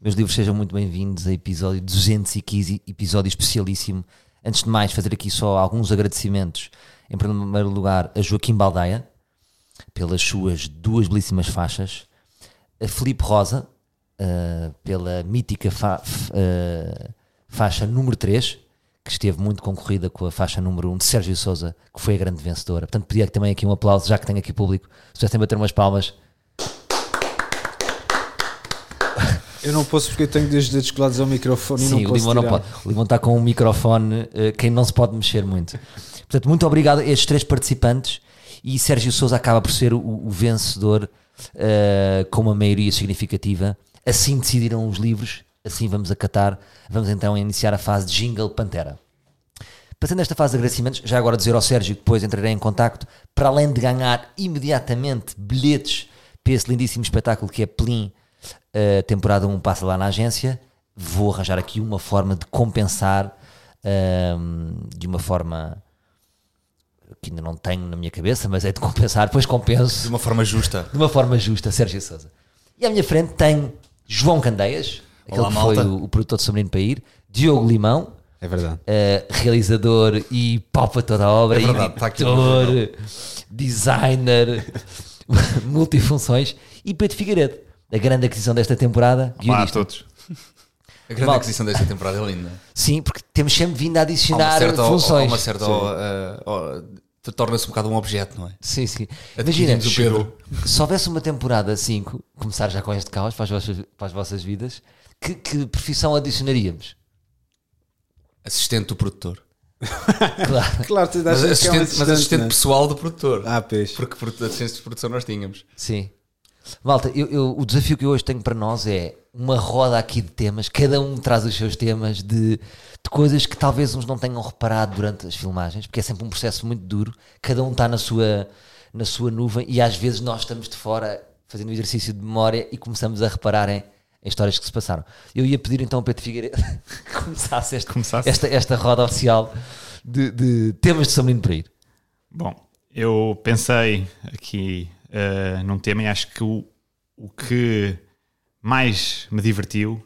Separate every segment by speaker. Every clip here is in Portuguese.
Speaker 1: Meus livros sejam muito bem-vindos a episódio 215, episódio especialíssimo. Antes de mais, fazer aqui só alguns agradecimentos. Em primeiro lugar, a Joaquim Baldaia, pelas suas duas belíssimas faixas. A Felipe Rosa, ah, pela mítica fa- f- ah, faixa número 3, que esteve muito concorrida com a faixa número 1 de Sérgio Souza, que foi a grande vencedora. Portanto, pedia também aqui um aplauso, já que tenho aqui público. Se pudessem bater umas palmas,
Speaker 2: Eu não posso porque eu tenho dois dedos colados ao microfone
Speaker 1: Sim,
Speaker 2: e não
Speaker 1: o
Speaker 2: posso
Speaker 1: Limão não
Speaker 2: tirar.
Speaker 1: pode. O Limão está com um microfone eh, que não se pode mexer muito. Portanto, muito obrigado a estes três participantes e Sérgio Souza acaba por ser o, o vencedor eh, com uma maioria significativa. Assim decidiram os livros, assim vamos acatar. Vamos então iniciar a fase de Jingle Pantera. Passando esta fase de agradecimentos, já agora dizer ao Sérgio que depois entrarei em contacto para além de ganhar imediatamente bilhetes para esse lindíssimo espetáculo que é Plim, eh, temporada 1 passa lá na agência, vou arranjar aqui uma forma de compensar ehm, de uma forma que ainda não tenho na minha cabeça, mas é de compensar, depois compenso
Speaker 3: De uma forma justa.
Speaker 1: de uma forma justa, Sérgio Sousa. E à minha frente tem João Candeias, aquele
Speaker 3: Olá,
Speaker 1: que
Speaker 3: malta.
Speaker 1: foi o, o produtor de Sobrinho para ir, Diogo Limão,
Speaker 2: É verdade.
Speaker 1: eh, realizador e palpa toda a obra,
Speaker 3: É verdade, está aqui
Speaker 1: editor,
Speaker 3: no
Speaker 1: designer, multifunções, e Pedro Figueiredo, a grande aquisição desta temporada.
Speaker 4: Olá a
Speaker 1: guionista.
Speaker 4: todos.
Speaker 3: A grande
Speaker 1: Malta.
Speaker 3: aquisição desta temporada é linda.
Speaker 1: Sim, porque temos sempre vindo a
Speaker 3: Há uma
Speaker 1: adicionar
Speaker 3: certa-
Speaker 1: funções.
Speaker 3: há uma certa. ah, ah, tu Torna-se um bocado um objeto, não é?
Speaker 1: Sim, sim. Imagina,
Speaker 3: Adquirimos o Pedro.
Speaker 1: se houvesse uma temporada 5, começar já com este caos para as vossas, para as vossas vidas, que, que profissão adicionaríamos?
Speaker 3: Assistente do produtor.
Speaker 1: Claro,
Speaker 2: Claro, tu dás
Speaker 3: Mas
Speaker 2: que é um
Speaker 3: assistente, mas assistente
Speaker 2: não é?
Speaker 3: pessoal do produtor.
Speaker 2: Ah, peixe.
Speaker 3: Porque produ- assistentes de produção nós tínhamos.
Speaker 1: sim. Malta, eu, eu- o desafio que eu hoje tenho para nós é uma roda aqui de temas, cada um traz os seus temas de, de coisas que talvez uns não tenham reparado durante as filmagens, porque é sempre um processo muito duro, cada um está na sua, na sua nuvem e às vezes nós estamos de fora fazendo um exercício de memória e começamos a reparar em, em histórias que se passaram. Eu ia pedir então ao Pedro Figueiredo que começasse, este-
Speaker 4: Começasse.
Speaker 1: Esta, esta roda oficial de, de temas de São Menino para ir.
Speaker 4: Bom, eu pensei aqui eh, num tema e acho que o, o que mais me divertiu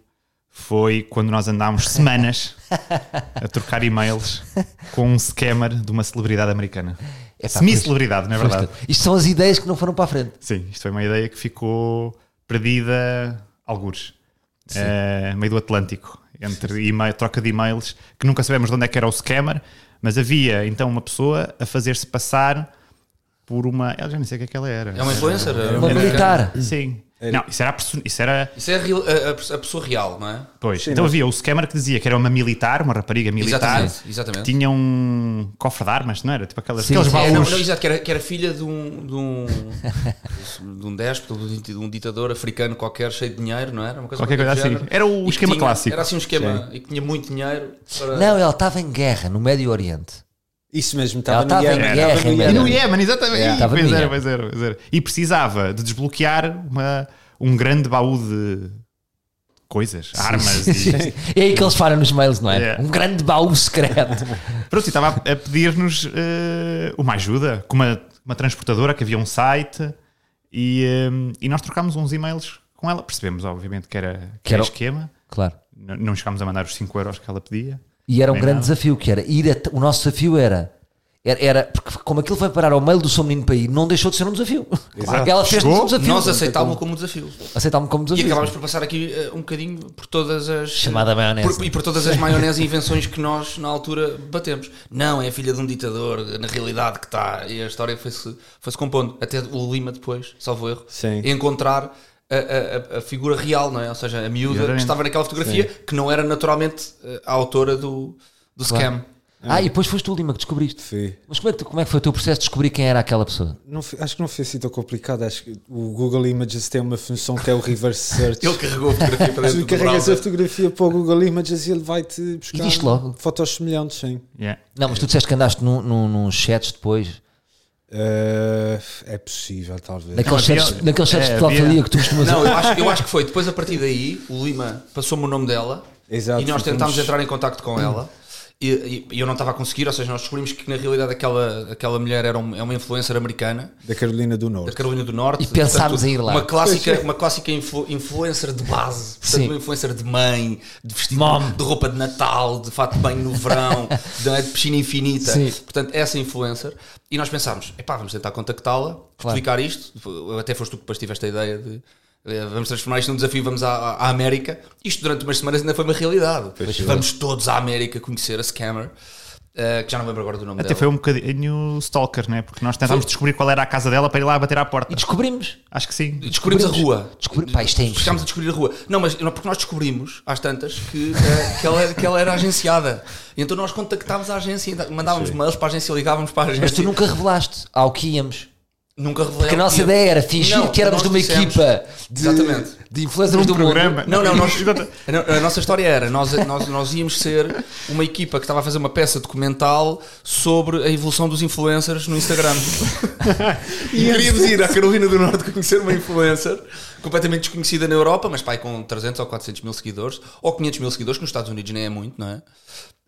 Speaker 4: foi quando nós andámos semanas a trocar e-mails com um scammer de uma celebridade americana.
Speaker 1: Epá,
Speaker 4: Semi-celebridade, não é verdade?
Speaker 1: Isto são as ideias que não foram para a frente.
Speaker 4: Sim, isto foi uma ideia que ficou perdida algures. Eh, meio do Atlântico, entre e-mail, troca de e-mails, que nunca sabemos de onde é que era o scammer, mas havia então uma pessoa a fazer-se passar por uma. Eu já nem sei o que é que ela era.
Speaker 3: É uma influencer?
Speaker 1: Uma
Speaker 3: Era-
Speaker 1: militar.
Speaker 4: Sim.
Speaker 2: Era-
Speaker 4: Não, isso era, a perso- isso era
Speaker 3: Isso é a, real- a- a- a pessoa real, não é?
Speaker 4: Pois, então havia o scammer que dizia que era uma militar, uma rapariga militar,
Speaker 3: Exatamente. exatamente.
Speaker 4: que tinha um cofre de armas, não era? Tipo aquelas,
Speaker 1: Sim,
Speaker 4: aqueles
Speaker 1: sim,
Speaker 3: É, não,
Speaker 4: baús.
Speaker 3: não, exato, que era, que era filha de um, de um, de um déspota, de um- de um ditador africano qualquer, cheio de dinheiro, não era? Uma coisa
Speaker 4: Qualquer
Speaker 3: do
Speaker 4: coisa
Speaker 3: género.
Speaker 4: assim. Era o
Speaker 3: E que
Speaker 4: esquema
Speaker 3: tinha-
Speaker 4: clássico.
Speaker 3: Era assim um esquema, e que tinha muito dinheiro para...
Speaker 1: Não, ela estava em guerra no Médio Oriente.
Speaker 2: Isso mesmo, estava
Speaker 1: Ela
Speaker 2: no
Speaker 1: estava em
Speaker 2: Iémen.
Speaker 1: guerra,
Speaker 2: Estava no
Speaker 1: em
Speaker 4: E
Speaker 2: Iémen.
Speaker 4: no Iémen, exatamente.
Speaker 1: Yeah.
Speaker 4: Ih,
Speaker 1: Estava
Speaker 4: pois
Speaker 1: É, no
Speaker 4: era,
Speaker 1: Iémen.
Speaker 4: pois era, pois era. E precisava de desbloquear uma, um grande baú de coisas, armas. E,
Speaker 1: é aí que eles falam nos mails, não é?
Speaker 4: Yeah.
Speaker 1: Um grande baú secreto.
Speaker 4: pronto, e estava a a pedir-nos eh, uma ajuda com uma, uma transportadora que havia um site e, eh, e nós trocámos uns e-mails com ela. Percebemos, obviamente, que era, que
Speaker 1: Que
Speaker 4: era
Speaker 1: era o-
Speaker 4: esquema.
Speaker 1: claro.
Speaker 4: N- Não chegámos a mandar os 5 euros que ela pedia.
Speaker 1: E era um
Speaker 4: Nem
Speaker 1: grande
Speaker 4: nada.
Speaker 1: desafio, que era ir até- O nosso desafio era... Era, era- porque como aquilo foi parar ao mail do seu menino para ir, não deixou de ser um desafio. Ela fez-nos um
Speaker 4: Chegou,
Speaker 1: desafio.
Speaker 3: Nós aceitávamos como um desafio.
Speaker 1: aceitámos como
Speaker 3: E
Speaker 1: desafio.
Speaker 3: acabámos por passar aqui eh, um bocadinho por todas as.
Speaker 1: Chamada maionese.
Speaker 3: por- e por todas as maionese e invenções que nós, na altura, batemos. Não, é a filha de um ditador, na realidade que está. E a história foi-se foi -se compondo. Até o Lima, depois, salvo erro,
Speaker 2: Sim.
Speaker 3: encontrar a, a- a- a figura real, não é? Ou seja, a miúda que
Speaker 4: Exatamente.
Speaker 3: estava naquela fotografia que não era naturalmente eh, a autora do, do scam.
Speaker 1: Ah, e depois foste tu, Lima, que descobriste.
Speaker 2: Fui.
Speaker 1: Mas como é, que, tu- como é que foi o teu processo de descobrir quem era aquela pessoa?
Speaker 2: Não foi- acho que não foi assim tão complicado. Acho que o Google Images tem uma função que é o reverse search.
Speaker 3: Ele carregou a fotografia para dentro
Speaker 2: Tu
Speaker 3: do
Speaker 2: carregas a
Speaker 3: browser.
Speaker 2: fotografia para o Google Images e ele vai-te buscar
Speaker 1: diz-te logo.
Speaker 2: fotos semelhantes, sim.
Speaker 4: Yeah.
Speaker 1: Não, mas tu disseste que andaste num, num, num chats depois,
Speaker 2: Eh, é possível, talvez.
Speaker 1: naqueles
Speaker 4: havia-
Speaker 1: chats, naqueles chats
Speaker 4: é,
Speaker 1: de pedofilia
Speaker 4: havia-
Speaker 1: que tu costumas
Speaker 3: Não, eu acho, eu acho que foi. Depois, a partir daí, o Lima passou-me o nome dela
Speaker 2: Exato,
Speaker 3: e
Speaker 2: ficamos-
Speaker 3: nós tentámos entrar em contacto com ela. E, e eu não estava a conseguir, ou seja, nós descobrimos que na realidade aquela, aquela mulher era um- é uma influencer americana
Speaker 2: Da Carolina do
Speaker 3: da
Speaker 2: Norte.
Speaker 3: Carolina do Norte.
Speaker 1: E pensámos em ir lá.
Speaker 3: Uma clássica, uma clássica influ- influencer de base. Portanto,
Speaker 1: Sim.
Speaker 3: uma influencer de mãe, de vestido
Speaker 1: Mom.
Speaker 3: de roupa de Natal, de fato de banho no verão, de, de piscina infinita.
Speaker 1: Sim.
Speaker 3: Portanto, essa influencer. E nós pensámos, epá, vamos tentar contactá-la,
Speaker 1: Claro.
Speaker 3: explicar isto. Até foste tu que depois tiveste a ideia de... eh, Vamos transformar isto num desafio, vamos à, à América. Isto durante umas semanas ainda foi uma realidade. vamos todos à América conhecer a Scammer, eh, que já não lembro agora do nome
Speaker 4: Até
Speaker 3: dela.
Speaker 4: foi um bocadinho stalker, né? Porque nós tentámos descobrir qual era a casa dela para ir lá bater à porta.
Speaker 1: E descobrimos.
Speaker 4: Acho que sim.
Speaker 3: Descobrimos a rua.
Speaker 1: Descobri- pá, isto é impossível.
Speaker 3: Chegámos a descobrir a rua. Não, mas não, porque nós descobrimos, às tantas, que, eh, que, ela, que ela era agenciada. E Então nós contactámos a agência, ainda mandávamos mails para a agência, ligávamos para a agência.
Speaker 1: Mas tu nunca revelaste ao que íamos.
Speaker 3: nunca
Speaker 1: Porque a nossa ideia era fingir que éramos de uma equipa de,
Speaker 3: Exatamente.
Speaker 1: de influencers do
Speaker 4: programa.
Speaker 1: mundo.
Speaker 3: Não, não, nós, a nossa história era, nós, nós, nós íamos ser uma equipa que estava a fazer uma peça documental sobre a evolução dos influencers no Instagram. e queríamos ir à Carolina do Norte conhecer uma influencer completamente desconhecida na Europa, mas pai com 300 ou 400 mil seguidores, ou 500 mil seguidores, que nos Estados Unidos nem é muito, não é?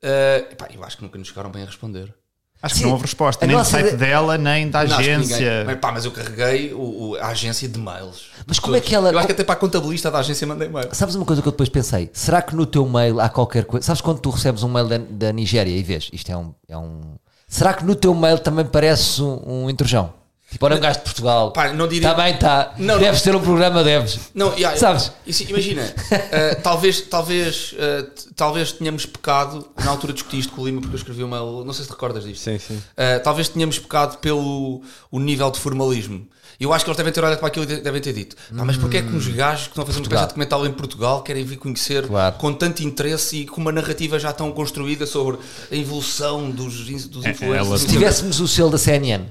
Speaker 3: Eh, pá, eu acho que nunca nos chegaram bem a responder.
Speaker 4: Acho
Speaker 1: Sim.
Speaker 4: que não houve resposta,
Speaker 1: A
Speaker 4: nem do
Speaker 1: nossa
Speaker 4: site
Speaker 1: ide-
Speaker 4: dela, nem da
Speaker 3: Não, acho que
Speaker 4: agência.
Speaker 3: ninguém. Mas, pá, mas eu carreguei o- o- a agência de mails.
Speaker 1: Mas como é que ela-
Speaker 3: Eu acho que até para a contabilista da agência mandei mail.
Speaker 1: Sabes uma coisa que eu depois pensei? Será que no teu mail há qualquer coisa? Sabes quando tu recebes um mail da, da Nigéria e vês? Isto é um, é um. Será que no teu mail também parece um, um intrujão? Tipo, olha um gajo de Portugal.
Speaker 3: Pá, não diria-
Speaker 1: Está bem, está.
Speaker 3: Não, não.
Speaker 1: Deves ter um programa, deves.
Speaker 3: Não, e há-
Speaker 1: Sabes?
Speaker 3: isso- imagina, eh, talvez, talvez, eh, t- talvez tenhamos pecado, na altura discuti isto com o Lima porque eu escrevi uma. Não sei se te recordas disto.
Speaker 2: Sim, sim.
Speaker 3: Eh, talvez tenhamos pecado pelo o nível de formalismo. Eu acho que eles devem ter olhado para aquilo e de- devem ter dito. "Pá, mas porquê é que uns gajos que estão a fazer uma peça documental em Portugal querem vir conhecer
Speaker 1: Claro.
Speaker 3: com tanto interesse e com uma narrativa já tão construída sobre a evolução dos, in- dos
Speaker 4: É,
Speaker 3: influencers?
Speaker 4: ela-
Speaker 3: Se
Speaker 1: Se tivéssemos o selo da CNN.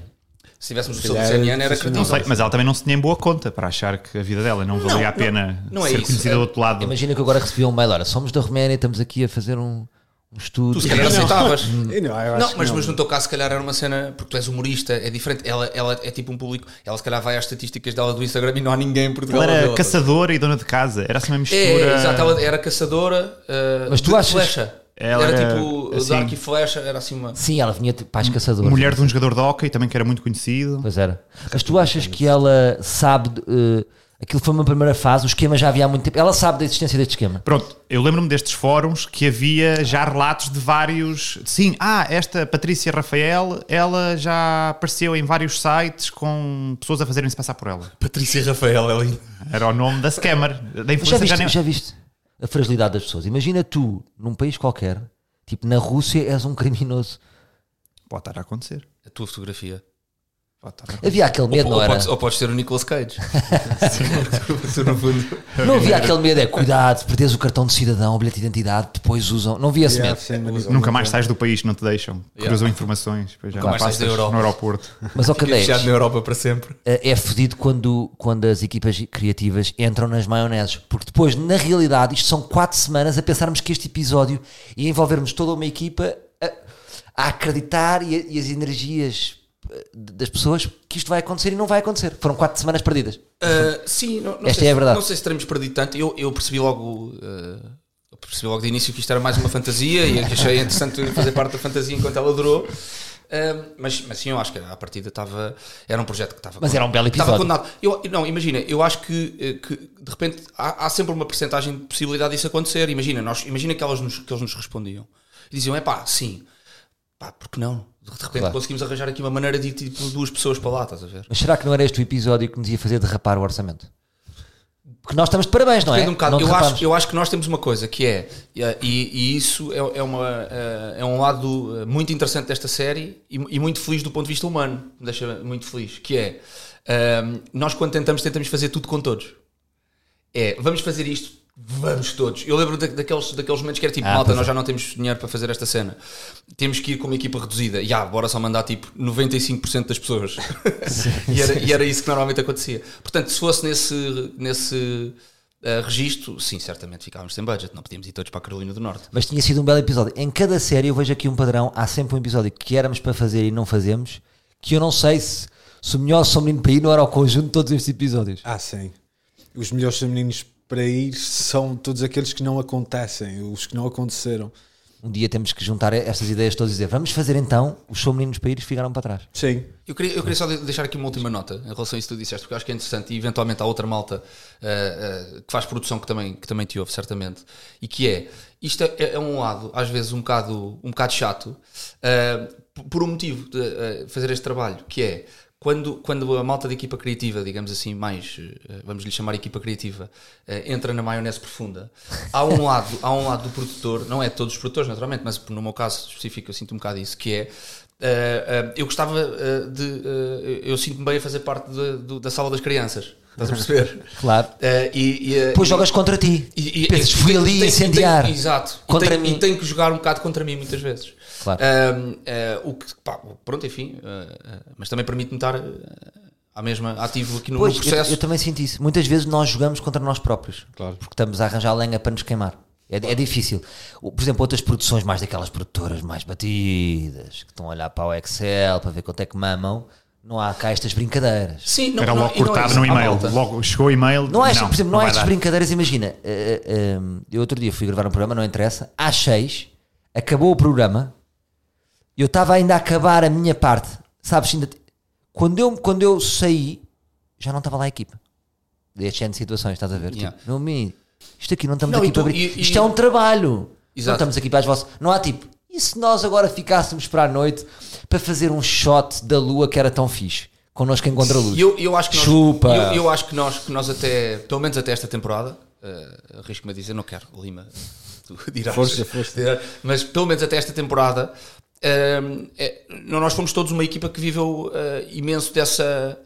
Speaker 3: se tivéssemos o seu
Speaker 2: calhar
Speaker 3: CNN era
Speaker 4: Não
Speaker 3: credível.
Speaker 4: sei, mas ela também não se tinha em boa conta para achar que a vida dela não valia a
Speaker 3: não,
Speaker 4: pena
Speaker 3: não é
Speaker 4: ser
Speaker 3: isso.
Speaker 4: conhecida do outro lado.
Speaker 1: Imagina que eu agora recebia um mail. Olha, somos da Roménia, estamos aqui a fazer um, um estudo.
Speaker 3: Tu se calhar aceitavas.
Speaker 2: Eu não, eu acho
Speaker 3: Não,
Speaker 2: que
Speaker 3: mas, mas no teu caso, se calhar era uma cena, porque tu és humorista, é diferente. Ela, ela é tipo um público, ela se calhar vai às estatísticas dela do Instagram e não há ninguém em Portugal.
Speaker 4: Ela
Speaker 3: a
Speaker 4: era
Speaker 3: vê-la.
Speaker 4: caçadora e dona de casa, era assim uma mistura.
Speaker 3: É, é, exato, ela era caçadora, uh,
Speaker 1: Mas tu
Speaker 3: de
Speaker 1: achas-
Speaker 3: flecha.
Speaker 4: Ela
Speaker 3: era,
Speaker 4: era,
Speaker 3: tipo
Speaker 4: assim-
Speaker 3: Dark e Flecha, era assim uma.
Speaker 1: Sim, ela vinha tipo, para as caçadoras.
Speaker 4: Mulher de um jogador de hockey também que era muito conhecido.
Speaker 1: Pois era. Mas tu achas que ela sabe. eh, aquilo foi uma primeira fase, o esquema já havia há muito tempo. Ela sabe da existência deste esquema.
Speaker 4: Pronto, eu lembro-me destes fóruns que havia já relatos de vários. Sim, ah, esta Patrícia Rafael, ela já apareceu em vários sites com pessoas a fazerem-se passar por ela.
Speaker 3: Patrícia Rafael, ela
Speaker 4: Era o nome da scammer, da
Speaker 1: Mas já
Speaker 4: influência
Speaker 1: viste,
Speaker 4: nem-
Speaker 1: já viste a fragilidade das pessoas? Imagina tu, num país qualquer, tipo na Rússia, és um criminoso.
Speaker 4: Pode estar a acontecer.
Speaker 3: A tua fotografia.
Speaker 4: Pode estar a acontecer.
Speaker 1: Havia aquele medo,
Speaker 3: ou,
Speaker 1: não
Speaker 3: ou
Speaker 1: era?
Speaker 3: podes, ou podes ser o Nicolas Cage. Tu, no fundo.
Speaker 1: Não havia aquele medo, é cuidado, se perdes o cartão de cidadão, o bilhete de identidade, depois usam. Não havia esse
Speaker 2: Yeah,
Speaker 1: medo.
Speaker 2: sim, mas-
Speaker 4: Nunca mais sais do país, não te deixam.
Speaker 3: Yeah.
Speaker 4: Cruzam informações, depois já
Speaker 1: Nunca
Speaker 4: não
Speaker 3: mais sais
Speaker 4: passas
Speaker 3: da Europa.
Speaker 4: no aeroporto.
Speaker 1: Mas ao
Speaker 3: Fiquei
Speaker 1: cadeias,
Speaker 3: fechado é na Europa para sempre.
Speaker 1: é fodido quando, quando as equipas criativas entram nas maioneses. Porque depois, na realidade, isto são quatro semanas a pensarmos que este episódio e a envolvermos toda uma equipa a, a acreditar e, a- e as energias eh, das pessoas que isto vai acontecer e não vai acontecer. Foram quatro semanas perdidas.
Speaker 3: Uh, sim, não, não
Speaker 1: Esta
Speaker 3: sei
Speaker 1: é a
Speaker 3: se-
Speaker 1: verdade.
Speaker 3: Não sei se teremos perdido tanto. Eu, eu percebi logo. uh, eu percebi logo de início que isto era mais uma fantasia e que achei interessante fazer parte da fantasia enquanto ela durou. Uh, mas, mas sim, eu acho que a partida estava. Era um projeto que estava.
Speaker 1: Mas era um belo
Speaker 3: Estava
Speaker 1: episódio.
Speaker 3: condenado. Eu, não, imagina, eu acho que, eh, que, de repente há, há sempre uma percentagem de possibilidade disso acontecer. Imagina, nós, imagina que, elas nos, que eles nos respondiam e diziam: é pá, sim, pá, porque não? De repente
Speaker 1: Claro.
Speaker 3: conseguimos arranjar aqui uma maneira de ir, tipo duas pessoas para lá, estás a ver?
Speaker 1: Mas será que não era este o episódio que nos ia fazer derrapar o orçamento? Porque nós estamos de parabéns, não é?
Speaker 3: Depende um bocado.
Speaker 1: Não
Speaker 3: eu,
Speaker 1: derrapamos.
Speaker 3: acho, eu acho que nós temos uma coisa que é, e, e isso é, é uma, eh, é um lado eh, muito interessante desta série e, e muito feliz do ponto de vista humano, me deixa muito feliz, que é ehm, nós quando tentamos, tentamos fazer tudo com todos. É, vamos fazer isto, vamos todos. Eu lembro da- daqueles, daqueles momentos que era tipo,
Speaker 1: Ah,
Speaker 3: malta,
Speaker 1: pois
Speaker 3: nós
Speaker 1: é.
Speaker 3: já não temos dinheiro para fazer esta cena. Temos que ir com uma equipa reduzida. Ya, bora só mandar tipo 95% das pessoas. e, era, e era isso que normalmente acontecia. Portanto, se fosse nesse, nesse eh, registro, sim, certamente ficávamos sem budget. Não podíamos ir todos para a Carolina do Norte.
Speaker 1: Mas tinha sido um belo episódio. Em cada série eu vejo aqui um padrão. Há sempre um episódio que éramos para fazer e não fazemos. Que eu não sei se, se o melhor São Menino para ir não era o conjunto de todos estes episódios.
Speaker 2: Ah, sim. Os melhores femininos para ir são todos aqueles que não acontecem, os que não aconteceram.
Speaker 1: um dia temos que juntar estas ideias todas e dizer vamos fazer então os show meninos para ir ficaram para trás.
Speaker 2: Sim.
Speaker 3: Eu queria, eu queria só de- deixar aqui uma última nota em relação a isso que tu disseste, porque eu acho que é interessante e eventualmente há outra malta ah, ah, que faz produção que também, que também te ouve, certamente, e que é, isto é, é um lado, às vezes um bocado, um bocado chato, ah, p- por um motivo de ah, fazer este trabalho, que é quando, quando a malta da equipa criativa, digamos assim, mais, eh, vamos lhe chamar equipa criativa, eh, entra na maionese profunda, há um lado, há um lado do produtor, não é de todos os produtores, naturalmente, mas no meu caso específico eu sinto um bocado isso, que é eh, eh, eu gostava eh, de. eh, eu sinto-me bem a fazer parte de- do- da sala das crianças. Estás a perceber?
Speaker 1: Claro.
Speaker 3: Eh, e, e, eh,
Speaker 1: Depois
Speaker 3: e-
Speaker 1: jogas contra ti.
Speaker 3: e, e-
Speaker 1: Pensas,
Speaker 3: e-
Speaker 1: fui
Speaker 3: e-
Speaker 1: ali
Speaker 3: e- e-
Speaker 1: incendiar.
Speaker 3: e- exato.
Speaker 1: Contra
Speaker 3: e tem,
Speaker 1: mim.
Speaker 3: E tem que jogar um bocado contra mim muitas vezes.
Speaker 1: Claro.
Speaker 3: Ahm, ah, o que, pá, pronto, enfim. ah, ah, mas também permite-me estar ah, à mesma ativo aqui no, no
Speaker 1: Pois, eu-
Speaker 3: processo.
Speaker 1: Eu, também sinto isso. Muitas vezes nós jogamos contra nós próprios. Porque estamos a arranjar lenha para nos queimar. É, é difícil. O- Por exemplo, outras produções, mais daquelas produtoras mais batidas, que estão a olhar para o Excel para ver quanto é que mamam, não há cá estas brincadeiras.
Speaker 3: Sim, não,
Speaker 4: Era
Speaker 3: não-
Speaker 4: logo
Speaker 3: e não é
Speaker 4: cortado
Speaker 3: isso.
Speaker 4: no
Speaker 3: À
Speaker 4: e-mail.
Speaker 3: volta.
Speaker 4: Logo chegou o e-mail.
Speaker 1: Não há, estas- por exemplo, não, há
Speaker 4: vai
Speaker 1: estas
Speaker 4: dar.
Speaker 1: brincadeiras, imagina. eh, eh, eh, eu outro dia fui gravar um programa, não interessa, às seis acabou o programa, eu estava ainda a acabar a minha parte, sabes? Ainda, t- quando, eu, quando eu saí, já não estava lá a equipa. Deste género de situações, estás a ver?
Speaker 3: Yeah.
Speaker 1: Tipo, meu menino, isto aqui não estamos
Speaker 3: Não,
Speaker 1: aqui
Speaker 3: e tu-
Speaker 1: para abrir.
Speaker 3: e- e-
Speaker 1: isto é um trabalho. Não
Speaker 3: Exato.
Speaker 1: estamos aqui para as vossas. Não há tipo, e se nós agora ficássemos para a noite para fazer um shot da lua que era tão fixe? Connosco em contra-luz.
Speaker 3: E eu, eu acho que nós,
Speaker 1: Chupa.
Speaker 3: Eu, eu acho que nós, que nós até, pelo menos até esta temporada, eh, arrisco-me a dizer, não quero, Lima, tu dirás.
Speaker 2: Força, força.
Speaker 3: Dirás. Mas pelo menos até esta temporada, eh, é, não- nós fomos todos uma equipa que viveu eh, imenso dessa.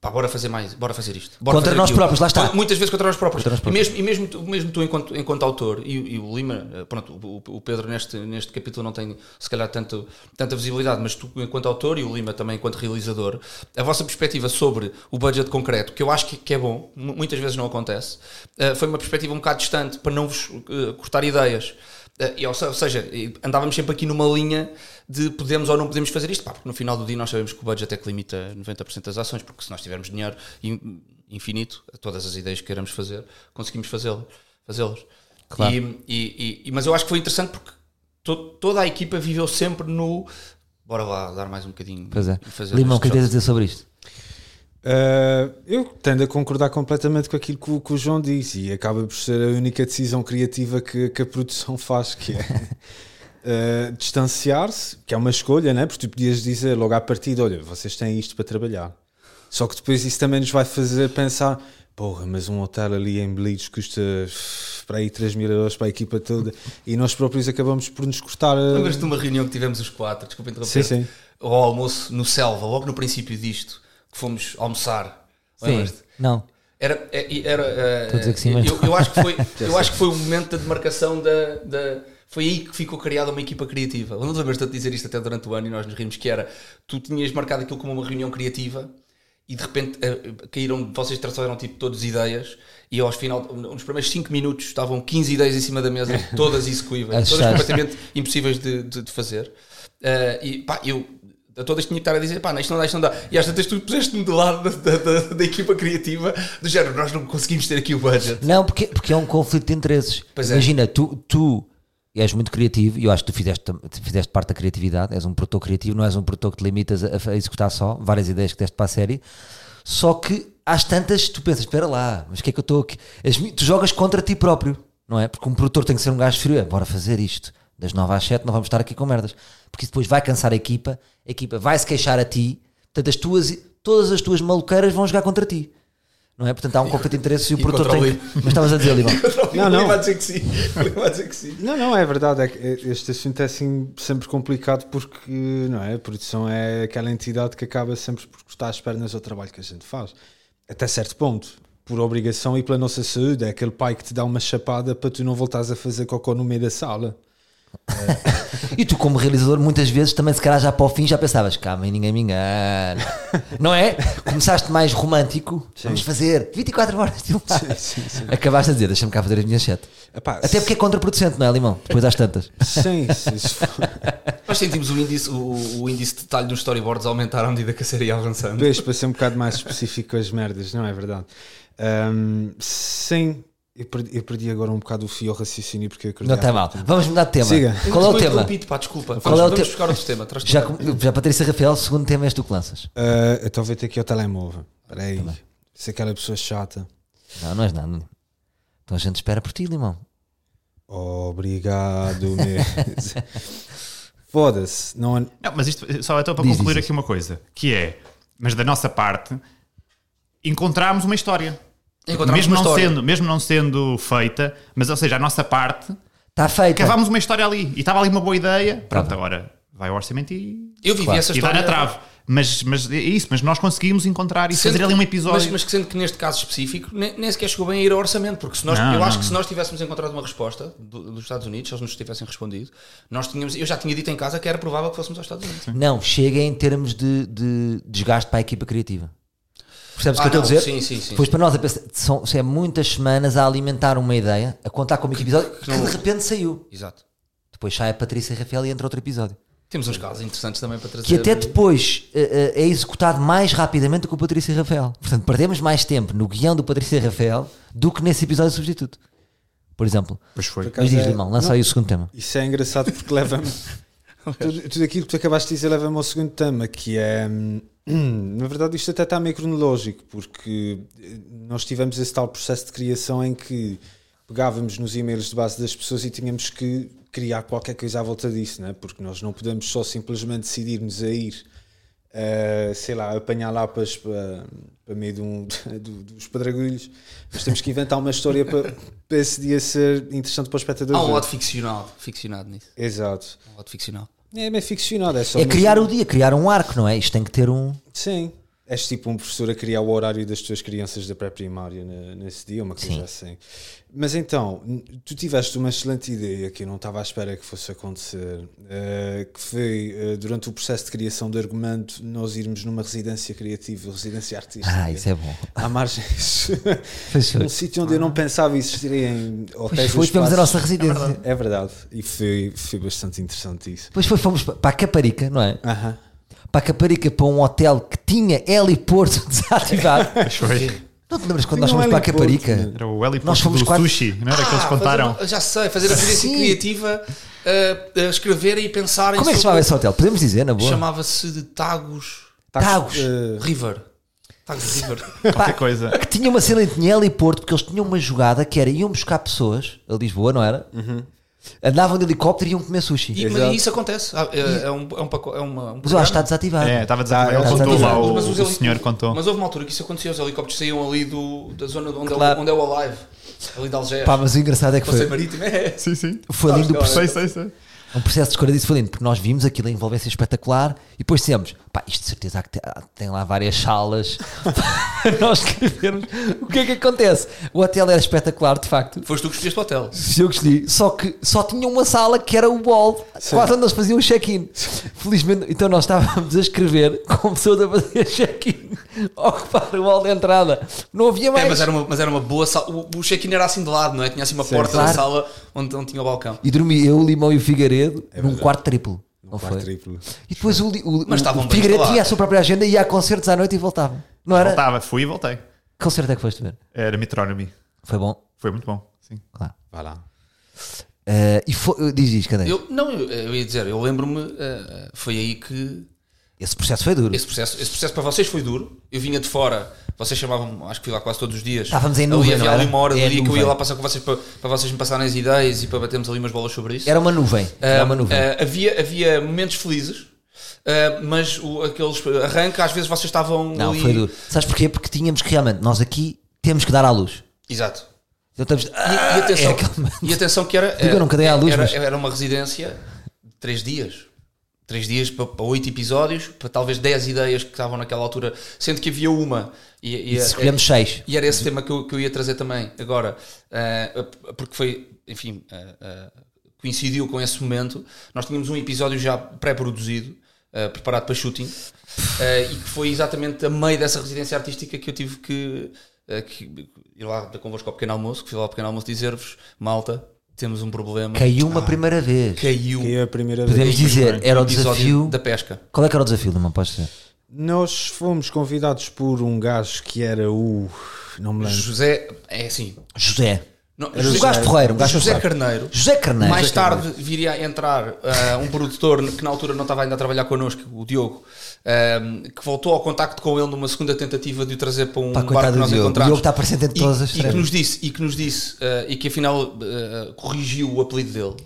Speaker 3: Pá, bora fazer mais, bora fazer isto. Bora
Speaker 1: Contra
Speaker 3: fazer
Speaker 1: nós próprios, lá está.
Speaker 3: Mu- Muitas vezes contra nós próprios.
Speaker 1: Contra nós próprios.
Speaker 3: E mesmo, e mesmo, tu- mesmo tu, enquanto, enquanto autor, e, e o Lima, eh, pronto, o, o- o Pedro neste, neste capítulo não tem se calhar tanto, tanta visibilidade, mas tu, enquanto autor, e o Lima também, enquanto realizador, a vossa perspectiva sobre o budget concreto, que eu acho que, que é bom, mu- muitas vezes não acontece, eh, foi uma perspectiva um bocado distante para não vos eh, cortar ideias. Eh, e, ou se- ou seja, e andávamos sempre aqui numa linha de podemos ou não podemos fazer isto, pá, porque no final do dia nós sabemos que o budget é que limita 90% das ações, porque se nós tivermos dinheiro in- infinito, todas as ideias que queiramos fazer, conseguimos fazê-lo- fazê-las.
Speaker 1: Claro.
Speaker 3: E- e- e- mas eu acho que foi interessante porque to- toda a equipa viveu sempre no bora lá dar mais um bocadinho
Speaker 1: Pois é.
Speaker 3: e fazer
Speaker 1: Limão, o que
Speaker 3: este
Speaker 1: é que tens a
Speaker 3: shot.
Speaker 1: dizer sobre isto?
Speaker 2: Uh, eu tendo a concordar completamente com aquilo que o, que o João disse e acaba por ser a única decisão criativa que, que a produção faz, que é uh, distanciar-se, que é uma escolha, né? porque tu podias dizer logo à partida: olha, vocês têm isto para trabalhar. Só que depois isso também nos vai fazer pensar: porra, mas um hotel ali em Belize custa uh, para aí 3 mil euros para a equipa toda e nós próprios acabamos por nos cortar. uh,
Speaker 3: Lembras-te de uma reunião que tivemos os quatro, desculpa interromper,
Speaker 2: Sim, sim.
Speaker 3: ao almoço no Selva, logo no princípio disto, que fomos almoçar.
Speaker 1: Sim.
Speaker 3: Lembras-te?
Speaker 1: Não.
Speaker 3: Era, é- era, é,
Speaker 1: Estou a dizer que sim, mas
Speaker 3: eu, eu acho que foi, eu acho que foi o momento da demarcação da, da- Foi aí que ficou criada uma equipa criativa. Não te lembras de eu te dizer isto até durante o ano e nós nos rimos que era tu tinhas marcado aquilo como uma reunião criativa e de repente eh, caíram, vocês trouxeram tipo todas ideias e aos final, nos primeiros 5 minutos estavam 15 ideias em cima da mesa, todas execuíveis, todas
Speaker 1: Achaste.
Speaker 3: completamente impossíveis de, de- de fazer. Eh, e pá, eu a todas tinha que estar a dizer, pá, não, isto não dá, isto não dá. E às tantas tu puseste-me do lado da, da- da- da equipa criativa, do género, nós não conseguimos ter aqui o budget.
Speaker 1: Não, porque, porque é um conflito de interesses.
Speaker 3: Pois é.
Speaker 1: Imagina, tu, tu és muito criativo e eu acho que tu fizeste, tam- tu fizeste parte da criatividade, és um produtor criativo, não és um produtor que te limitas a, a executar só várias ideias que deste para a série. Só que às tantas tu pensas, espera lá, mas o que é que eu estou aqui? As mi- tu jogas contra ti próprio, não é? Porque um produtor tem que ser um gajo frio, é, bora fazer isto. Das 9 às 7 não vamos estar aqui com merdas. Porque isso depois vai cansar a equipa, a equipa vai se queixar a ti, portanto as tuas, todas as tuas maluqueiras vão jogar contra ti. Não é? Portanto há um conflito de interesses e o
Speaker 3: e
Speaker 1: produtor
Speaker 3: contra o
Speaker 1: tem que... Mas estavas a dizer, Limão.
Speaker 2: Não, não.
Speaker 3: Vai dizer que sim. Vai dizer que sim.
Speaker 2: Não, não, é verdade. É que este assunto é assim, sempre complicado porque não é? a produção é aquela entidade que acaba sempre por cortar as pernas ao trabalho que a gente faz. Até certo ponto. Por obrigação e pela nossa saúde. É aquele pai que te dá uma chapada para tu não voltares a fazer cocô no meio da sala.
Speaker 1: E tu, como realizador, muitas vezes também, se calhar, já para o fim, já pensavas: calma, ninguém me engana. Não é? Começaste mais romântico, vamos fazer 24 horas de filmagem. Acabaste a dizer: deixa-me cá fazer as minhas 7.
Speaker 2: Epá,
Speaker 1: Até porque é contraproducente, não é, Limão? Depois às tantas.
Speaker 2: Sim, sim. se for-
Speaker 3: Nós sentimos o índice, o, o índice de detalhe dos storyboards aumentar à medida que a série ia avançando.
Speaker 2: Pois, para ser um bocado mais específico as merdas, não é verdade? Ahm, sim, Eu perdi, eu perdi agora um bocado o fio ao raciocínio porque eu
Speaker 1: Não
Speaker 2: acredito.
Speaker 1: está mal. Vamos mudar de tema.
Speaker 2: Siga.
Speaker 1: Qual é o
Speaker 3: Eu
Speaker 1: tema?
Speaker 3: interrompi-te, pá, desculpa.
Speaker 1: Qual
Speaker 3: vamos,
Speaker 1: é o
Speaker 3: vamos
Speaker 1: te-
Speaker 3: buscar outro tema. Traz-te
Speaker 1: Já,
Speaker 3: um.
Speaker 1: com- já Patrícia Rafael, o segundo tema és tu que lanças.
Speaker 2: Ah, eu talvez ter aqui ao telemóvel. Espera
Speaker 1: Tá
Speaker 2: aí. Se aquela pessoa chata.
Speaker 1: Não, não és nada. Então a gente espera por ti, Limão.
Speaker 2: Obrigado, meu. Foda-se. Não é...
Speaker 4: Não, mas isto só então para
Speaker 1: Diz,
Speaker 4: concluir
Speaker 1: diz.
Speaker 4: aqui uma coisa, que é, mas da nossa parte, encontramos uma história.
Speaker 3: um. Encontramos
Speaker 4: mesmo,
Speaker 3: uma
Speaker 4: não
Speaker 3: história.
Speaker 4: Sendo, mesmo não sendo feita, mas ou seja, a nossa parte,
Speaker 1: Está Tá feita.
Speaker 4: cavámos uma história ali e estava ali uma boa ideia. Pronto, agora vai ao orçamento e,
Speaker 3: Eu vivi
Speaker 1: Claro.
Speaker 3: essa
Speaker 4: e dá
Speaker 3: história.
Speaker 4: na trave. Mas, mas é isso, mas nós conseguimos encontrar e fazer ali um
Speaker 3: Mas,
Speaker 4: episódio.
Speaker 3: mas que sendo que neste caso específico nem, nem sequer chegou bem a ir ao orçamento, porque se nós,
Speaker 4: Não,
Speaker 3: eu
Speaker 4: não,
Speaker 3: acho que
Speaker 4: não.
Speaker 3: se nós tivéssemos encontrado uma resposta do- dos Estados Unidos, se eles nos tivessem respondido, nós tínhamos, eu já tinha dito em casa que era provável que fôssemos aos Estados Unidos.
Speaker 1: Não, chega em termos de, de desgaste para a equipa criativa. Percebes o
Speaker 3: Ah,
Speaker 1: que eu estou a
Speaker 3: não,
Speaker 1: dizer?
Speaker 3: sim, sim, sim,
Speaker 1: Depois
Speaker 3: sim.
Speaker 1: para nós a pensar, são, são muitas semanas a alimentar uma ideia, a contar como episódio, que,
Speaker 3: não-
Speaker 1: de repente saiu.
Speaker 3: Exato.
Speaker 1: Depois sai a Patrícia Rafael e entra outro episódio.
Speaker 3: Temos uns casos interessantes também para trazer.
Speaker 1: Que até depois eh, eh, é executado mais rapidamente do que o Patrícia Rafael. Portanto, perdemos mais tempo no guião do Patrícia Rafael do que nesse episódio substituto. Por exemplo.
Speaker 4: Pois foi.
Speaker 1: Mas diz,
Speaker 2: é-
Speaker 1: Limão, lança aí o segundo tema.
Speaker 2: Isso é engraçado porque leva-me. tudo, tudo aquilo que tu acabaste de dizer leva-me ao segundo tema, que é. hum, Na verdade, isto até está meio cronológico, porque eh, nós tivemos esse tal processo de criação em que pegávamos nos e-mails de base das pessoas e tínhamos que criar qualquer coisa à volta disso, né? porque nós não podemos só simplesmente decidirmos a ir, eh, sei lá, apanhar lapas para, para meio de um, do- dos padragulhos, mas temos que inventar uma história para, para esse dia ser interessante para os espectadores.
Speaker 3: Há um
Speaker 2: verem.
Speaker 3: lado ficcional, ficcionado nisso.
Speaker 2: Exato.
Speaker 3: Um lado ficcional.
Speaker 2: É meio ficcionado, é só.
Speaker 1: É
Speaker 2: mesmo-
Speaker 1: criar o dia, criar um arco, não é? Isto tem que ter um.
Speaker 2: Sim. És tipo um professor a criar o horário das tuas crianças da pré-primária na- nesse dia, uma coisa assim. Mas então, n- tu tiveste uma excelente ideia que eu não estava à espera que fosse acontecer, eh, que foi eh, durante o processo de criação do argumento nós irmos numa residência criativa, residência artística.
Speaker 1: Ah, isso é bom.
Speaker 2: À margem.
Speaker 1: Pois foi.
Speaker 2: um sítio onde eu não pensava existir em
Speaker 1: Pois
Speaker 2: hotéis
Speaker 1: foi,
Speaker 2: ou
Speaker 1: tivemos a
Speaker 2: espaços.
Speaker 1: nossa residência.
Speaker 2: É verdade. E foi, foi bastante interessante isso.
Speaker 1: Depois foi, fomos pa- para a Caparica, não é?
Speaker 2: Aham.
Speaker 1: Para a Caparica, para um hotel que tinha heliporto desativado.
Speaker 4: Pois foi.
Speaker 1: Não te lembras quando
Speaker 2: Tinha
Speaker 1: nós fomos
Speaker 2: um
Speaker 1: para a
Speaker 2: heliporto,
Speaker 1: Caparica?
Speaker 4: Era o Heliporto
Speaker 1: Nós fomos
Speaker 4: do
Speaker 1: quase-
Speaker 4: sushi, não era que eles
Speaker 3: Ah,
Speaker 4: contaram?
Speaker 3: fazer- já sei, fazer a experiência
Speaker 1: Sim.
Speaker 3: criativa, ah, ah, escrever e pensar em
Speaker 1: Como é que se chamava
Speaker 3: sobre-
Speaker 1: esse hotel? Podemos dizer, na boa?
Speaker 3: Chamava-se de Tagos
Speaker 1: Tagos.
Speaker 2: eh,
Speaker 3: River. Tagos River.
Speaker 4: Qualquer coisa.
Speaker 1: Que tinha uma cena em que tinha heliporto, porque eles tinham uma jogada que era iam buscar pessoas a Lisboa, não era?
Speaker 4: Uhum.
Speaker 1: Andavam de helicóptero e iam comer sushi.
Speaker 3: E, mas
Speaker 2: Exato.
Speaker 3: isso acontece. Ah, É, é um, é um paco- é uma- um
Speaker 1: Mas eu acho que está
Speaker 3: programa.
Speaker 1: desativado.
Speaker 4: É, estava desativado. Ele
Speaker 1: Tá
Speaker 4: contou lá,
Speaker 1: desativado.
Speaker 4: o,
Speaker 3: Mas os
Speaker 4: o
Speaker 3: heli-
Speaker 4: senhor contou.
Speaker 3: Mas houve uma altura que isso acontecia. Os helicópteros saíam ali do, da zona de onde,
Speaker 1: Claro.
Speaker 3: é, o- onde é o Alive, ali de Algés.
Speaker 1: Pá, mas o engraçado é que
Speaker 3: Passeio
Speaker 1: foi,
Speaker 3: marítimo. É.
Speaker 4: Sim, sim.
Speaker 1: foi lindo o processo.
Speaker 4: Sei, sei, sei.
Speaker 1: Um processo de escolha disso foi lindo, porque nós vimos aquilo a envolvência espetacular e depois dissemos: pá, isto de certeza há que te- há- tem lá várias salas para nós escrevermos. O que é que acontece? O hotel era espetacular, de facto.
Speaker 3: Foste tu que escolheste o hotel.
Speaker 1: Se eu escolhi, só que só tinha uma sala que era o hall, quase onde eles faziam o check-in. Felizmente, então nós estávamos a escrever com pessoas a fazer check-in, a ocupar o hall de entrada. Não havia mais.
Speaker 3: É, mas, era uma, mas era uma boa sala. O, o check-in era assim de lado, não é? Tinha assim uma porta
Speaker 1: Claro.
Speaker 3: da sala onde, onde tinha o balcão.
Speaker 1: E dormi eu, o Limão e o Figueiredo
Speaker 3: É
Speaker 1: num quarto triplo. não
Speaker 2: quarto
Speaker 1: foi?
Speaker 2: triplo.
Speaker 1: E depois o, o, o,
Speaker 3: Mas estavam
Speaker 1: o
Speaker 3: bem
Speaker 1: Figueiredo
Speaker 3: instalados.
Speaker 1: tinha a sua própria agenda, ia a concertos à noite e voltava. Não era?
Speaker 4: Voltava, fui e voltei.
Speaker 1: Que concerto é que foste ver?
Speaker 4: Era Metronomy.
Speaker 1: Foi bom,
Speaker 4: Foi muito bom. Sim.
Speaker 1: claro.
Speaker 2: Vai lá.
Speaker 1: Eh, e foi, diz, diz, cadê?
Speaker 3: Eu, não, eu, eu ia dizer, eu lembro-me, eh, foi aí que
Speaker 1: Esse processo foi duro.
Speaker 3: Esse processo, esse processo para vocês foi duro. Eu vinha de fora, vocês chamavam-me, acho que fui lá quase todos os dias.
Speaker 1: Estávamos em
Speaker 3: Ali
Speaker 1: nuvem,
Speaker 3: havia
Speaker 1: não
Speaker 3: ali
Speaker 1: era?
Speaker 3: uma hora do
Speaker 1: É a
Speaker 3: dia que eu ia
Speaker 1: nuvem.
Speaker 3: lá passar com vocês para, para vocês me passarem as ideias e para batermos ali umas bolas sobre isso.
Speaker 1: Era uma nuvem. era uma nuvem.
Speaker 3: Ah, havia, havia momentos felizes, ah, mas o, aqueles arranca, às vezes vocês estavam
Speaker 1: não,
Speaker 3: ali.
Speaker 1: foi duro. Sabes porquê? Porque tínhamos que realmente, nós aqui temos que dar à luz.
Speaker 3: Exato.
Speaker 1: Então estamos.
Speaker 3: E, e atenção,
Speaker 1: é aquele momento.
Speaker 3: e atenção que era. eh,
Speaker 1: Digo, eu nunca dei à luz,
Speaker 3: era,
Speaker 1: mas-
Speaker 3: era uma residência de 3 dias. 3 dias para, para 8 episódios, para talvez 10 ideias que estavam naquela altura, sendo que havia uma. E, e- é-
Speaker 1: E escolhemos seis.
Speaker 3: E era esse tema que eu, que eu ia trazer também agora, eh, porque foi, enfim, eh, eh, coincidiu com esse momento. Nós tínhamos um episódio já pré-produzido, eh, preparado para shooting, eh, e que foi exatamente a meio dessa residência artística que eu tive que, eh, que ir lá ter convosco ao pequeno almoço, que fui lá ao pequeno almoço dizer-vos, malta, temos um problema, Ah,
Speaker 1: Caiu uma primeira vez.
Speaker 3: caiu um
Speaker 2: Que é a primeira vez.
Speaker 1: Podemos dizer, era o
Speaker 3: episódio
Speaker 1: desafio.
Speaker 3: da pesca.
Speaker 1: Qual é que era o desafio, Limão? Podes dizer?
Speaker 2: Nós fomos convidados por um gajo que era o. Não me lembro.
Speaker 3: José, é assim,
Speaker 1: José.
Speaker 3: Não,
Speaker 1: Era o gajo porreiro, um gajo
Speaker 3: José
Speaker 1: porreiro.
Speaker 3: Carneiro.
Speaker 1: José Carneiro.
Speaker 3: Mais
Speaker 1: José Carneiro.
Speaker 3: tarde viria a entrar ah, um produtor que na altura não estava ainda a trabalhar connosco, o Diogo, ah, que voltou ao contacto com ele numa segunda tentativa de o trazer para um
Speaker 1: Pá,
Speaker 3: bar
Speaker 1: coitado
Speaker 3: que
Speaker 1: do
Speaker 3: nós
Speaker 1: Diogo. O
Speaker 3: encontramos.
Speaker 1: Diogo está aparecendo entre
Speaker 3: E-
Speaker 1: todas as
Speaker 3: e, que
Speaker 1: trevas.
Speaker 3: nos disse E que nos disse, ah, e que afinal ah, corrigiu o apelido dele.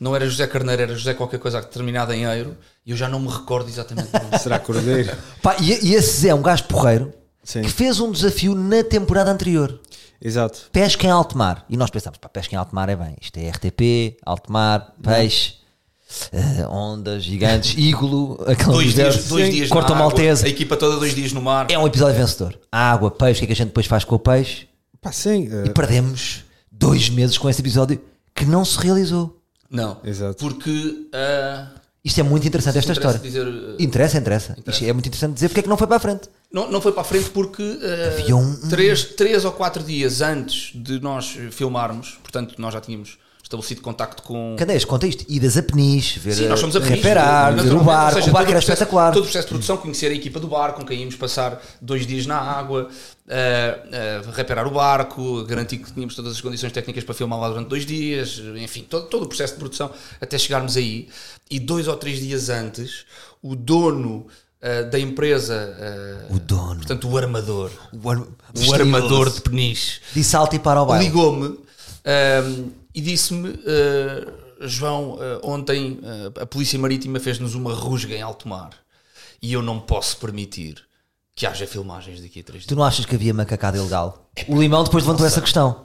Speaker 3: Não era José Carneiro, era José qualquer coisa terminada em Eiro. E eu já não me recordo exatamente. do nome.
Speaker 2: Será cordeiro?
Speaker 1: Pá, e, e esse Zé é um gajo porreiro
Speaker 2: Sim.
Speaker 1: que fez um desafio na temporada anterior.
Speaker 2: Exato.
Speaker 1: Pesca em alto mar. E nós pensámos, pá, pesca em alto mar é bem. Isto é RTP, alto mar,
Speaker 3: é?
Speaker 1: peixe, eh, ondas gigantes, ígolo, aquele
Speaker 3: dois
Speaker 1: museu,
Speaker 3: dias, dois dias na
Speaker 1: corta
Speaker 3: água,
Speaker 1: maltesa.
Speaker 3: A equipa toda dois dias no mar.
Speaker 1: É um episódio vencedor. Água, peixe, o que é que a gente depois faz com o peixe?
Speaker 2: Pá, sim.
Speaker 3: É.
Speaker 2: eh,
Speaker 1: E perdemos dois meses com esse episódio que não se realizou.
Speaker 3: Não.
Speaker 2: Exato.
Speaker 3: Porque. ah,
Speaker 1: Isto é muito interessante, esta
Speaker 3: interessa
Speaker 1: história.
Speaker 3: dizer, eh, Hum.
Speaker 1: Interessa, interessa. Isto é muito interessante dizer porque é que não foi para a frente.
Speaker 3: Não, não foi para a frente porque eh,
Speaker 1: Havia um-
Speaker 3: três, três ou quatro dias antes de nós eh, filmarmos, portanto, nós já tínhamos estabelecido contacto com.
Speaker 1: Cadeias, é conta isto. Idas a Peniche, ver eh,
Speaker 3: Sim, nós somos a Peniche,
Speaker 1: reparar, ver o
Speaker 3: naturalmente, ou
Speaker 1: barco.
Speaker 3: seja,
Speaker 1: O barco
Speaker 3: todo
Speaker 1: era
Speaker 3: processo-
Speaker 1: espetacular.
Speaker 3: Todo o processo de produção, conhecer a equipa do barco, com quem íamos passar dois dias na água, eh, eh, reparar o barco, garantir que tínhamos todas as condições técnicas para filmar lá durante dois dias, enfim, todo, todo o processo de produção até chegarmos aí. E dois ou três dias antes, o dono eh, da empresa. eh,
Speaker 1: O dono.
Speaker 3: Portanto, o armador.
Speaker 1: O ar-
Speaker 3: O armador de peniche
Speaker 1: Disse alto e para o baile.
Speaker 3: ligou-me ahm, e disse-me: ah, João, ah, ontem ah, a Polícia Marítima fez-nos uma rusga em alto mar e eu não posso permitir que haja filmagens daqui a três
Speaker 1: Tu
Speaker 3: dias.
Speaker 1: não achas que havia macacada ilegal? O Limão depois levantou essa questão.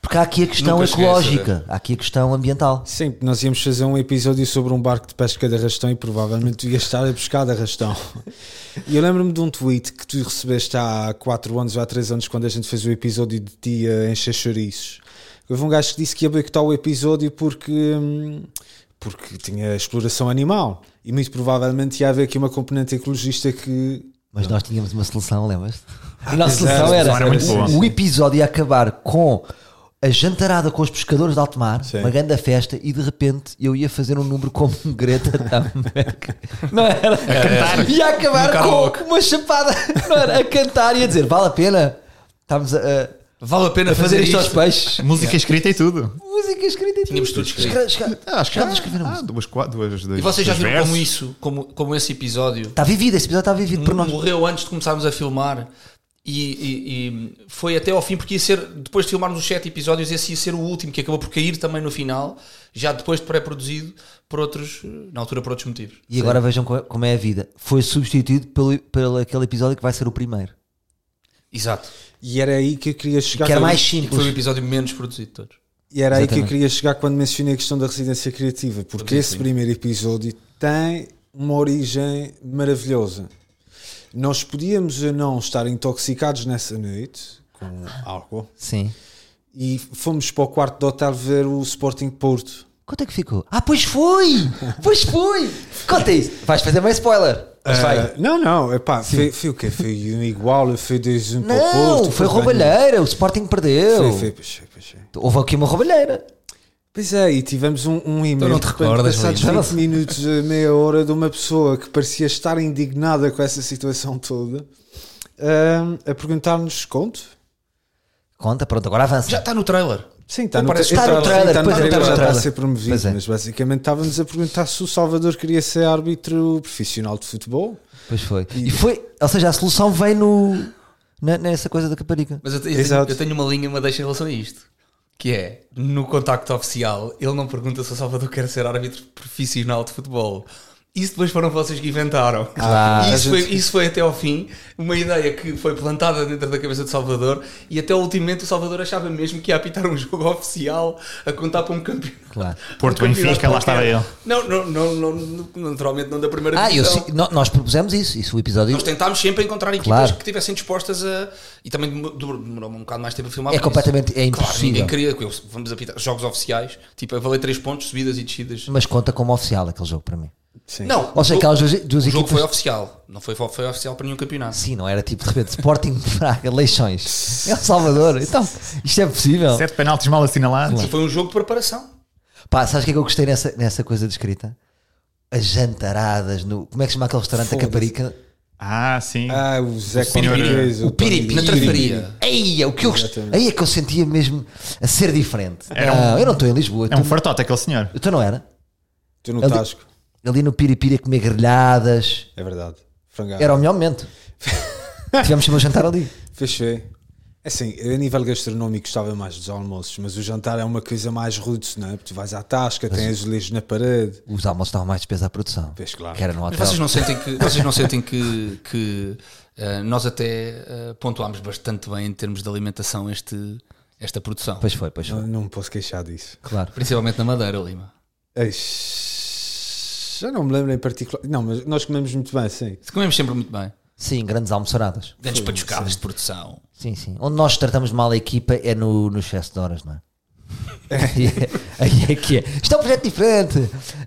Speaker 1: Porque há aqui a questão
Speaker 3: Nunca cheguei a
Speaker 1: ecológica, há aqui a questão ambiental.
Speaker 2: Sim, nós íamos fazer um episódio sobre um barco de pesca de arrastão e provavelmente tu ias estar a pescar de arrastão. E eu lembro-me de um tweet que tu recebeste há 4 anos ou há 3 anos quando a gente fez o episódio de ti a encher chouriços. Houve um gajo que disse que ia boicotar o episódio porque, hum, porque tinha exploração animal e muito provavelmente ia haver aqui uma componente ecologista que...
Speaker 1: Mas nós tínhamos uma seleção, lembras-te? A nossa seleção
Speaker 2: era,
Speaker 1: era,
Speaker 4: era muito boa.
Speaker 1: o, o episódio ia acabar com a jantarada com os pescadores de alto mar,
Speaker 2: Sim.
Speaker 1: uma grande festa, e de repente eu ia fazer um número como Greta Thunberg. Não era? A
Speaker 4: cantar.
Speaker 1: Ia acabar
Speaker 3: No karaoke.
Speaker 1: com uma chapada não era? a cantar e a dizer: vale a pena, estamos a, a-
Speaker 3: Vale a pena
Speaker 1: a fazer
Speaker 3: fazer,
Speaker 1: isto aos peixes.
Speaker 4: Música escrita e tudo.
Speaker 1: Música escrita e
Speaker 3: Tínhamos tudo escrito.
Speaker 1: Escre- escre-
Speaker 4: Ah, acho que
Speaker 1: Chegámos a escrever a
Speaker 4: ah, duas, quatro, duas, dois,
Speaker 3: E vocês já
Speaker 4: dois
Speaker 3: viram como
Speaker 4: versos.
Speaker 3: isso, como, como esse episódio
Speaker 1: Está vivido, esse episódio está vivido por nós.
Speaker 3: morreu antes de começarmos a filmar e, e- e foi até ao fim, porque ia ser, depois de filmarmos os sete episódios, esse ia ser o último, que acabou por cair também no final, já depois de pré-produzido, por outros, na altura por outros motivos.
Speaker 1: E agora vejam co- como é a vida. Foi substituído pelo, pelo aquele episódio que vai ser o primeiro.
Speaker 3: Exato.
Speaker 2: E era aí que eu queria chegar.
Speaker 1: Que era
Speaker 2: Eu-
Speaker 1: mais
Speaker 3: E que foi o
Speaker 1: simples.
Speaker 3: episódio menos produzido de todos.
Speaker 2: E era aí que eu
Speaker 1: Exatamente.
Speaker 2: queria chegar quando mencionei a questão da residência criativa, porque esse primeiro episódio tem uma origem maravilhosa. Nós podíamos ou não estar intoxicados nessa noite com álcool
Speaker 1: Sim.
Speaker 2: e fomos para o quarto do hotel ver o Sporting Porto.
Speaker 1: Quanto é que ficou? Ah, pois foi! Pois foi! Conta isso! Vais fazer mais spoiler! Mas vai.
Speaker 2: Ah, não, não, epá, foi, foi o quê? Foi um igual, foi dois um para o Porto.
Speaker 1: Não, foi
Speaker 2: bem-
Speaker 1: roubalheira, o Sporting perdeu.
Speaker 2: Foi, foi, pois foi, pois foi.
Speaker 1: Houve aqui uma roubalheira.
Speaker 2: Pois é, e tivemos um, um e-mail
Speaker 3: não te
Speaker 2: de repente,
Speaker 3: recordas,
Speaker 2: passados
Speaker 1: Lino?
Speaker 2: 20 minutos, a meia hora de uma pessoa que parecia estar indignada com essa situação toda ahm, a perguntar-nos conto.
Speaker 1: Conta, pronto, agora avança.
Speaker 3: Já está no trailer.
Speaker 2: Sim, está
Speaker 3: Não
Speaker 2: no, tra-
Speaker 3: parece que
Speaker 2: está
Speaker 3: está no
Speaker 2: sim,
Speaker 1: trailer,
Speaker 2: está no
Speaker 1: pois é, está
Speaker 2: trailer,
Speaker 1: no
Speaker 2: já está a
Speaker 1: trailer.
Speaker 2: ser promovido,
Speaker 1: Pois é.
Speaker 2: mas basicamente estávamos a perguntar se o Salvador queria ser árbitro profissional de futebol.
Speaker 1: Pois foi. E foi, ou seja, a solução vem no. na- nessa coisa da caparica.
Speaker 3: Mas eu, te- eu tenho,
Speaker 2: Exato.
Speaker 3: eu tenho uma linha, uma deixa em relação a isto. Que é, no contacto oficial, ele não pergunta se o Salvador quer ser árbitro profissional de futebol. Isso depois foram vocês que inventaram.
Speaker 1: Claro.
Speaker 3: E isso,
Speaker 2: Ah, A gente-
Speaker 3: foi, isso foi até ao fim uma ideia que foi plantada dentro da cabeça do Salvador e até ao último momento o Salvador achava mesmo que ia apitar um jogo oficial a contar para um campeonato.
Speaker 1: Claro.
Speaker 4: Porto
Speaker 3: um campeonato
Speaker 4: Benfica, lá estava
Speaker 3: qualquer.
Speaker 4: ele.
Speaker 3: Não, não, não, não, naturalmente não da primeira
Speaker 1: Ah, eu,
Speaker 3: divisão.
Speaker 1: sim- no- nós propusemos isso. Isso o episódio.
Speaker 3: então- Nós tentámos sempre encontrar equipas
Speaker 1: Claro.
Speaker 3: que estivessem dispostas a. E também demor- demorou um bocado mais tempo a filmar.
Speaker 1: É
Speaker 3: por isso.
Speaker 1: completamente- é
Speaker 3: Claro, ninguém
Speaker 1: impossível.
Speaker 3: queria. eu- Vamos apitar jogos oficiais, tipo, a valer 3 pontos, subidas e descidas.
Speaker 1: Mas conta como oficial aquele jogo para mim.
Speaker 2: Sim.
Speaker 3: Não,
Speaker 1: Ou seja,
Speaker 3: o-
Speaker 1: aquelas duas, duas
Speaker 3: o jogo
Speaker 1: equipas.
Speaker 3: foi oficial. Não foi, foi oficial para nenhum campeonato.
Speaker 1: Sim, não era tipo de repente Sporting de Braga, Leixões, El Salvador. Então, isto é possível.
Speaker 4: Sete penaltis mal assinalados.
Speaker 3: E foi um jogo de preparação.
Speaker 1: Pá, sabes o que é que eu gostei nessa, nessa coisa de escrita? As jantaradas no. Como é que se chama aquele restaurante da
Speaker 2: Foda-se.
Speaker 1: Caparica?
Speaker 4: Ah, sim.
Speaker 2: Ah, o Zé
Speaker 4: senhor-
Speaker 2: Cortez,
Speaker 1: O piripi na
Speaker 2: trafaria
Speaker 1: trafaria. Aí é o que eu gost-
Speaker 2: Exatamente.
Speaker 1: Aí é que eu sentia mesmo a ser diferente.
Speaker 4: Era
Speaker 1: Não,
Speaker 4: um-
Speaker 1: eu não estou em Lisboa.
Speaker 4: é
Speaker 1: tu-
Speaker 4: um fartote aquele senhor.
Speaker 1: Tu não era?
Speaker 2: Tu no
Speaker 1: Ele-
Speaker 2: Tasco.
Speaker 1: Ali no piripiri a comer grelhadas.
Speaker 2: É verdade. Frangado.
Speaker 1: Era o melhor momento. Tivemos sempre a jantar ali.
Speaker 2: Fechei. Assim, a nível gastronómico gostava mais dos almoços, mas o jantar é uma coisa mais rude, não é? Porque tu vais à tasca, tens azulejos na parede.
Speaker 1: Os almoços estavam mais despesa à produção.
Speaker 2: Pois claro.
Speaker 1: Que era no
Speaker 3: Mas
Speaker 1: hotel.
Speaker 3: vocês não sentem que, vocês não sentem que, que, eh, nós até eh, pontuámos bastante bem em termos de alimentação este, esta produção.
Speaker 1: Pois foi, pois foi.
Speaker 2: Não, não me posso queixar disso.
Speaker 1: Claro.
Speaker 3: Principalmente na Madeira, Lima.
Speaker 2: Eish, já não me lembro em particular. Não, mas nós comemos muito bem, sim.
Speaker 3: Se comemos sempre muito bem.
Speaker 1: Sim, grandes almoçoradas.
Speaker 3: Grandes patuscadas de produção.
Speaker 1: Sim, sim. Onde nós tratamos de mal a equipa é no, no excesso de horas, não é? Aí é- Aí é que é. Isto é um projeto diferente.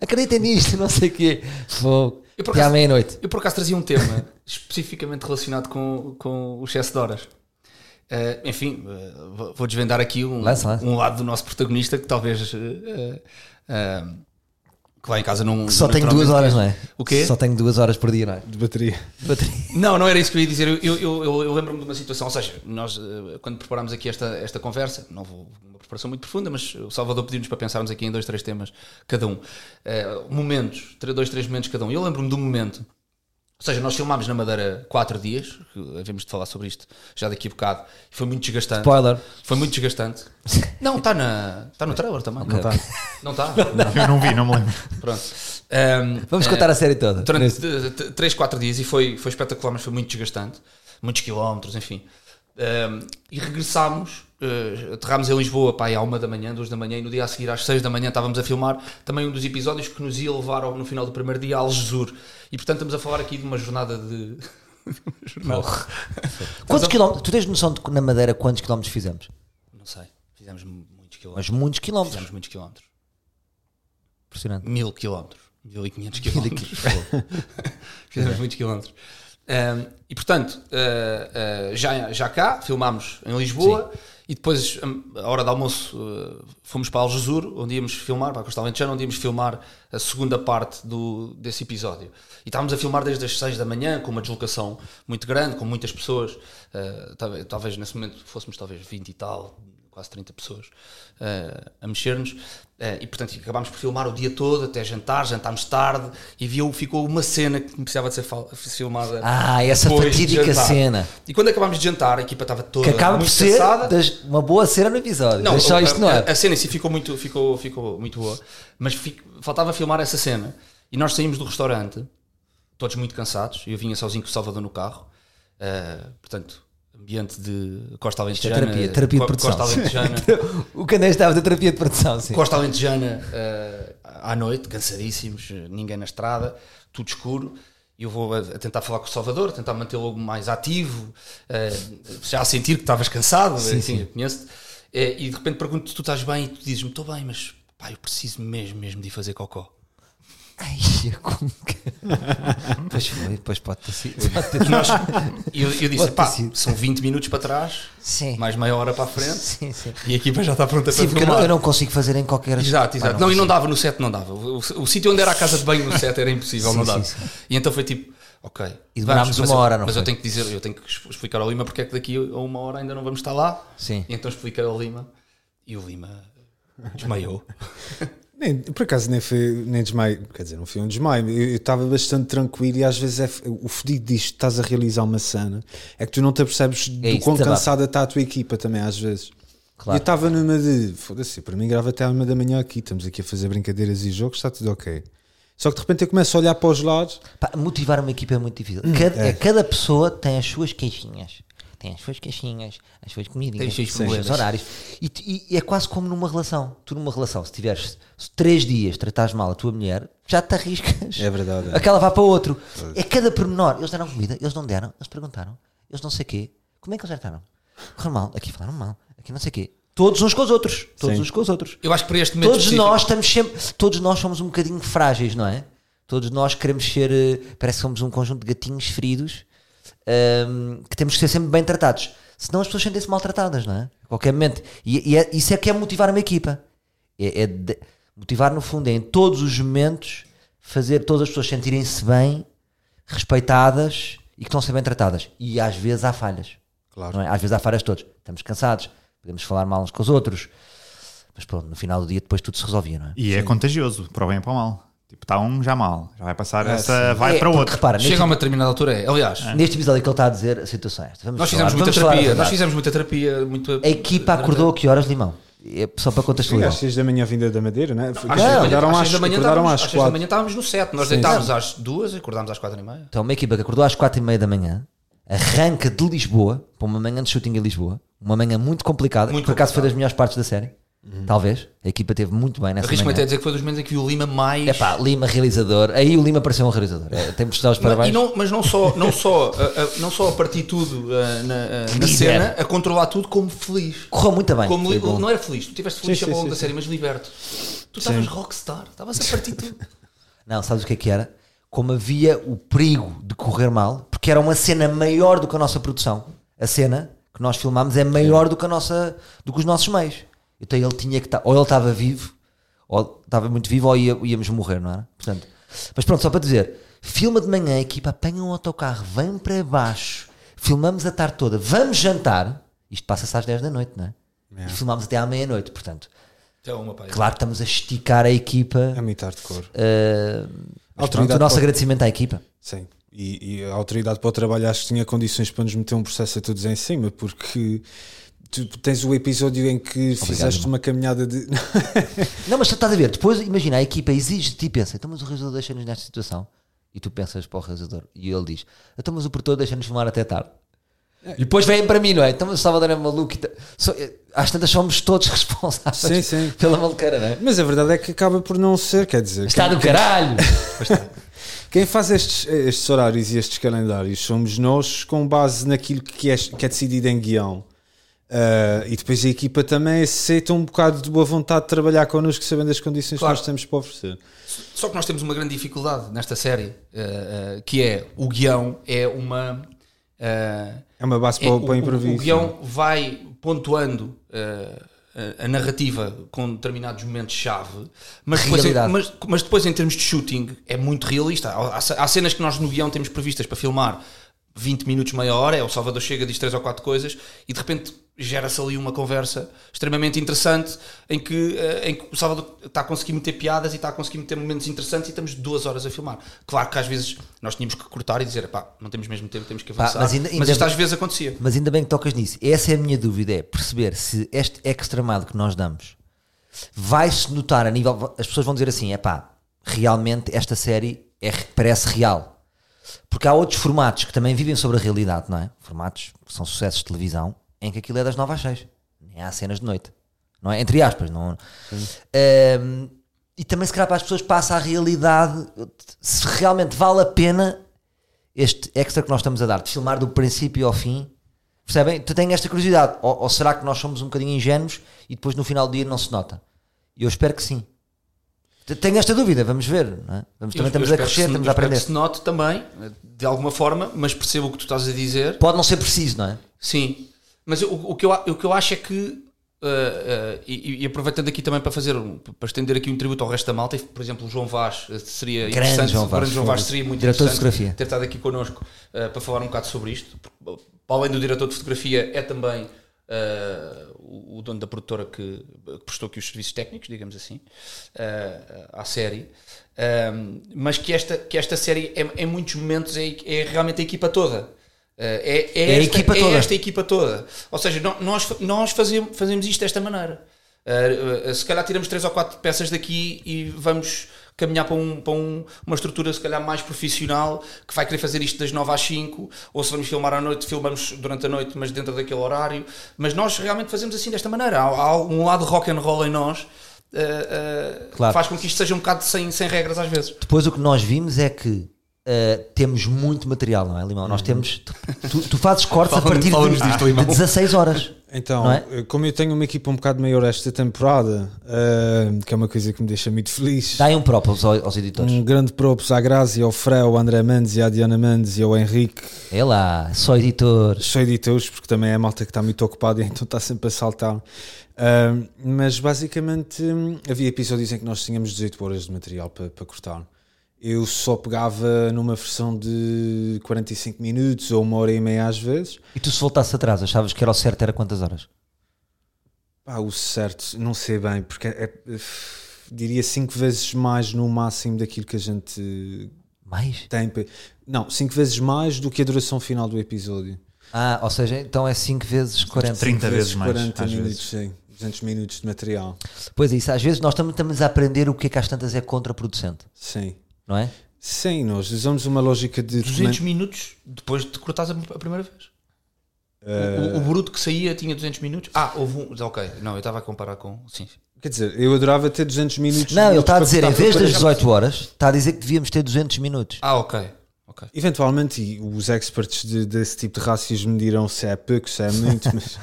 Speaker 1: Acreditem nisto, não sei o quê. Fogo.
Speaker 3: Eu, por
Speaker 1: Até à
Speaker 3: acaso-
Speaker 1: meia-noite.
Speaker 3: Eu por acaso trazia um tema especificamente relacionado com, com o excesso de horas. Eh, enfim, eh, vou- vou desvendar aqui um,
Speaker 1: Lança, lança.
Speaker 3: um lado do nosso protagonista que talvez. eh, eh, que lá em casa não.
Speaker 1: Só tenho duas horas, não é?
Speaker 3: O quê?
Speaker 1: Só tenho duas horas por dia, não é?
Speaker 2: De bateria.
Speaker 1: Bateria.
Speaker 3: Não, não era isso que eu ia dizer. Eu, eu- eu- eu- eu lembro-me de uma situação, ou seja, nós eh, quando preparámos aqui esta, esta conversa, não vou uma preparação muito profunda, mas o Salvador pediu-nos para pensarmos aqui em dois, três temas cada um. Eh, momentos, três- dois, três momentos cada um. Eu lembro-me de um momento, ou seja, nós filmámos na Madeira quatro dias, que havíamos de falar sobre isto já daqui a bocado, e foi muito desgastante.
Speaker 1: Spoiler.
Speaker 3: Foi muito desgastante. Não, está na- está no trailer também. Não está. Não está?
Speaker 4: Eu não vi, não me lembro.
Speaker 3: Pronto. Ahm,
Speaker 1: Vamos
Speaker 3: eh,
Speaker 1: contar a série toda.
Speaker 3: durante 3, 4 dias e foi, foi espetacular, mas foi muito desgastante. Muitos quilómetros, enfim. Um, e regressámos, eh, aterrámos em Lisboa pá, aí à 1 da manhã, 2 da manhã, e no dia a seguir às 6 da manhã estávamos a filmar também um dos episódios que nos ia levar ao- no final do primeiro dia a Algesur. E portanto estamos a falar aqui de uma jornada de. de uma jornada.
Speaker 1: Quantos quilómetros? Tu tens noção de que na Madeira quantos quilómetros fizemos?
Speaker 3: Não sei, fizemos muitos quilómetros.
Speaker 1: Mas muitos quilómetros.
Speaker 3: Fizemos muitos quilómetros.
Speaker 1: Impressionante.
Speaker 3: mil quilómetros, 1500 quilómetros. Fizemos muitos quilómetros. Um, e portanto, uh, uh, já, já cá, filmámos em Lisboa e depois, um, à hora do almoço, uh, fomos para Algesur, onde íamos filmar, para a Costa Alentejana, onde íamos filmar a segunda parte do, desse episódio. E estávamos a filmar desde as 6 da manhã, com uma deslocação muito grande, com muitas pessoas. Uh, talvez, talvez nesse momento fôssemos talvez 20 e tal, quase 30 pessoas eh, a mexer-nos Eh, e portanto acabámos por filmar o dia todo até jantar, jantámos tarde e viu, ficou uma cena que precisava de ser fal- filmada
Speaker 1: Ah, essa
Speaker 3: depois de
Speaker 1: fatídica
Speaker 3: jantar.
Speaker 1: cena.
Speaker 3: e quando acabámos de jantar a equipa estava toda
Speaker 1: Que acaba por
Speaker 3: muito
Speaker 1: ser
Speaker 3: cansada
Speaker 1: das- uma boa cena no episódio. Deixa só
Speaker 3: a-
Speaker 1: isto no
Speaker 3: a,
Speaker 1: ar.
Speaker 3: a cena em si ficou muito, ficou, ficou muito boa, mas fi- faltava filmar essa cena. E nós saímos do restaurante, todos muito cansados, eu vinha sozinho com o Salvador no carro, ah, portanto, ambiente de Costa
Speaker 1: é
Speaker 3: Alentejana.
Speaker 1: terapia, terapia de
Speaker 3: Co-
Speaker 1: produção.
Speaker 3: Costa Alentejana,
Speaker 1: O Candé estava da terapia de produção, sim.
Speaker 3: Costa Alentejana ah, à noite, cansadíssimos, ninguém na estrada, tudo escuro. E eu vou a, a tentar falar com o Salvador, tentar mantê-lo mais ativo, ah, já a sentir que estavas cansado, enfim, eu conheço-te. Eh, e de repente pergunto te tu estás bem e tu dizes-me estou bem, mas pá, eu preciso mesmo, mesmo de ir fazer cocó.
Speaker 1: Ai, como que... Pois foi, pois pode ter sido. Pode ter
Speaker 3: E nós- eu, eu disse,
Speaker 1: Pode ter
Speaker 3: pá,
Speaker 1: sido."
Speaker 3: são 20 minutos para trás,
Speaker 1: Sim.
Speaker 3: mais meia hora para a frente,
Speaker 1: Sim, sim.
Speaker 3: e a equipa já está pronta
Speaker 1: Sim,
Speaker 3: para
Speaker 1: porque eu não,
Speaker 3: filmar.
Speaker 1: eu não consigo fazer em qualquer...
Speaker 3: Exato, exato.
Speaker 1: Ah,
Speaker 3: não, e não
Speaker 1: consigo.
Speaker 3: dava, no set não dava. O, o- o sítio onde era a casa de banho no set era impossível,
Speaker 1: Sim,
Speaker 3: não dava.
Speaker 1: sim,
Speaker 3: E então foi tipo, ok.
Speaker 1: E demorámos
Speaker 3: vamos, mas
Speaker 1: uma
Speaker 3: eu-
Speaker 1: hora, não
Speaker 3: Mas eu
Speaker 1: foi?
Speaker 3: tenho que dizer, eu tenho que exp- explicar ao Lima porque é que daqui a uma hora ainda não vamos estar lá.
Speaker 1: Sim.
Speaker 3: E então expliquei ao Lima e o Lima desmaiou.
Speaker 2: Nem, por acaso nem foi nem desmaio, quer dizer, não foi um desmaio. Eu eu estava bastante tranquilo e às vezes é f- o fodido disto, estás a realizar uma cena, é que tu não te apercebes do
Speaker 1: isso,
Speaker 2: quão
Speaker 1: desabafa.
Speaker 2: cansada está a tua equipa também, às vezes.
Speaker 1: Claro.
Speaker 2: E Eu estava numa de foda-se, para mim grava até à uma da manhã aqui, estamos aqui a fazer brincadeiras e jogos, está tudo ok. Só que de repente eu começo a olhar para os lados,
Speaker 1: Pá, motivar uma equipa é muito difícil. Cada, é. cada pessoa tem as suas queixinhas. Tem as suas queixinhas, as suas comidinhas,
Speaker 3: Tem os seus
Speaker 1: os seus
Speaker 3: problemas.
Speaker 1: horários. E, tu- e- e é quase como numa relação. Tu numa relação, se tiveres se três dias tratares mal a tua mulher, já te arriscas.
Speaker 2: É verdade, é.
Speaker 1: Aquela vai para outro. É cada pormenor. Eles deram comida, eles não deram, eles perguntaram, eles não sei quê. Como é que eles trataram? Correu mal, aqui falaram mal, aqui não sei quê. Todos uns com os outros. Todos
Speaker 2: Sim.
Speaker 1: uns com os outros.
Speaker 3: Eu acho que para este momento
Speaker 1: Todos
Speaker 3: específico-
Speaker 1: nós estamos sempre, todos nós somos um bocadinho frágeis, não é? Todos nós queremos ser, eh, parece que somos um conjunto de gatinhos feridos ehm, que temos que ser sempre bem tratados. Senão as pessoas sentem-se maltratadas, não é? A qualquer momento. E, e é- isso é que é motivar uma equipa. É, é de- motivar, no fundo, é em todos os momentos fazer todas as pessoas sentirem-se bem, respeitadas e que estão a ser bem tratadas. E às vezes há falhas.
Speaker 2: Claro.
Speaker 1: não é? Às vezes há falhas todos. Estamos cansados, podemos falar mal uns com os outros. Mas pronto, no final do dia depois tudo se resolvia, não é?
Speaker 4: E é contagioso, para o bem e para o mal. Tipo, está um já mal, já vai passar
Speaker 3: Ah,
Speaker 2: É,
Speaker 4: essa, vai
Speaker 1: É,
Speaker 4: para o
Speaker 1: porque
Speaker 4: outro.
Speaker 1: Repara, neste,
Speaker 3: Chega a uma determinada altura, é. Aliás,
Speaker 1: neste episódio que ele está a dizer, a situação é esta. Vamos
Speaker 3: nós
Speaker 1: falar,
Speaker 3: fizemos muita
Speaker 1: vamos falar a
Speaker 3: terapia.
Speaker 1: verdade.
Speaker 3: Nós fizemos muita terapia. Muita...
Speaker 1: A equipa acordou a que horas, Limão? É só para
Speaker 2: Sim, às
Speaker 1: contextualizar.
Speaker 2: 6 da manhã vinda da Madeira, não é?
Speaker 3: Às seis da manhã-
Speaker 2: Acordaram
Speaker 3: às
Speaker 2: às
Speaker 3: seis da manhã
Speaker 2: acordaram às
Speaker 3: estávamos- às seis da
Speaker 2: 4.
Speaker 3: manhã estávamos no 7. Nós
Speaker 2: Sim.
Speaker 3: deitámos às 2 e acordámos às 4 e meia.
Speaker 1: Então, uma equipa que acordou às quatro e meia da manhã, arranca de Lisboa, para uma manhã de shooting em Lisboa, uma manhã muito complicada,
Speaker 3: Muito
Speaker 1: por acaso foi
Speaker 3: complicada.
Speaker 1: das melhores partes da série, talvez. A equipa teve muito bem nessa
Speaker 3: Arrisco-me até a
Speaker 1: manhã.
Speaker 3: dizer que foi dos momentos em que vi o Lima mais.
Speaker 1: Epá, Lima realizador, aí o Lima pareceu um realizador. É, temos de dar os
Speaker 3: Mas, e
Speaker 1: parabéns.
Speaker 3: não, mas não só, não só, a- a- não só a partir tudo a- na, a- na
Speaker 1: Líder.
Speaker 3: cena, a controlar tudo como feliz.
Speaker 1: Correu muito bem.
Speaker 3: Como
Speaker 1: Foi
Speaker 3: li-
Speaker 1: bom.
Speaker 3: não era feliz, tu estiveste feliz
Speaker 2: Sim,
Speaker 3: ao
Speaker 2: sim,
Speaker 3: longo
Speaker 2: sim,
Speaker 3: da
Speaker 2: sim.
Speaker 3: série, mas liberto. Tu estavas rockstar, tá? estavas a partir tudo.
Speaker 1: Não, sabes o que é que era? Como havia o perigo de correr mal, porque era uma cena maior do que a nossa produção. A cena que nós filmámos é maior do que, a nossa, do que os nossos meios. Então ele tinha que estar, ou ele estava vivo, ou estava muito vivo, ou ia- íamos morrer, não era? Portanto, mas pronto, só para dizer, filma de manhã, a equipa apanha um autocarro, vem para baixo, filmamos a tarde toda, vamos jantar, isto passa-se às 10 da noite, não é? E filmámos até à meia-noite, portanto,
Speaker 3: Já uma pá.
Speaker 1: claro que estamos a esticar a equipa.
Speaker 2: É muito hardcore.
Speaker 1: eh, mas pronto,
Speaker 2: Autoridade
Speaker 1: o nosso
Speaker 2: pode-
Speaker 1: agradecimento à equipa.
Speaker 2: Sim. E, e a autoridade para o trabalho acho que tinha condições para nos meter um processo a todos em cima, porque tu tens o episódio em que fizeste
Speaker 1: irmão.
Speaker 2: uma caminhada de.
Speaker 1: Não, mas estás a ver, depois imagina, a equipa exige de ti, pensa, então mas o realizador deixa-nos nesta situação. E tu pensas para o realizador e ele diz, então mas o produtor deixa-nos filmar até tarde. E depois vêm para mim, não é? Então mas o Salvador é maluco. e ta- só- eh, às tantas somos todos responsáveis
Speaker 2: Sim, sim.
Speaker 1: pela maluqueira, não é?
Speaker 2: Mas a verdade é que acaba por não ser, quer dizer.
Speaker 1: Está do caralho!
Speaker 2: Quem faz estes, estes horários e estes calendários somos nós, com base naquilo que é, que é decidido em guião. Ah, e depois a equipa também aceita um bocado de boa vontade de trabalhar connosco, sabendo as condições
Speaker 3: Claro.
Speaker 2: que nós temos para oferecer.
Speaker 3: Só que nós temos uma grande dificuldade nesta série, eh, eh, que é o guião é uma. eh,
Speaker 2: É uma base
Speaker 3: É,
Speaker 2: para,
Speaker 3: o,
Speaker 2: o, para o
Speaker 3: o-
Speaker 2: improviso.
Speaker 3: o guião vai pontuando eh, a, a narrativa com determinados momentos-chave, mas depois, em,
Speaker 1: Realidade.
Speaker 3: mas, mas depois em termos de shooting é muito realista. Há, há ce- há cenas que nós no guião temos previstas para filmar 20 minutos, meia hora, é o Salvador chega, diz três ou quatro coisas e de repente gera-se ali uma conversa extremamente interessante em que, eh, em que o Salvador está a conseguir meter piadas e está a conseguir meter momentos interessantes e estamos duas horas a filmar. Claro que às vezes nós tínhamos que cortar e dizer, pá, não temos mesmo tempo, temos que
Speaker 1: Pá,
Speaker 3: avançar.
Speaker 1: mas ainda-
Speaker 3: mas
Speaker 1: ainda-
Speaker 3: isto às vezes acontecia.
Speaker 1: Mas ainda bem que tocas nisso. Essa é a minha dúvida: é perceber se este extramado que nós damos vai-se notar a nível. As pessoas vão dizer assim: é pá, realmente esta série é, parece real. Porque há outros formatos que também vivem sobre a realidade, não é? Formatos que são sucessos de televisão em que aquilo é das 9 às 6. Nem há cenas de noite. Não é? Entre aspas, não. Ahm, e também, se calhar, para as pessoas passa a realidade se realmente vale a pena este extra que nós estamos a dar, de filmar do princípio ao fim, percebem? Tu tens esta curiosidade, ou, ou será que nós somos um bocadinho ingênuos e depois no final do dia não se nota? E eu espero que sim. T- Tenho esta dúvida, vamos ver. não é? vamos, também
Speaker 3: Eu- eu
Speaker 1: estamos a
Speaker 3: espero
Speaker 1: crescer,
Speaker 3: que se-
Speaker 1: estamos
Speaker 3: eu
Speaker 1: a
Speaker 3: espero
Speaker 1: aprender.
Speaker 3: Que se note também, de alguma forma, mas percebo o que tu estás a dizer.
Speaker 1: Pode não ser preciso, não é?
Speaker 3: Sim, mas o, o que, eu, a- o que eu acho é que, ah, ah, e, e aproveitando aqui também para fazer, um- para estender aqui um tributo ao resto da malta, e, por exemplo, o João Vaz eh, seria
Speaker 1: Grande
Speaker 3: interessante,
Speaker 1: João
Speaker 3: o
Speaker 1: Vaz,
Speaker 3: grande João Vaz
Speaker 1: foda-se.
Speaker 3: seria muito
Speaker 1: Diretor de
Speaker 3: interessante
Speaker 1: fotografia.
Speaker 3: ter estado aqui connosco ah, para falar um bocado sobre isto. Porque, Para além do diretor de fotografia, é também ah, o, o dono da produtora que, que prestou aqui os serviços técnicos, digamos assim, ah, à série. Ah, mas que esta, que esta série, é, em muitos momentos, é, é realmente a equipa toda. Ah, é, é
Speaker 1: É a
Speaker 3: esta-
Speaker 1: equipa
Speaker 3: é
Speaker 1: toda.
Speaker 3: esta esta equipa toda. Ou seja, nó- nós, nós fazemos, fazemos isto desta maneira. Uh, uh, se calhar tiramos três ou quatro peças daqui e vamos caminhar para, um, para um- uma estrutura se calhar mais profissional que vai querer fazer isto das 9 às 5 ou se vamos filmar à noite, filmamos durante a noite mas dentro daquele horário mas nós realmente fazemos assim desta maneira há, há um lado rock and roll em nós uh, uh,
Speaker 1: Claro.
Speaker 3: faz com que isto seja um bocado sem, sem regras às vezes
Speaker 1: Depois o que nós vimos é que uh, temos muito material, não é, Limão? Nós temos. tu- Tu, tu fazes cortes a
Speaker 3: Fala-nos-
Speaker 1: partir
Speaker 3: fala-nos
Speaker 1: de,
Speaker 3: Uhum. disto,
Speaker 1: de
Speaker 3: Limão.
Speaker 1: 16 horas.
Speaker 2: Então,
Speaker 1: Não é?
Speaker 2: eh, como eu tenho uma equipa um bocado maior esta temporada, eh, que é uma coisa que me deixa muito feliz.
Speaker 1: Dá aí um próprio aos, aos
Speaker 3: Uhum.
Speaker 1: editores.
Speaker 2: Um grande props à Grazi, ao Fré, ao André Mendes e à Diana Mendes e ao Henrique,
Speaker 1: É lá, só editores.
Speaker 2: cheio de teus, porque também é a malta que está muito ocupada e então está sempre a saltar. Ah, mas basicamente hum, havia episódios em que nós tínhamos 18 horas de material para, para cortar. eu só pegava numa versão de 45 minutos ou uma hora e meia às vezes.
Speaker 1: E tu se voltasse atrás, achavas que era o certo, era quantas horas?
Speaker 2: Pá, o certo, não sei bem, porque é- é- diria cinco vezes mais no máximo daquilo que a gente
Speaker 1: Mais?
Speaker 2: tem. pa- Não, cinco vezes mais do que a duração final do episódio.
Speaker 1: Ah, ou seja, então é 5 vezes 40.
Speaker 4: 30 vezes mais,
Speaker 2: 40
Speaker 4: às
Speaker 2: minutos,
Speaker 4: vezes.
Speaker 2: sim. 200 minutos de material.
Speaker 1: Pois é, isso. Às vezes nós também estamos a aprender o que é que às tantas é contraproducente,
Speaker 2: Sim.
Speaker 1: não é?
Speaker 2: Sim, nós usamos uma lógica de.
Speaker 3: 200 minutos depois de cortares a, a primeira vez. O, o- o bruto que saía tinha 200 minutos. Ah, houve um. Ok, não, eu estava a comparar com. Sim.
Speaker 2: Quer dizer, eu adorava ter 200 minutos.
Speaker 1: Não, ele está a
Speaker 2: para
Speaker 1: dizer, em
Speaker 2: cortar
Speaker 1: vez
Speaker 2: para-
Speaker 1: das 18 horas, está a dizer que devíamos ter 200 minutos.
Speaker 3: Ah, ok. ok.
Speaker 2: Eventualmente, e os experts de- desse tipo de racismo dirão se é pouco, se é muito, mas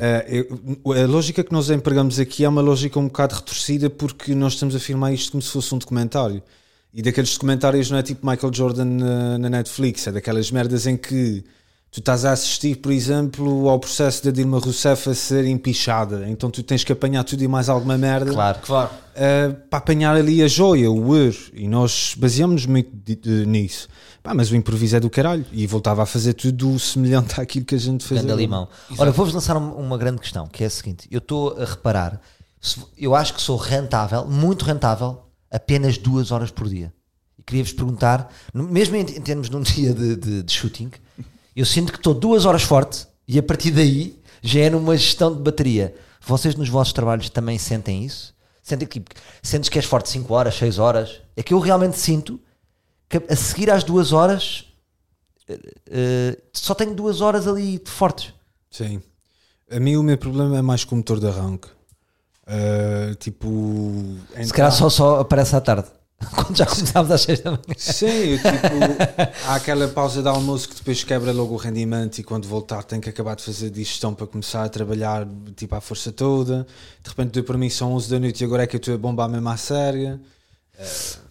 Speaker 2: eh, eu- a lógica que nós empregamos aqui é uma lógica um bocado retorcida porque nós estamos a filmar isto como se fosse um documentário. E daqueles documentários não é tipo Michael Jordan na, na Netflix, é daquelas merdas em que tu estás a assistir, por exemplo, ao processo da Dilma Rousseff a ser empichada, então tu tens que apanhar tudo e mais alguma merda
Speaker 1: Claro.
Speaker 3: Claro.
Speaker 2: uh, para apanhar ali a joia, o ouro, e nós baseámos-nos muito de- de- nisso. Pá, mas o improviso é do caralho, e voltava a fazer tudo semelhante àquilo que a gente fez.
Speaker 1: Ganda
Speaker 2: agora.
Speaker 1: limão. Ora, vou-vos lançar um- uma grande questão, que é a seguinte: eu estou a reparar, se- eu acho que sou rentável, muito rentável, apenas duas horas por dia. E queria-vos perguntar, no- mesmo em, em termos de um dia de, de- de shooting, eu sinto que estou duas horas forte e a partir daí já é numa gestão de bateria. Vocês nos vossos trabalhos também sentem isso? Sentem que, tipo, sentes que és forte 5 horas, 6 horas? É que eu realmente sinto que a seguir às duas horas eh, só tenho duas horas ali de fortes.
Speaker 2: Sim. A mim o meu problema é mais com o motor de arranque. Uh, tipo.
Speaker 1: Se
Speaker 2: entrar-
Speaker 3: Então.
Speaker 1: calhar só, só aparece à tarde. Quando já começámos às 6 da manhã.
Speaker 2: Sim, eu, tipo, há aquela pausa de almoço que depois quebra logo o rendimento e quando voltar tenho que acabar de fazer digestão para começar a trabalhar tipo à força toda. De repente deu para mim são 11 da noite e agora é que eu estou a bombar mesmo à séria.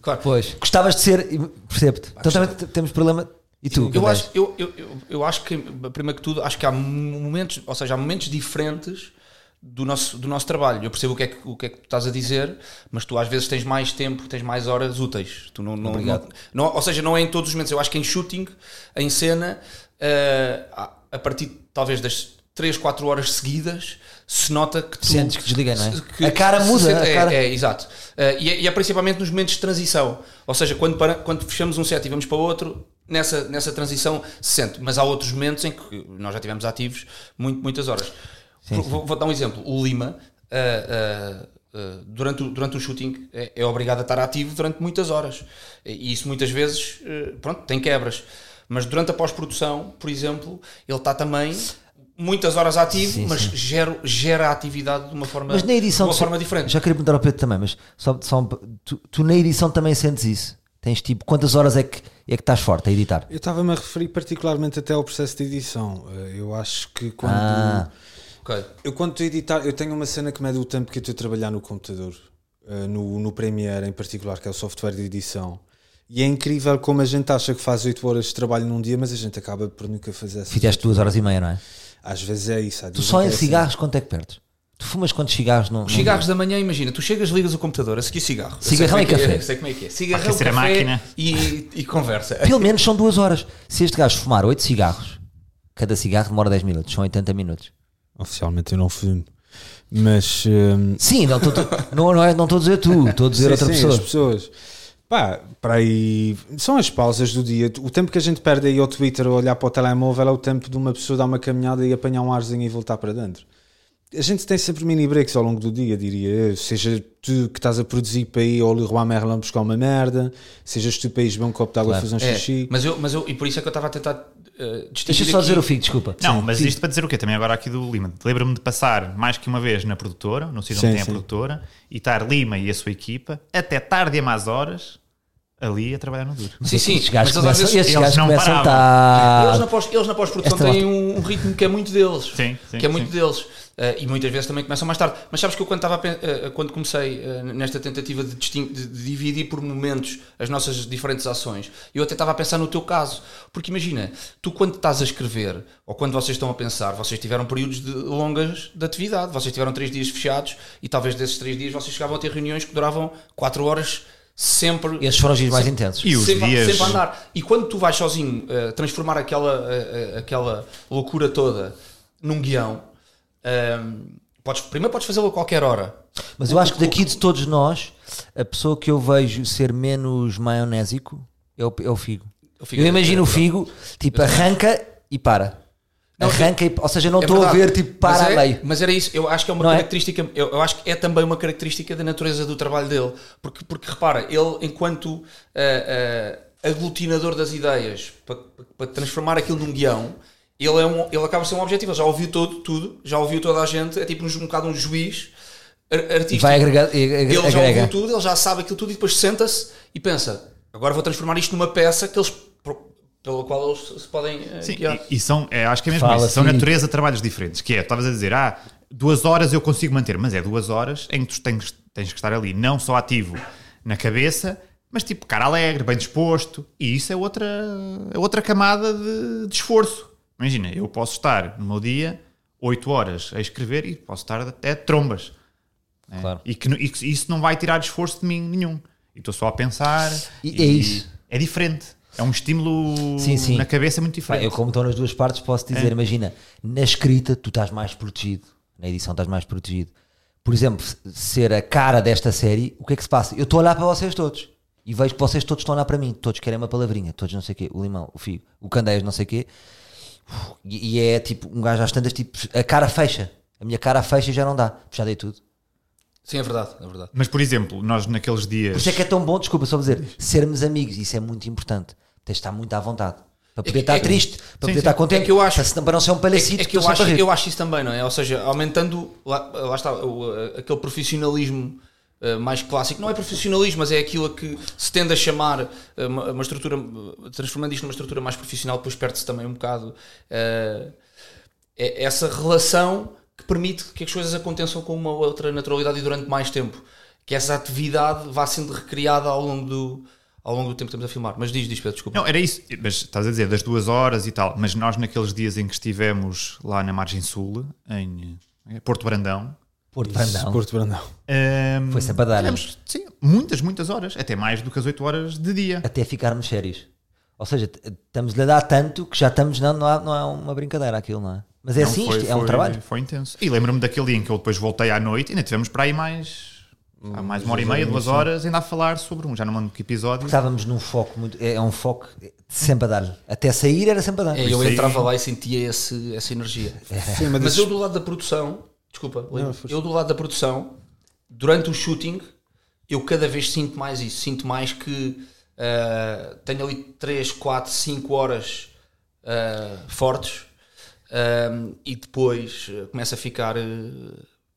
Speaker 3: claro.
Speaker 1: Pois. Gostavas de ser. Percebo-te. Então também t- temos problema. E tu?
Speaker 3: Eu
Speaker 1: Gandalf?
Speaker 3: acho, eu, eu, eu, eu acho que, primeiro que tudo, acho que há momentos, ou seja, há momentos diferentes do nosso, do nosso trabalho. Eu percebo o que, é que, o que é que tu estás a dizer, mas tu às vezes tens mais tempo, tens mais horas úteis. Tu não, não,
Speaker 1: Obrigado.
Speaker 3: não- não- ou seja, não é em todos os momentos. Eu acho que em shooting, em cena, eh, a- a partir talvez das 3, 4 horas seguidas, se nota que tu
Speaker 1: Sentes que desliga, não é?
Speaker 3: se-
Speaker 1: A cara muda,
Speaker 3: sente-
Speaker 1: a
Speaker 3: é,
Speaker 1: cara-
Speaker 3: é, é, exato. Eh, e, é, e é principalmente nos momentos de transição. Ou seja, quando, para- quando fechamos um set e vamos para outro, nessa, nessa transição se sente. Mas há outros momentos em que nós já estivemos ativos muito, muitas horas. Por- Vou, vou dar um exemplo. O Lima, eh, eh, eh, durante, o, durante o shooting, é, é obrigado a estar ativo durante muitas horas. E isso muitas vezes, eh, pronto, tem quebras. Mas durante a pós-produção, por exemplo, ele está também muitas horas ativo, mas Gera, gera a atividade de uma forma,
Speaker 1: Mas na edição.
Speaker 3: de uma
Speaker 1: tu-
Speaker 3: forma diferente.
Speaker 1: Já queria perguntar ao Pedro também, mas só, só um- tu, tu na edição também sentes isso? Tens tipo. Quantas horas é que, é que estás forte a editar?
Speaker 2: Eu estava-me a referir particularmente até ao processo de edição. Eh, Eu acho que quando.
Speaker 1: Ah.
Speaker 3: Ok.
Speaker 2: Eu quando estou a editar, eu tenho uma cena que mede o tempo que eu estou a trabalhar no computador, eh, no, no Premiere em particular, que é o software de edição. E é incrível como a gente acha que faz 8 horas de trabalho num dia, mas a gente acaba por nunca fazer assim.
Speaker 1: Fizeste duas horas e meia, não é?
Speaker 2: Às vezes é isso. às
Speaker 1: Tu
Speaker 2: vezes
Speaker 1: só
Speaker 2: é
Speaker 1: em
Speaker 2: assim.
Speaker 1: cigarros quanto é que perdes? Tu fumas quantos cigarros? Não,
Speaker 3: Os cigarros da manhã, imagina, tu chegas, ligas o computador, a seguir cigarro. Eu sei
Speaker 1: Cigarrão
Speaker 3: como é
Speaker 1: e
Speaker 3: que é,
Speaker 1: café.
Speaker 3: eu sei como é que é. Cigarrão,
Speaker 4: Aquecer a
Speaker 3: café
Speaker 4: máquina.
Speaker 3: E, e conversa.
Speaker 1: Pelo menos são duas horas. Se este gajo fumar oito cigarros, cada cigarro demora 10 minutos, são 80 minutos.
Speaker 2: Oficialmente eu não fumo. Mas. eh,
Speaker 1: Sim, não estou tu- não, não, é- não estou a dizer tu, estou a dizer
Speaker 2: sim,
Speaker 1: outra
Speaker 2: sim, as
Speaker 1: pessoa.
Speaker 2: pessoas. Pá, para aí. São as pausas do dia. O tempo que a gente perde aí ao Twitter ou olhar para o telemóvel é o tempo de uma pessoa dar uma caminhada e apanhar um arzinho e voltar para dentro. A gente tem sempre mini breaks ao longo do dia, diria eu. Seja tu que estás a produzir para ir ao Leroy Merlin buscar uma merda, sejas tu para ires beber um copo de água e fazer um
Speaker 3: É,
Speaker 2: xixi.
Speaker 3: mas eu, mas eu, e por isso é que eu estava a tentar eh, distinguir.
Speaker 1: Deixa eu só
Speaker 3: aqui.
Speaker 1: dizer o fim, desculpa.
Speaker 4: Não, mas isto para dizer o quê? Também agora aqui do Lima. Lembro-me de passar mais que uma vez na produtora, no sítio
Speaker 2: Sim,
Speaker 4: onde tem
Speaker 2: sim.
Speaker 4: a produtora, e estar Lima e a sua equipa até tarde e mais horas ali a trabalhar no duro.
Speaker 3: Sim, sim,
Speaker 1: Estes gajos
Speaker 3: mas às
Speaker 1: começam,
Speaker 3: vezes
Speaker 1: estes
Speaker 4: eles
Speaker 1: gajos
Speaker 4: não
Speaker 1: começam
Speaker 4: paravam.
Speaker 3: Eles na
Speaker 1: tá...
Speaker 3: pós- eles na pós-produção
Speaker 1: Esta
Speaker 3: têm um, um ritmo que é muito deles.
Speaker 4: Sim, sim,
Speaker 3: que é muito
Speaker 4: sim.
Speaker 3: deles. Eh, e muitas vezes também começam mais tarde. Mas sabes que eu quando, estava a pen- eh, quando comecei eh, nesta tentativa de, distin- de- de dividir por momentos as nossas diferentes ações, eu até estava a pensar no teu caso. Porque imagina, tu quando estás a escrever, ou quando vocês estão a pensar, vocês tiveram períodos de longas de atividade, vocês tiveram três dias fechados e talvez desses três dias vocês chegavam a ter reuniões que duravam quatro horas sempre
Speaker 1: Esses foram os dias mais intensos.
Speaker 4: E os
Speaker 3: sempre,
Speaker 4: dias-
Speaker 3: sempre a andar. E quando tu vais sozinho eh, transformar aquela, eh, eh, aquela loucura toda num guião, ehm, podes, primeiro podes fazê-lo a qualquer hora.
Speaker 1: Mas eu acho que daqui de todos nós, a pessoa que eu vejo ser menos maionésico é o, é o Figo.
Speaker 3: Eu fico-
Speaker 1: eu imagino o Figo, tipo, arranca e para.
Speaker 3: Não,
Speaker 1: arranca e Ou seja, não
Speaker 3: É
Speaker 1: estou a
Speaker 3: verdade.
Speaker 1: ver, tipo, para
Speaker 3: mas
Speaker 1: a
Speaker 3: é,
Speaker 1: meio.
Speaker 3: Mas era isso, eu acho que é uma
Speaker 1: Não é?
Speaker 3: característica, Eu, eu acho que é também uma característica da natureza do trabalho dele. Porque, porque repara, ele, enquanto ah, ah, aglutinador das ideias, para, para transformar aquilo num guião, ele, é um, ele acaba de ser um objetivo. Ele já ouviu todo, tudo, já ouviu toda a gente, é tipo um, um bocado um juiz ar-
Speaker 1: E
Speaker 3: artístico.
Speaker 1: vai agregar. e-
Speaker 3: ele já
Speaker 1: agrega.
Speaker 3: ouviu tudo, ele já sabe aquilo tudo e depois senta-se e pensa: agora vou transformar isto numa peça que eles, pro- pela qual eles se podem. ah,
Speaker 4: Sim,
Speaker 3: guiar."
Speaker 4: e, e são, é, acho que é mesmo
Speaker 1: Fala, assim.
Speaker 4: isso, são
Speaker 1: sim.
Speaker 4: natureza de trabalhos diferentes, que é, estavas a dizer, ah, duas horas eu consigo manter, mas é duas horas em que tu tens, tens que estar ali, não só ativo na cabeça, mas tipo, cara alegre, bem disposto, e isso é outra, é outra camada de, de esforço. Imagina, eu posso estar no meu dia oito horas a escrever e posso estar até trombas. né?
Speaker 1: Claro.
Speaker 4: E, que, e que isso não vai tirar esforço de mim nenhum. E estou só a pensar.
Speaker 1: E é isso.
Speaker 4: É diferente. É um estímulo
Speaker 1: Sim, sim.
Speaker 4: na cabeça muito
Speaker 1: Pá,
Speaker 4: diferente.
Speaker 1: eu, como estou nas duas partes, posso
Speaker 3: É.
Speaker 1: dizer: imagina, na escrita tu estás mais protegido, na edição estás mais protegido. Por exemplo, se- ser a cara desta série, o que é que se passa? Eu estou a olhar para vocês todos e vejo que vocês todos estão a olhar para mim, todos querem uma palavrinha, todos não sei o quê, o limão, o figo, o candeias, não sei o quê. Uf, E, e é tipo, um gajo às tantas, tipo, a cara fecha, a minha cara fecha e já não dá, já dei tudo.
Speaker 3: Sim, é verdade, é verdade.
Speaker 4: Mas, por exemplo, nós naqueles
Speaker 1: Por
Speaker 4: dias.
Speaker 1: isso é que é tão bom, desculpa, só vou dizer, sermos amigos, isso é muito importante. Tens de estar muito à vontade. Para poder
Speaker 3: que-
Speaker 1: estar
Speaker 3: é que-
Speaker 1: triste, para poder
Speaker 4: sim.
Speaker 1: estar contente,
Speaker 3: É que eu acho-
Speaker 1: para, se- para não ser um
Speaker 3: É,
Speaker 1: palhacito
Speaker 3: que- é
Speaker 1: que
Speaker 3: que eu
Speaker 1: estou
Speaker 3: acho,
Speaker 1: sempre a rir.
Speaker 3: eu acho isso também, não é? Ou seja, aumentando lá, lá está, o, a- aquele profissionalismo eh, mais clássico, não é profissionalismo, mas é aquilo a que se tende a chamar eh, uma, uma estrutura, eh, transformando isto numa estrutura mais profissional, depois perde-se também um bocado eh, é essa relação que permite que as coisas aconteçam com uma outra naturalidade e durante mais tempo. Que essa atividade vá sendo recriada ao longo do, ao longo do tempo que estamos a filmar. Mas diz, diz, Pedro, desculpa.
Speaker 4: Não, era isso. Mas estás a dizer das duas horas e tal. Mas nós, naqueles dias em que estivemos lá na Margem Sul, em eh, Porto Brandão,
Speaker 1: Porto Brandão.
Speaker 2: Porto Brandão.
Speaker 4: ehm,
Speaker 1: Foi sempre a dar.
Speaker 4: tivemos, sim, muitas, muitas horas. Até mais do que as oito horas de dia.
Speaker 1: Até ficarmos sérios. Ou seja, t- estamos-lhe a dar tanto que já estamos. Não, não, há- não é uma brincadeira aquilo, não é? Mas é
Speaker 4: Não,
Speaker 1: assim,
Speaker 4: foi-
Speaker 1: isto é um
Speaker 4: foi-
Speaker 1: trabalho.
Speaker 4: Foi intenso. E lembro-me daquele dia em que eu depois voltei à noite, ainda tivemos para aí mais. há mais uma hora e meia, duas horas, ainda a falar sobre um, já não lembro que episódio.
Speaker 1: Estávamos num foco muito. É, é um foco é, sempre a dar-lhe. Até sair era sempre a dar.
Speaker 3: É, eu
Speaker 4: aí- É,
Speaker 3: entrava lá e sentia esse- essa energia.
Speaker 2: Sim, mas,
Speaker 3: É. Mas eu do lado da produção, desculpa, Lino,
Speaker 2: força.
Speaker 3: eu do lado da produção, durante o shooting, eu cada vez sinto mais isso. Sinto mais que ah, tenho ali 3, 4, 5 horas ah, fortes ah, e depois ah, começo a ficar. ah,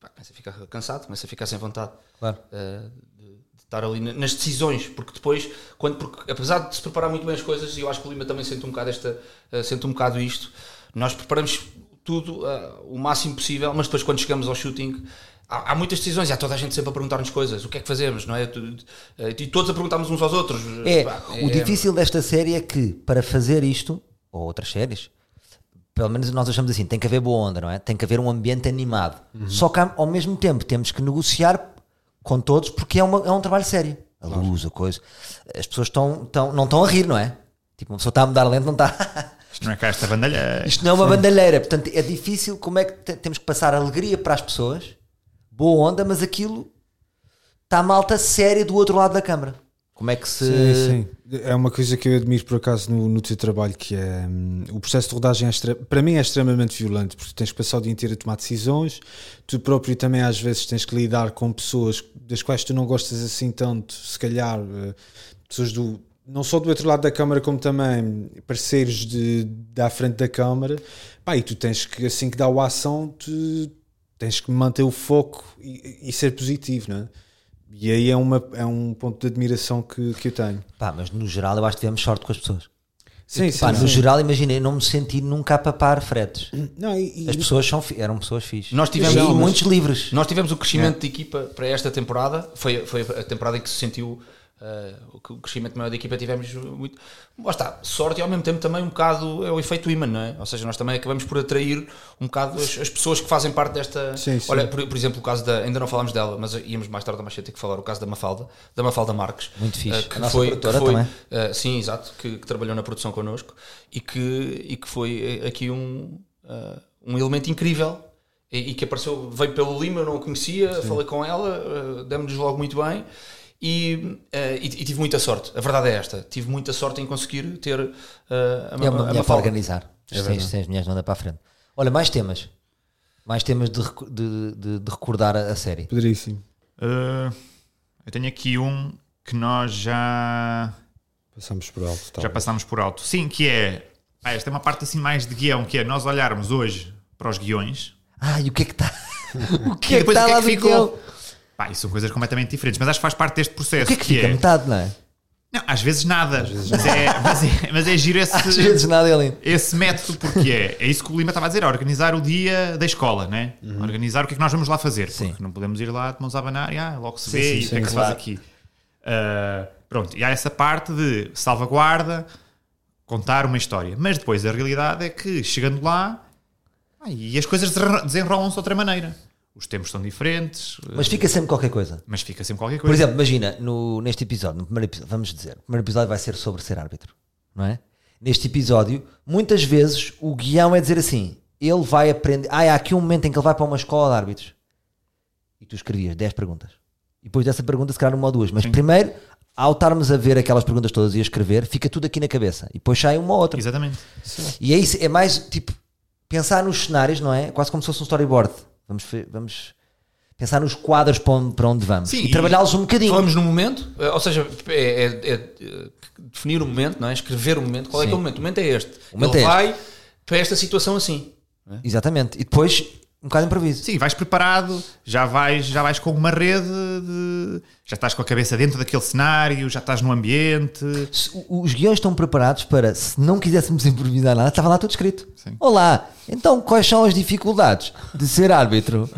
Speaker 3: pá, começo a ficar cansado, começo a ficar sem vontade
Speaker 1: Claro.
Speaker 3: ah, de, de estar ali na- nas decisões, porque depois, quando, porque, apesar de se preparar muito bem as coisas, e eu acho que o Lima também sente um bocado, esta, ah, sente um bocado isto, nós preparamos tudo ah, o máximo possível, mas depois quando chegamos ao shooting. Há há muitas decisões e há toda a gente sempre a perguntar-nos coisas. O que é que fazemos, não é? Tu- tu- eh, E todos a perguntarmos uns aos outros.
Speaker 1: É,
Speaker 3: Pá,
Speaker 1: o difícil desta série é que para fazer isto, ou outras séries, pelo menos nós achamos assim, tem que haver boa onda, não é? Tem que haver um ambiente animado. Só que ao mesmo tempo temos que negociar com todos porque é, uma- é um trabalho sério. A luz, a coisa. As pessoas estão, estão, não estão a rir, não é? Tipo, uma pessoa está a mudar lento, não está.
Speaker 4: Isto não é cá esta bandalha.
Speaker 1: Isto não é uma bandalheira, portanto é difícil como é que te- temos que passar alegria para as pessoas, boa onda, mas aquilo está a malta séria do outro lado da câmara. Como é que se.
Speaker 2: Sim, sim. É uma coisa que eu admiro por acaso no, no teu trabalho, que é hum, o processo de rodagem é extre- para mim é extremamente violento, porque tens que passar o dia inteiro a tomar decisões, tu próprio também às vezes tens que lidar com pessoas das quais tu não gostas assim tanto, se calhar eh, pessoas do não só do outro lado da câmara, como também parceiros de, da frente da câmara, pá, e tu tens que, assim que dá o ação, tu tens que manter o foco e, e ser positivo, não é? E aí é, uma, é um ponto de admiração que, que eu tenho.
Speaker 1: Pá, mas no geral eu acho que tivemos sorte com as pessoas.
Speaker 2: Sim, sim.
Speaker 1: Pá, no
Speaker 2: sim.
Speaker 1: geral, imagina, eu não me senti nunca a papar fretes.
Speaker 2: Não, e- e-
Speaker 1: As pessoas são fi- eram pessoas fixes.
Speaker 3: Nós tivemos
Speaker 1: e
Speaker 3: algumas.
Speaker 1: muitos livres. É.
Speaker 3: Nós tivemos o crescimento de equipa para esta temporada. Foi, foi a temporada em que se sentiu Uh, o que- o crescimento maior da equipa tivemos muito. Lá está, sorte e ao mesmo tempo também um bocado é o efeito imã, não é? Ou seja, nós também acabamos por atrair um bocado as, as pessoas que fazem parte desta.
Speaker 2: Sim, sim.
Speaker 3: Olha, por, por exemplo, o caso da. Ainda não falámos dela, mas íamos mais tarde ou mais cedo ter que falar. O caso da Mafalda, da Mafalda Marques.
Speaker 1: Muito fixe.
Speaker 3: eh,
Speaker 1: A nossa produtora também.
Speaker 3: eh, sim, exato, que, que trabalhou na produção connosco e que, e que foi eh, aqui um, eh, um elemento incrível. E, e que apareceu, veio pelo Lima, eu não a conhecia, falei com ela, eh, demos-nos logo muito bem e, eh, e, e tive muita sorte. A verdade é esta: tive muita sorte em conseguir ter eh, a, Ma-
Speaker 1: É
Speaker 3: a
Speaker 1: uma mulher para
Speaker 3: Mafalda.
Speaker 1: organizar. sem, sem as mulheres não anda para a frente. Olha, mais temas. Mais temas de, recu- de- de- de recordar a a série.
Speaker 2: Poderíssimo.
Speaker 4: Eh, eu tenho aqui um que nós já,
Speaker 2: Passamos por alto.
Speaker 1: Então.
Speaker 2: Tá.
Speaker 4: já passámos por alto. Sim, que é. Ah, esta é uma parte assim mais de guião, que é nós olharmos hoje para os guiões.
Speaker 1: Ah, e o que é que está. o que
Speaker 4: E
Speaker 1: é que
Speaker 4: depois
Speaker 1: está
Speaker 4: o que é
Speaker 1: lá do
Speaker 4: que ficou?
Speaker 1: guião?
Speaker 4: Pá, isso são coisas completamente diferentes, mas acho que faz parte deste processo.
Speaker 1: O que é que fica? Metade, não é?
Speaker 4: Não, às vezes nada. mas, É, mas, é, mas é giro esse,
Speaker 1: Às vezes nada é lindo.
Speaker 4: esse método, porque é, é isso que o Lima estava a dizer: é organizar o dia da escola, né?
Speaker 1: Uhum.
Speaker 4: Organizar o que é que nós vamos lá fazer. Porque não podemos ir lá de mãos a abanar e ah, logo se vê
Speaker 1: sim,
Speaker 4: e o que é
Speaker 1: sim,
Speaker 4: que se
Speaker 1: claro.
Speaker 4: faz aqui. Ah, pronto, e há essa parte de salvaguarda, contar uma história. Mas depois a realidade é que chegando lá ah, e as coisas desenro- desenrolam-se de outra maneira. Os tempos são diferentes,
Speaker 1: Mas fica sempre qualquer coisa.
Speaker 4: mas fica sempre qualquer
Speaker 1: Por
Speaker 4: coisa.
Speaker 1: exemplo, imagina, no, neste episódio, no primeiro episódio, vamos dizer, o primeiro episódio vai ser sobre ser árbitro, não é? Neste episódio, muitas vezes o guião é dizer assim: ele vai aprender. Ah, há aqui um momento em que ele vai para uma escola de árbitros. E tu escrevias 10 perguntas. E depois dessa pergunta, se calhar uma ou duas. Mas primeiro, ao estarmos a ver aquelas perguntas todas e a escrever, fica tudo aqui na cabeça. E depois sai uma ou outra.
Speaker 4: Exatamente.
Speaker 1: E é isso, é mais tipo pensar nos cenários, não é? Quase como se fosse um storyboard. Vamos, fe- vamos pensar nos quadros para onde, para onde vamos
Speaker 4: Sim,
Speaker 1: e trabalhá-los um bocadinho.
Speaker 3: Falamos no momento, eh, ou seja, é, é- é, eh, definir o momento, não é? Escrever o momento. Qual é que é o momento? O momento é este.
Speaker 1: O momento
Speaker 3: Ele
Speaker 1: é este.
Speaker 3: vai para esta situação assim.
Speaker 1: Exatamente. E depois um bocado de improviso.
Speaker 4: Sim, vais preparado, já vais, já vais com uma rede de. Já estás com a cabeça dentro daquele cenário, já estás no ambiente.
Speaker 1: Se o- Os guiões estão preparados para, se não quiséssemos improvisar nada, estava lá tudo escrito.
Speaker 4: Sim.
Speaker 1: Olá, então quais são as dificuldades de ser árbitro?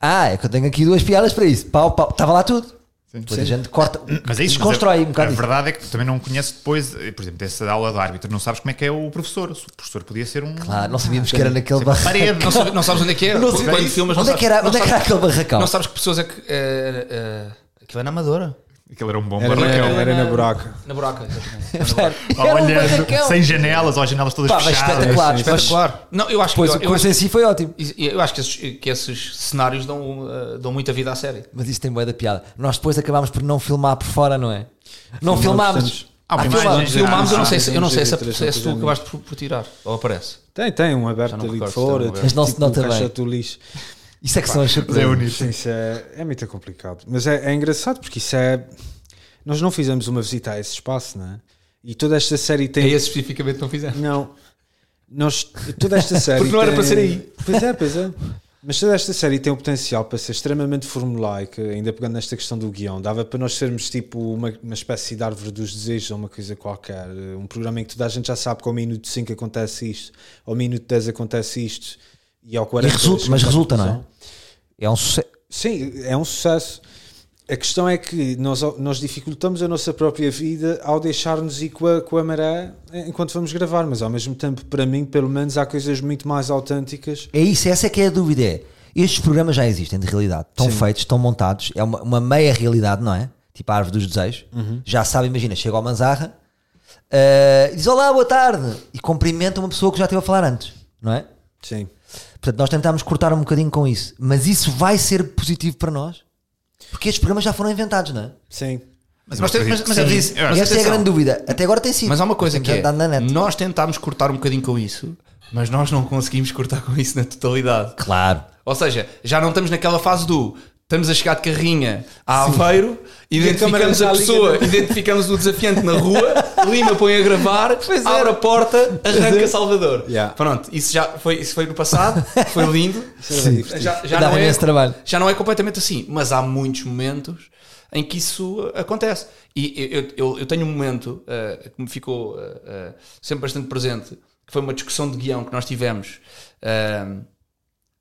Speaker 1: ah, é que eu tenho aqui duas piadas para isso. Pau, pau. Estava lá tudo. Depois a gente corta,
Speaker 4: Mas é isso,
Speaker 1: desconstrói
Speaker 4: mas
Speaker 1: um
Speaker 4: a,
Speaker 1: bocado
Speaker 4: a
Speaker 1: isso.
Speaker 4: verdade é que tu também não conheces depois, eh, por exemplo, dessa aula de árbitro, não sabes como é que é o professor. O professor podia ser um.
Speaker 1: Claro, Ah, não sabíamos que era naquele
Speaker 4: uma
Speaker 1: barracão.
Speaker 4: parede.
Speaker 3: Não, sabe- não sabes onde é que é?
Speaker 1: Não sei.
Speaker 3: Quando filmas, não
Speaker 1: Onde é
Speaker 3: sabes-
Speaker 1: que era,
Speaker 3: não
Speaker 1: onde é que era
Speaker 3: sabes-
Speaker 1: aquele barracão?
Speaker 3: Não sabes que pessoas é que. eh, eh, Aquilo é na Amadora.
Speaker 4: Aquele era um bom
Speaker 2: Era,
Speaker 4: barracão.
Speaker 2: era- era na buraca.
Speaker 3: Na buraca. exatamente.
Speaker 4: Ao
Speaker 1: Era um
Speaker 4: olhar,
Speaker 1: barracão.
Speaker 4: sem janelas, ou as janelas todas
Speaker 1: Pá, mas
Speaker 4: fechadas.
Speaker 1: espetacular.
Speaker 3: Espetacular. Não, eu acho que.
Speaker 1: Pois é. o
Speaker 3: Eu,
Speaker 1: curso em si foi ótimo.
Speaker 3: eu- eu acho que esses, que esses cenários dão, eh, dão muita vida à série.
Speaker 1: Mas isso tem boa da piada. Nós depois acabámos por não filmar por fora, não é? Não filmámos.
Speaker 4: Ah, mas
Speaker 1: filmámos.
Speaker 4: imagens,
Speaker 3: Filmámos, eu não
Speaker 4: ah,
Speaker 3: sei se, eu não sei se, é
Speaker 2: sim,
Speaker 3: se, se tu
Speaker 2: sim.
Speaker 3: acabaste por, por tirar. Ou aparece.
Speaker 2: Tem, tem um aberto
Speaker 3: Já não
Speaker 2: ali de
Speaker 3: recordo,
Speaker 2: fora.
Speaker 3: já não
Speaker 2: tem
Speaker 1: Mas não se
Speaker 2: tipo um
Speaker 1: nota bem.
Speaker 2: caixote do lixo.
Speaker 1: Isso é que são as
Speaker 4: É
Speaker 1: surpresas.
Speaker 4: bonito.
Speaker 2: Sim, isso é, é muito complicado. Mas é, é engraçado porque isso é. Nós não fizemos uma visita a esse espaço, não é? E toda esta série
Speaker 3: É
Speaker 2: tem.
Speaker 3: esse especificamente que não fizemos.
Speaker 2: Não. Nós, toda esta série.
Speaker 3: Porque não era
Speaker 2: tem-
Speaker 3: para ser aí.
Speaker 2: Pois é, pois é. Mas toda esta série tem o potencial para ser extremamente formulaica, ainda pegando nesta questão do guião. Dava para nós sermos tipo uma, uma espécie de árvore dos desejos ou uma coisa qualquer. Um programa em que toda a gente já sabe que ao minuto 5 acontece isto, ao minuto 10 acontece isto e ao
Speaker 1: E
Speaker 2: 40.
Speaker 1: resulta, mas resulta, não é? É um sucesso.
Speaker 2: Sim, é um sucesso. A questão é que nós, nós dificultamos a nossa própria vida ao deixar-nos ir com a, com a maré enquanto vamos gravar, mas ao mesmo tempo, para mim, pelo menos, há coisas muito mais autênticas.
Speaker 1: É isso, essa é que é a dúvida. é, Estes programas já existem de realidade, estão feitos, estão montados, é uma, uma meia realidade, não é? Tipo a árvore dos desejos.
Speaker 3: Uhum.
Speaker 1: Já sabe, imagina, chega ao Manzarra eh, e diz olá, boa tarde, e cumprimenta uma pessoa que já esteve a falar antes, não é?
Speaker 2: Sim.
Speaker 1: Portanto, nós tentámos cortar um bocadinho com isso, mas isso vai ser positivo para nós, porque estes programas já foram inventados, não é?
Speaker 2: Sim.
Speaker 4: Mas,
Speaker 3: Mas tem- mas- mas eu disse-
Speaker 4: eu acho
Speaker 1: E essa é a
Speaker 3: atenção.
Speaker 1: grande dúvida. Até agora tem sido.
Speaker 3: Mas há uma coisa
Speaker 1: Tem
Speaker 3: que é,
Speaker 1: andado na net.
Speaker 3: nós tentámos cortar um bocadinho com isso, mas nós não conseguimos cortar com isso na totalidade.
Speaker 1: Claro.
Speaker 3: Ou seja, já não estamos naquela fase do estamos a chegar de carrinha a Aveiro, identificamos
Speaker 2: câmara
Speaker 3: a
Speaker 2: já
Speaker 3: pessoa,
Speaker 2: liga.
Speaker 3: identificamos o desafiante na rua, Lima põe a gravar, abre a porta, arranca Salvador.
Speaker 2: é. Yeah.
Speaker 3: Pronto, isso já foi, isso foi no passado, foi lindo.
Speaker 2: Isso era divertido.
Speaker 3: Já, já
Speaker 1: Dava
Speaker 3: não é,
Speaker 1: imenso trabalho.
Speaker 3: já não é completamente assim, mas há muitos momentos em que isso acontece. E eu, eu, eu tenho um momento eh, que me ficou eh, eh, sempre bastante presente, que foi uma discussão de guião que nós tivemos. eh,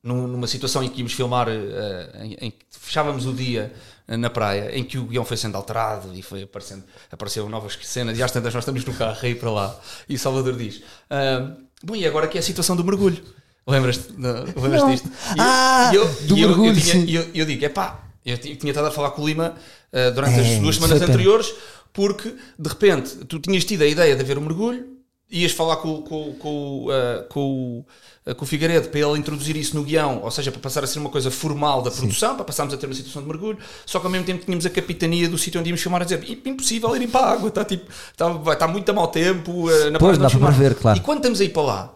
Speaker 3: num- numa situação em que íamos filmar, eh, em, em que fechávamos o dia eh, na praia, em que o guião foi sendo alterado e foi aparecendo, apareceram novas cenas e às tantas nós estamos no carro a ir para lá. E Salvador diz: "Ah, Bom, e agora que é a situação do mergulho? Lembras-te não, lembras
Speaker 1: Não.
Speaker 3: disto? E eu-
Speaker 1: Ah,
Speaker 3: e eu,
Speaker 1: do
Speaker 3: e eu- eu
Speaker 1: mergulho,
Speaker 3: tinha-
Speaker 1: sim.
Speaker 3: e eu, eu digo: É pá, eu ti- tinha estado a falar com o Lima ah, durante
Speaker 1: É,
Speaker 3: as duas
Speaker 1: isso
Speaker 3: semanas
Speaker 1: foi pena.
Speaker 3: anteriores anteriores, porque de repente tu tinhas tido a ideia de haver um mergulho, ias falar com, com, com, ah, com, ah, com o Figueiredo para ele introduzir isso no guião, ou seja, para passar a ser uma coisa formal da produção, para passarmos a ter uma situação de mergulho, só que ao mesmo tempo tínhamos a capitania do sítio onde íamos filmar a dizer "Ip- impossível irem para a água, está, tipo, está, vai- está muito a mau tempo, ah, na
Speaker 1: Pois,
Speaker 3: próxima
Speaker 1: dá para
Speaker 3: filmar."
Speaker 1: ver, claro.
Speaker 3: E quando estamos aí para lá,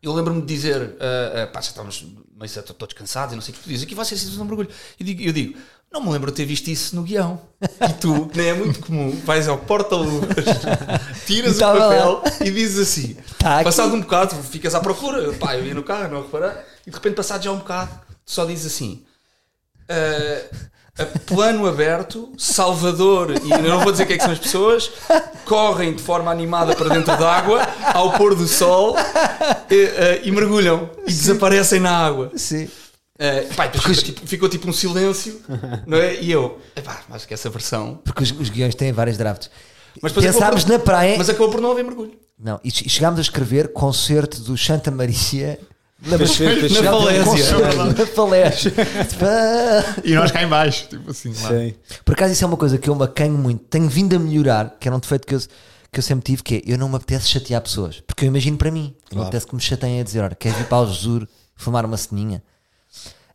Speaker 3: eu lembro-me de dizer, ah, ah, pá, já estávamos meio certo, todos cansados e não sei o que tu dizes, aqui vai ser a situação de mergulho. E digo- eu digo, não me lembro de ter visto isso no guião. E tu, que nem é muito comum, vais ao porta-luvas, tiras
Speaker 1: E
Speaker 3: o
Speaker 1: tava
Speaker 3: papel e dizes assim,
Speaker 1: Tá aqui.
Speaker 3: passado um bocado, ficas à procura, pá, eu ia no carro, não reparei, e de repente passado já um bocado, tu só dizes assim, "Ah, a plano aberto, Salvador, e eu não vou dizer quem é que são as pessoas, correm de forma animada para dentro da água, ao pôr do sol, e, eh, e mergulham e desaparecem na água.
Speaker 1: Sim.
Speaker 3: Eh, pá, e depois ficou, tipo, ficou tipo um silêncio, não é? E eu, epá, acho que essa versão.
Speaker 1: Porque os, os guiões têm vários drafts.
Speaker 3: Mas depois
Speaker 1: Pensámos
Speaker 3: acabou
Speaker 1: na
Speaker 3: por-
Speaker 1: praia.
Speaker 3: Mas acabou por não haver mergulho.
Speaker 1: Não, e che- chegámos a escrever concerto do Santa Maria. Lembras-te?
Speaker 2: Pois foi, pois
Speaker 3: Na
Speaker 2: foi.
Speaker 3: falésia.
Speaker 1: Concerto na falésia. Pá.
Speaker 4: E nós cá em baixo, tipo assim, lá.
Speaker 2: Sim.
Speaker 1: Por acaso isso é uma coisa que eu me acanho muito. Tenho vindo a melhorar, que era um defeito que eu, que eu sempre tive, que é eu não me apetece chatear pessoas. Porque eu imagino para mim. Não me apetece que me chateiem a dizer, olha, queres ir para o Jesus fumar uma ceninha?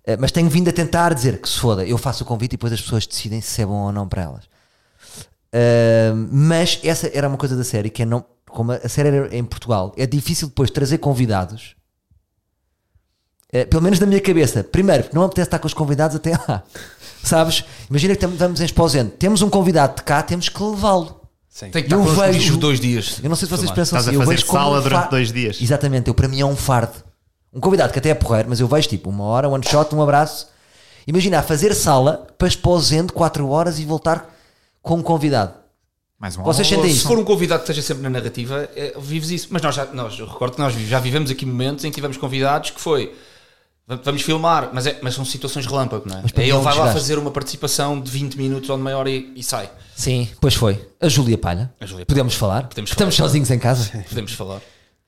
Speaker 1: Eh, Mas tenho vindo a tentar dizer que se foda, eu faço o convite e depois as pessoas decidem se é bom ou não para elas. Uh, mas essa era uma coisa da série que é não, como a série era em Portugal, é difícil depois trazer convidados. Uh, pelo menos na minha cabeça, primeiro, porque não me apetece estar com os convidados até lá. Sabes? Imagina que tam- estamos em Esposende, temos um convidado de cá, temos que levá-lo.
Speaker 2: Sim.
Speaker 3: Tem que
Speaker 1: Eu
Speaker 3: estar connosco os-
Speaker 1: vejo-
Speaker 3: os dois dias.
Speaker 1: Eu não sei se vocês
Speaker 3: Filmar.
Speaker 1: pensam
Speaker 4: Estás a
Speaker 1: assim, eu
Speaker 4: fazer
Speaker 1: vejo como
Speaker 4: sala
Speaker 1: um fa-
Speaker 4: durante dois dias.
Speaker 1: Exatamente, eu, para mim é um fardo. Um convidado que até é porreiro, mas eu vejo tipo uma hora, one shot, um abraço. Imagina, a fazer sala para Esposende 4 horas e voltar com um convidado.
Speaker 4: Mais um
Speaker 1: Vocês
Speaker 4: álbum.
Speaker 1: sentem
Speaker 3: Se
Speaker 1: isso?
Speaker 3: for um convidado que esteja sempre na narrativa, é, vives isso. Mas nós já, nós, eu recordo que nós já vivemos aqui momentos em que tivemos convidados que foi. "Va- Vamos filmar, mas, é- mas são situações relâmpago, não é?
Speaker 1: para
Speaker 3: É,
Speaker 1: mim é
Speaker 3: Ele
Speaker 1: um
Speaker 3: vai lá
Speaker 1: desgaste.
Speaker 3: fazer uma participação de 20 minutos ou de meia hora e, e sai.
Speaker 1: Sim, pois foi. A Júlia Palha.
Speaker 3: A Júlia Palha.
Speaker 1: Podemos falar?
Speaker 3: Podemos
Speaker 1: Estamos
Speaker 3: falar.
Speaker 1: sozinhos em casa.
Speaker 3: Podemos falar.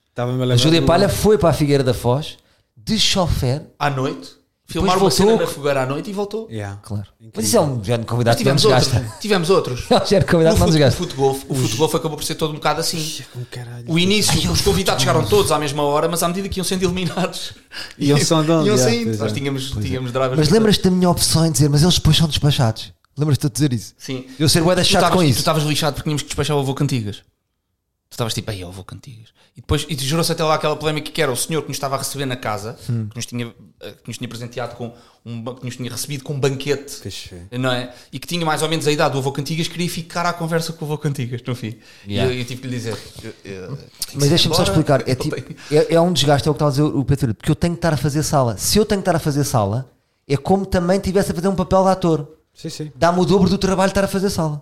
Speaker 2: Estava-me a
Speaker 1: A
Speaker 2: lembrar
Speaker 1: Júlia
Speaker 2: do-
Speaker 1: Palha foi para a Figueira da Foz de chofer,
Speaker 3: À noite, filmar uma
Speaker 1: voltou.
Speaker 3: cena na fogueira à noite e voltou.
Speaker 2: Yeah.
Speaker 1: claro. Mas isso é um género de
Speaker 3: Mas
Speaker 1: convidado que não
Speaker 3: tivemos
Speaker 1: desgasta.
Speaker 3: outros. Tivemos outros.
Speaker 1: É um género de
Speaker 3: No
Speaker 1: convidado que não
Speaker 3: fut- o
Speaker 1: desgasta.
Speaker 3: futgolf, o futgolf acabou por ser todo um bocado assim.
Speaker 2: Como
Speaker 1: é
Speaker 2: caralho.
Speaker 3: O início,
Speaker 1: um
Speaker 3: os convidados chegaram todos à mesma hora, mas à medida que iam sendo eliminados,
Speaker 2: Iam só de onde,
Speaker 3: iam
Speaker 2: é,
Speaker 3: saindo.
Speaker 2: pois
Speaker 3: Nós
Speaker 2: é.
Speaker 3: tínhamos, tínhamos drivers.
Speaker 1: Mas lembras-te da minha opção em dizer, mas eles depois são despachados. Lembras-te de dizer isso?
Speaker 3: Sim.
Speaker 1: Eu ser bué da
Speaker 3: Tu
Speaker 1: chato
Speaker 3: estavas-
Speaker 1: com isso.
Speaker 3: Tu estavas lixado porque tínhamos que despachar o avô Cantigas. Tu estavas tipo, aí, avô Cantigas. E depois, e jurou-se até lá aquela polémica que era o senhor que nos estava a receber na casa,
Speaker 1: Hum.
Speaker 3: que, nos tinha, eh, que nos tinha presenteado com um, ba- que nos tinha recebido com um banquete.
Speaker 2: Pois foi.
Speaker 3: Não é? E que tinha mais ou menos a idade do avô Cantigas, queria ficar à conversa com o avô Cantigas, no fim.
Speaker 1: Yeah.
Speaker 3: E eu, eu tive que lhe dizer. eu- eu- tenho que
Speaker 1: Mas
Speaker 3: sair
Speaker 1: deixa-me só
Speaker 3: embora.
Speaker 1: explicar. É,
Speaker 3: Eu
Speaker 1: tipo-
Speaker 3: tenho-
Speaker 1: é- é um desgaste, é o que estava a dizer o Pedro, porque eu tenho que estar a fazer sala. Se eu tenho que estar a fazer sala, é como também estivesse a fazer um papel de ator.
Speaker 2: Sim, sim.
Speaker 1: Dá-me o dobro do trabalho de estar a fazer sala.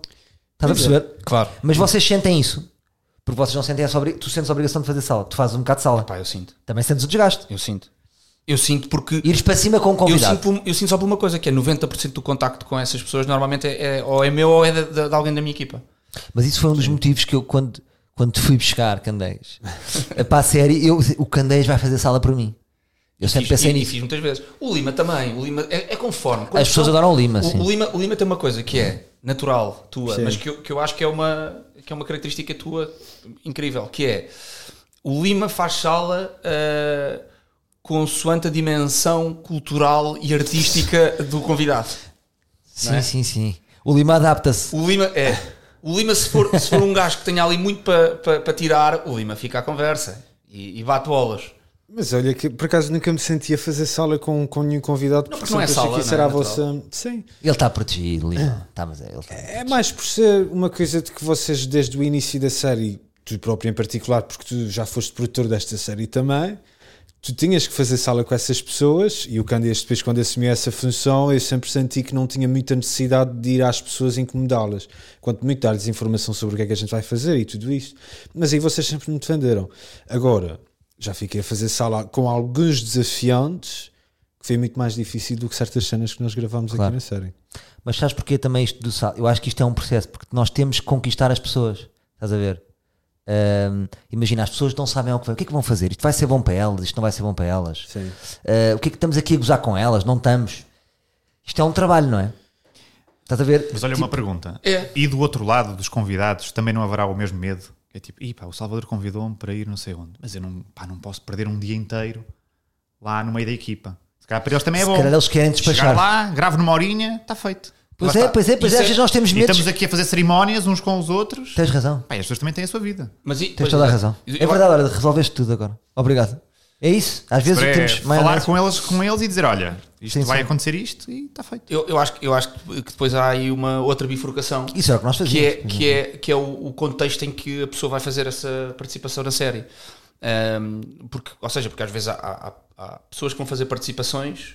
Speaker 1: Estás a
Speaker 2: Pois é.
Speaker 1: perceber?
Speaker 3: Claro.
Speaker 1: Mas vocês sentem isso? Porque vocês não sentem essa obrigação. Tu sentes a obrigação de fazer sala. Tu fazes um bocado de sala.
Speaker 3: Pá, eu sinto.
Speaker 1: Também sentes o desgaste.
Speaker 3: Eu sinto. Eu sinto porque.
Speaker 1: Ires para cima com um
Speaker 3: Eu
Speaker 1: convidado.
Speaker 3: sinto, por- eu sinto só por uma coisa, que é 90% do contacto com essas pessoas normalmente é, é- ou é meu ou é de, de- de alguém da minha equipa.
Speaker 1: Mas isso foi um dos motivos que eu, quando, quando te fui buscar Candeias para a série, eu, o Candeias vai fazer sala para mim. Eu sempre
Speaker 3: Fiz-
Speaker 4: é
Speaker 1: pensei
Speaker 3: e- e
Speaker 1: é nisso.
Speaker 3: fiz muitas vezes. O Lima também. O Lima é, é conforme.
Speaker 1: As pessoas adoram o Lima, sim.
Speaker 3: O, o Lima. o Lima tem uma coisa que é natural, tua,
Speaker 2: Sim.
Speaker 3: mas que eu, que eu acho que é, uma, que é uma característica tua incrível, que é o Lima faz sala ah, consoante a dimensão cultural e artística do convidado.
Speaker 1: Sim,
Speaker 4: é?
Speaker 1: sim, sim. O Lima adapta-se.
Speaker 3: O Lima é. O Lima, se for, se for um gajo que tenha ali muito para tirar, o Lima fica à conversa e, e bate bolas.
Speaker 2: Mas olha, que por acaso nunca me sentia fazer sala com, com nenhum convidado, porque
Speaker 3: porque não é
Speaker 2: sempre achei
Speaker 3: sala,
Speaker 2: que isso
Speaker 3: não é
Speaker 2: era a
Speaker 3: natural.
Speaker 2: vossa. Sim.
Speaker 1: Ele está protegido,
Speaker 4: Ah.
Speaker 1: Lima. Tá, mas é, ele está.
Speaker 2: É mais por ser uma coisa de que vocês, desde o início da série, tu próprio em particular, porque tu já foste produtor desta série também, tu tinhas que fazer sala com essas pessoas e o Candeias depois, quando assumi essa função, eu sempre senti que não tinha muita necessidade de ir às pessoas e incomodá-las, quanto muito dar-lhes informação sobre o que é que a gente vai fazer e tudo isto. Mas aí vocês sempre me defenderam. Agora, já fiquei a fazer sala com alguns desafiantes que foi muito mais difícil do que certas cenas que nós gravámos
Speaker 1: Claro.
Speaker 2: aqui na série.
Speaker 1: Mas sabes porquê também isto do sal? Eu acho que isto é um processo, porque nós temos que conquistar as pessoas. Estás a ver? Ahm, imagina, as pessoas não sabem ao que vai. O que é que vão fazer? Isto vai ser bom para elas? Isto não vai ser bom para elas?
Speaker 2: Sim.
Speaker 1: Ah, o que é que estamos aqui a gozar com elas? Não estamos. Isto é um trabalho, não é? Estás a ver? Tipo,
Speaker 4: Mas olha uma pergunta.
Speaker 3: É.
Speaker 4: E do outro lado dos convidados também não haverá o mesmo medo? É tipo, "Ih, pá, o Salvador convidou-me para ir não sei onde, mas eu não, pá, não posso perder um dia inteiro lá no meio da equipa. Se calhar para eles também é
Speaker 1: Se
Speaker 4: bom.
Speaker 1: calhar eles querem despachar.
Speaker 4: Chegar lá, gravo numa horinha, está feito.
Speaker 1: Pois
Speaker 4: Lá
Speaker 1: é,
Speaker 4: está.
Speaker 1: pois é, pois é.
Speaker 3: Isso
Speaker 1: Às
Speaker 3: é-
Speaker 1: vezes nós temos
Speaker 4: E
Speaker 1: medos.
Speaker 4: estamos aqui a fazer cerimónias uns com os outros.
Speaker 1: Tens razão.
Speaker 4: Pá, e as pessoas também têm a sua vida.
Speaker 3: Mas, e-
Speaker 1: Tens
Speaker 3: pois,
Speaker 1: toda a
Speaker 3: eu-
Speaker 1: razão.
Speaker 3: eu-
Speaker 1: É verdade, olha, resolveste tudo agora. Obrigado. É isso. Às vezes
Speaker 4: Para
Speaker 1: temos
Speaker 4: falar
Speaker 1: maionese.
Speaker 4: com eles, com eles e dizer, olha, isto
Speaker 1: Sim,
Speaker 4: vai
Speaker 1: sim.
Speaker 4: acontecer isto e está feito.
Speaker 3: Eu, eu acho, que- eu acho que depois há aí uma outra bifurcação.
Speaker 1: Isso era o que nós
Speaker 3: que é,
Speaker 1: fazíamos.
Speaker 3: que é, que é o, o contexto em que a pessoa vai fazer essa participação na série. Ahm, porque, ou seja, porque às vezes há, há- há- há pessoas que vão fazer participações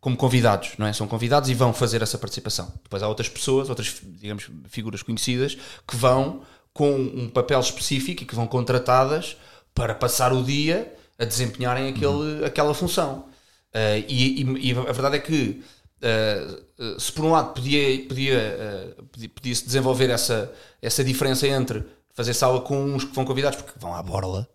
Speaker 3: como convidados, não é? São convidados e vão fazer essa participação. Depois há outras pessoas, outras, digamos, figuras conhecidas, que vão com um papel específico e que vão contratadas para passar o dia a desempenharem aquele, aquela função. Ah, e, e- e a verdade é que Uh, uh, se por um lado podia, podia, uh, podia- podia-se desenvolver essa, essa diferença entre fazer sala com uns que vão convidados porque vão à borla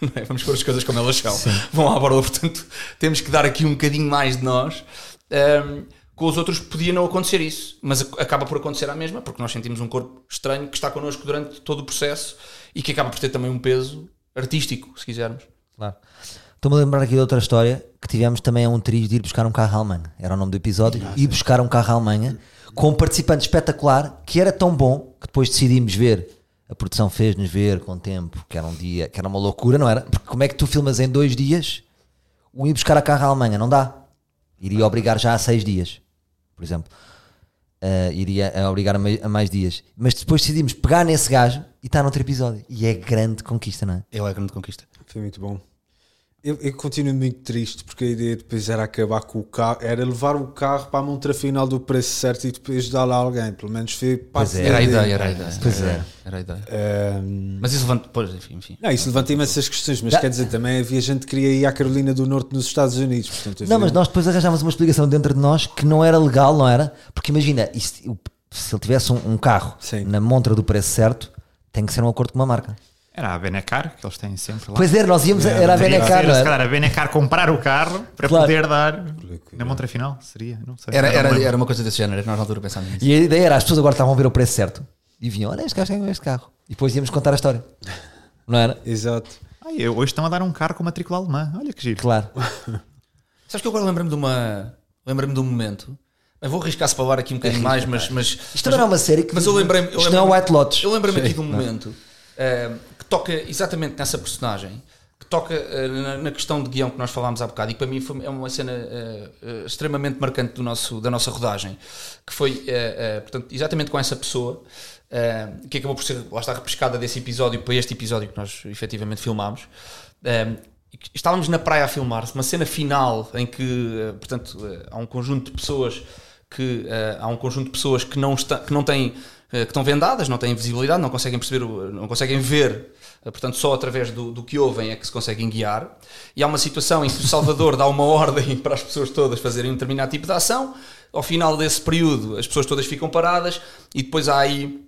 Speaker 3: não é? vamos pôr as coisas como elas são vão à borla, portanto temos que dar aqui um bocadinho mais de nós Um, com os outros podia não acontecer isso mas ac- acaba por acontecer à mesma porque nós sentimos um corpo estranho que está connosco durante todo o processo e que acaba por ter também um peso artístico, se quisermos
Speaker 1: Claro. Estou-me a lembrar aqui de outra história que tivemos também a um trio de ir buscar um carro à Alemanha. Era o nome do episódio. Ir buscar um carro à Alemanha com um participante espetacular que era tão bom que depois decidimos ver. A produção fez-nos ver com tempo, que era um dia, que era uma loucura, não era? Porque como é que tu filmas em dois dias um ir buscar a carro à Alemanha? Não dá. Iria obrigar já a seis dias, por exemplo. Ah, iria a obrigar a, mai- a mais dias. Mas depois decidimos pegar nesse gajo e está noutro episódio. E é grande conquista, não é?
Speaker 3: ele é a grande conquista
Speaker 2: Foi muito bom. Eu, eu continuo muito triste porque a ideia depois era acabar com o carro, era levar o carro para a montra final do preço certo e depois dar lá a alguém. Pelo menos foi parte
Speaker 1: é,
Speaker 2: da
Speaker 3: era a ideia, era a ideia,
Speaker 1: Pois é.
Speaker 3: era, era a ideia.
Speaker 2: Ahm,
Speaker 3: mas isso levanta, pois, enfim, enfim.
Speaker 2: não, isso levanta imensas questões, mas
Speaker 1: Não.
Speaker 2: quer dizer, também havia gente que queria ir à Carolina do Norte nos Estados Unidos. Portanto, havia-
Speaker 1: Não, mas nós depois arranjámos uma explicação dentro de nós que não era legal, não era? Porque imagina, isto- o- se ele tivesse um, um carro
Speaker 2: Sim.
Speaker 1: na montra do preço certo, tem que ser um acordo com uma marca.
Speaker 4: Era a Benecar, que eles têm sempre lá.
Speaker 1: Pois era, nós íamos, a- era a
Speaker 4: Poderia
Speaker 1: Benecar,
Speaker 4: ser,
Speaker 1: não
Speaker 4: Se
Speaker 1: era?
Speaker 4: calhar a Benecar comprar o carro para
Speaker 1: Claro.
Speaker 4: poder dar na montra final, seria, não sei.
Speaker 3: Era,
Speaker 4: Já não
Speaker 3: era,
Speaker 4: lembro.
Speaker 3: era uma coisa desse género, é nós na altura pensámos nisso.
Speaker 1: E a ideia era, as pessoas agora estavam a ver o preço certo e vinham, olha, este gajo tem este carro. E depois íamos contar a história, não era?
Speaker 2: Exato.
Speaker 4: Ai, eu- hoje estão a dar um carro com matrícula alemã. Olha que giro.
Speaker 1: Claro.
Speaker 3: Sabes que eu agora lembro-me de uma. Lembro-me de um momento. Eu vou arriscar-se para falar aqui um bocadinho mais, mas. mas
Speaker 1: É Isto também não é uma série que.
Speaker 3: mas eu lembrei-me. eu
Speaker 1: Isto não é
Speaker 3: lembrei-me-
Speaker 1: White Lotus.
Speaker 3: Eu lembrei-me aqui de um momento eh, que toca exatamente nessa personagem, que toca eh, na, na questão de guião que nós falámos há bocado, e para mim foi, é uma cena eh, eh, extremamente marcante do nosso, da nossa rodagem, que foi, eh, eh, portanto, exatamente com essa pessoa, eh, que acabou por ser, lá está, repescada desse episódio para este episódio que nós efetivamente filmámos. eh, e que Estávamos na praia a filmar uma cena final em que, eh, portanto, eh, há um conjunto de pessoas que eh, há um conjunto de pessoas que não, está, que não têm eh, que estão vendadas, não têm visibilidade, não conseguem perceber, o- não conseguem ver, eh, portanto só através do, do que ouvem é que se conseguem guiar. E há uma situação em que o Salvador dá uma ordem para as pessoas todas fazerem um determinado tipo de ação. Ao final desse período, as pessoas todas ficam paradas e depois há aí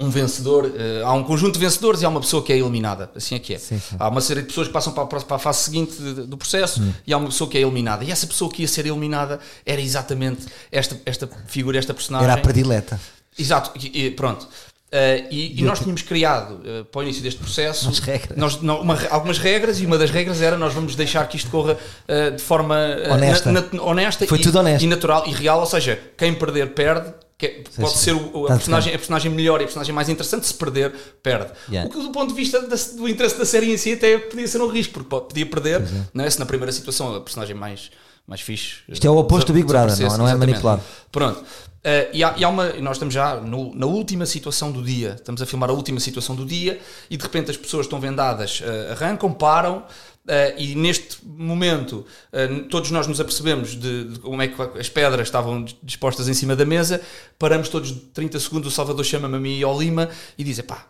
Speaker 3: um vencedor, eh, há um conjunto de vencedores e há uma pessoa que é eliminada, assim é que é.
Speaker 1: Sim, Hum. sim.
Speaker 3: Há uma série de pessoas que passam para a, pró- para a fase seguinte de- do processo e há uma pessoa que é eliminada. E essa pessoa que ia ser eliminada era exatamente esta, esta figura, esta personagem.
Speaker 1: Era a predileta.
Speaker 3: Exato, e, e pronto. Eh, e, e nós tínhamos criado eh, para o início deste processo
Speaker 1: Umas regras.
Speaker 3: nós- não, uma- algumas regras e uma das regras era nós vamos deixar que isto corra eh, de forma eh,
Speaker 1: Honesta.
Speaker 3: na- na- honesta
Speaker 1: Foi
Speaker 3: e,
Speaker 1: tudo honesto.
Speaker 3: e natural e real, ou seja, quem perder perde. que- é, pode
Speaker 1: sim.
Speaker 3: ser o- o- a,
Speaker 1: Tá
Speaker 3: personagem, a personagem melhor e a personagem mais interessante, se perder, perde.
Speaker 1: Yeah.
Speaker 3: O que, do ponto de vista da- do interesse da série em si, até podia ser um risco, porque po- podia perder, não é? Se na primeira situação a personagem mais, mais fixe.
Speaker 1: Isto é o oposto do Big Brother, não é? Não é
Speaker 3: Exatamente.
Speaker 1: manipulado.
Speaker 3: Pronto. Eh, e, há, e há uma. Nós estamos já no- na última situação do dia. Estamos a filmar a última situação do dia e de repente as pessoas estão vendadas, eh, arrancam, param. eh, e neste momento eh, todos nós nos apercebemos de, de como é que as pedras estavam dispostas em cima da mesa paramos todos 30 segundos, o Salvador chama-me a mim e ao Lima e diz, pá,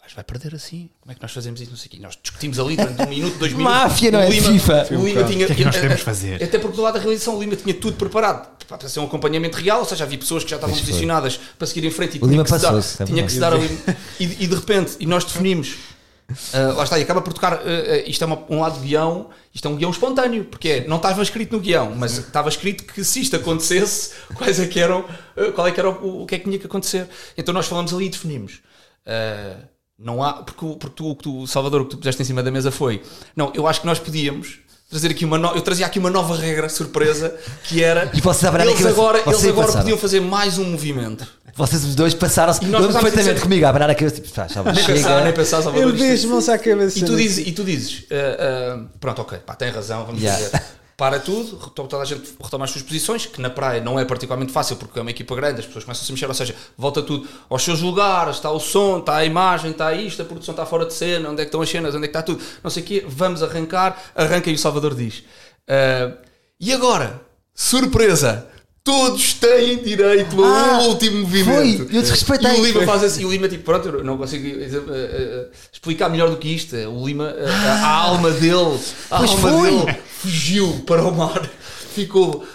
Speaker 3: gajo vai perder assim. Como é que nós fazemos isso? Não sei o quê. E Nós discutimos ali durante um minuto, dois minutos.
Speaker 1: Máfia, não
Speaker 3: O
Speaker 1: é?
Speaker 3: Lima-
Speaker 1: FIFA.
Speaker 3: O Lima tinha.
Speaker 4: O que é que nós podemos fazer?
Speaker 3: Até porque do lado da realização, o Lima tinha tudo preparado para para ser um acompanhamento real, ou seja, havia pessoas que já estavam
Speaker 1: Pois foi.
Speaker 3: posicionadas para seguir em frente e
Speaker 1: O Lima
Speaker 3: tinha que se dar,
Speaker 1: passou-se, é
Speaker 3: tinha que se dar ali. E, e de repente, e nós definimos. ah, lá está, e acaba por tocar. ah, ah, isto é uma- um lado guião, isto é um guião espontâneo, porque é, não estava escrito no guião, mas estava escrito que se isto acontecesse, quais é que eram, ah, qual é que era o, o que é que tinha que acontecer. Então nós falamos ali e definimos. Ah, não há, porque, o- porque tu, o que tu, Salvador, o que tu puseste em cima da mesa foi: não, eu acho que nós podíamos trazer aqui uma no- eu trazia aqui uma nova regra surpresa que era
Speaker 1: E vocês abrem
Speaker 3: eles
Speaker 1: aquilo-
Speaker 3: agora,
Speaker 1: vocês
Speaker 3: eles agora
Speaker 1: passaram.
Speaker 3: podiam fazer mais um movimento.
Speaker 1: Vocês os dois passaram-se
Speaker 3: E nós
Speaker 1: lembro
Speaker 3: passámos
Speaker 1: perfeitamente
Speaker 3: a dizer-
Speaker 1: comigo a abanar a cabeça. Tipo, pá, já
Speaker 3: Nem pensar, nem
Speaker 1: chega.
Speaker 3: pensar, Salvador.
Speaker 2: Eu
Speaker 3: isto- é
Speaker 2: deixo mãos à cabeça.
Speaker 3: E tu dizes, e tu dizes ah, ah, pronto, ok, pá, tem razão, vamos
Speaker 1: Yeah.
Speaker 3: fazer. Para tudo, reto- toda a gente retoma as suas posições, que na praia não é particularmente fácil porque é uma equipa grande, as pessoas começam a se mexer, ou seja, volta tudo aos seus lugares, está o som, está a imagem, está isto, a produção está fora de cena, onde é que estão as cenas, onde é que está tudo, não sei o quê, vamos arrancar, arranca e o Salvador diz. ah, e agora, surpresa, todos têm direito a
Speaker 1: Ah,
Speaker 3: um último movimento.
Speaker 1: foi, eu desrespeitei.
Speaker 3: E o Lima faz assim, e o Lima, tipo, pronto, eu não consigo eh, eh, eh, explicar melhor do que isto. O Lima, eh, a, a alma dele, a
Speaker 1: Pois
Speaker 3: alma
Speaker 1: foi.
Speaker 3: dele fugiu para o mar, ficou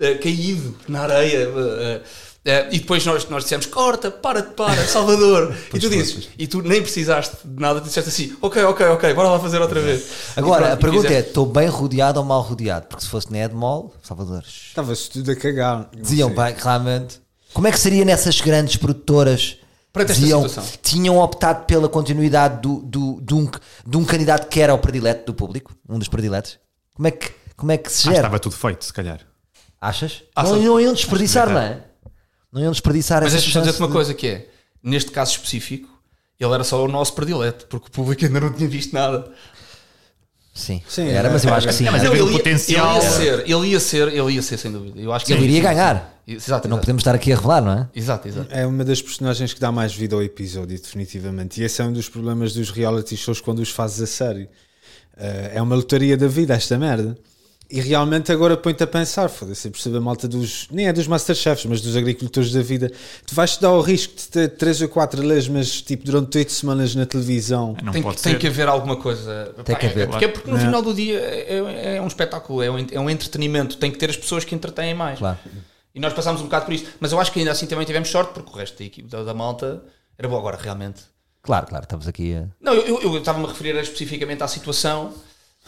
Speaker 3: eh, caído na areia. eh, eh, e depois nós, nós dissemos: corta, para, para, Salvador. e tu dizes, e tu nem precisaste de nada, tu disseste assim: ok, ok, ok, bora lá fazer outra vez.
Speaker 1: Agora,
Speaker 3: E pronto,
Speaker 1: a pergunta
Speaker 3: e
Speaker 1: é:
Speaker 3: fizemos.
Speaker 1: estou bem rodeado ou mal rodeado? Porque se fosse na Edmol, Salvador,
Speaker 2: Estava-se tudo a cagar. Não
Speaker 1: diziam,
Speaker 2: sei.
Speaker 1: bem, realmente. Como é que seria nessas grandes produtoras?
Speaker 3: Perante esta
Speaker 1: diziam,
Speaker 3: situação.
Speaker 1: tinham optado pela continuidade do, do, de, um, de um candidato que era o predileto do público, um dos prediletos. Como é que, como é que se
Speaker 4: Ah,
Speaker 1: gera?
Speaker 4: estava tudo feito, se calhar.
Speaker 1: Achas?
Speaker 3: Ah,
Speaker 1: não,
Speaker 3: sabe-
Speaker 1: não iam desperdiçar, não é? Não iam desperdiçar
Speaker 3: Mas
Speaker 1: essa
Speaker 3: deixa-me só
Speaker 1: chance
Speaker 3: dizer-te uma
Speaker 1: de-
Speaker 3: coisa que é, neste caso específico, ele era só o nosso predileto, porque o público ainda não tinha visto nada.
Speaker 1: Sim,
Speaker 2: Sim,
Speaker 1: era, mas eu
Speaker 3: é,
Speaker 2: era.
Speaker 1: acho que sim.
Speaker 4: Não, mas
Speaker 1: era.
Speaker 4: havia um
Speaker 3: ia-
Speaker 4: potencial.
Speaker 3: Ah, Ele ia ser, ele ia ser, ele ia ser, sem dúvida. Eu acho que
Speaker 1: Ele
Speaker 3: é
Speaker 1: iria
Speaker 3: isso.
Speaker 1: ganhar.
Speaker 3: Exato,
Speaker 1: Não
Speaker 3: exato.
Speaker 1: podemos estar aqui a revelar, não é?
Speaker 3: Exato, exato.
Speaker 2: É uma das personagens que dá mais vida ao episódio, definitivamente. E esse é um dos problemas dos reality shows quando os fazes a sério. Eh, é uma lotaria da vida, esta merda. E realmente agora põe-te a pensar, foda-se, eu percebo a malta dos. Nem é dos Masterchefs, mas dos agricultores da vida. Tu vais-te dar o risco de ter 3 ou 4 lesmas, tipo, durante 8 semanas na televisão.
Speaker 4: Não
Speaker 3: Tem,
Speaker 4: pode
Speaker 3: que,
Speaker 4: ser.
Speaker 3: tem que haver alguma coisa.
Speaker 1: Tem
Speaker 3: Pá,
Speaker 1: que
Speaker 3: é-
Speaker 1: haver.
Speaker 3: é Porque, é porque no final do dia é, é um espetáculo, é um, é um entretenimento. Tem que ter as pessoas que entretêm mais.
Speaker 1: Claro.
Speaker 3: E nós passámos um bocado por isto. Mas eu acho que ainda assim também tivemos sorte, porque o resto da equipe da, da malta era bom agora, realmente.
Speaker 1: Claro, claro, estamos aqui a.
Speaker 3: Não, eu- eu eu estava-me a referir especificamente à situação,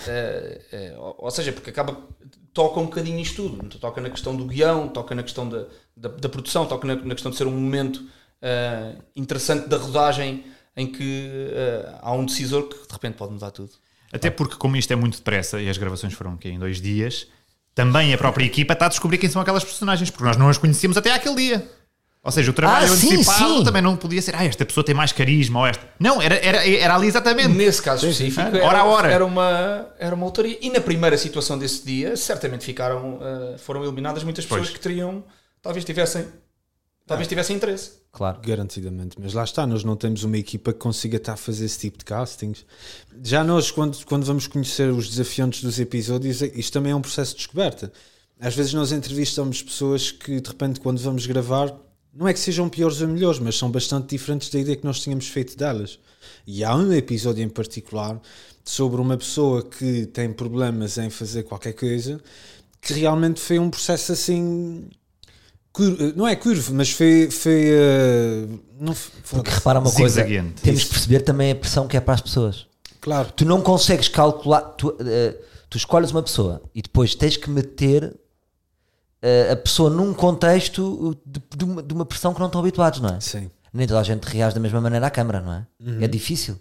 Speaker 3: eh, eh, ou ou seja, porque acaba, toca um bocadinho isto tudo, Então, toca na questão do guião, toca na questão da, da, da produção, toca na, na questão de ser um momento eh, interessante da rodagem em que eh, há um decisor que de repente pode mudar tudo.
Speaker 4: Até porque, como isto é muito depressa e as gravações foram aqui em dois dias, também a própria equipa está a descobrir quem são aquelas personagens, porque nós não as conhecíamos até àquele dia. Ou seja, o trabalho
Speaker 1: Ah, sim,
Speaker 4: antecipado
Speaker 1: sim.
Speaker 4: também não podia ser, ah, esta pessoa tem mais carisma ou esta. Não, era, era, era ali
Speaker 3: É,
Speaker 4: exatamente.
Speaker 3: Nesse caso específico,
Speaker 4: Hora
Speaker 3: era,
Speaker 4: a hora.
Speaker 3: era uma era uma autoria. E na primeira situação desse dia, certamente ficaram, eh, foram eliminadas muitas pessoas
Speaker 4: Pois.
Speaker 3: que teriam, talvez tivessem, talvez tivessem interesse.
Speaker 1: Claro.
Speaker 2: Garantidamente, mas lá está, nós não temos uma equipa que consiga estar a fazer esse tipo de castings. Já nós, quando, quando vamos conhecer os desafiantes dos episódios, isto também é um processo de descoberta. Às vezes nós entrevistamos pessoas que, de repente, quando vamos gravar, não é que sejam piores ou melhores, mas são bastante diferentes da ideia que nós tínhamos feito delas. E há um episódio em particular sobre uma pessoa que tem problemas em fazer qualquer coisa, que realmente foi um processo assim Cur- não é curvo, mas foi. foi eh, não f-
Speaker 1: Porque
Speaker 2: foda-se.
Speaker 1: repara uma coisa,
Speaker 4: Zigzagueante.
Speaker 1: temos que perceber também a pressão que é para as pessoas.
Speaker 2: Claro,
Speaker 1: Tu não consegues calcular, tu, eh, tu escolhes uma pessoa e depois tens que meter eh, a pessoa num contexto de, de uma, de uma pressão que não estão habituados, não é?
Speaker 2: sim.
Speaker 1: Nem toda a gente reage da mesma maneira à câmara, não é?
Speaker 4: Uhum.
Speaker 1: É difícil.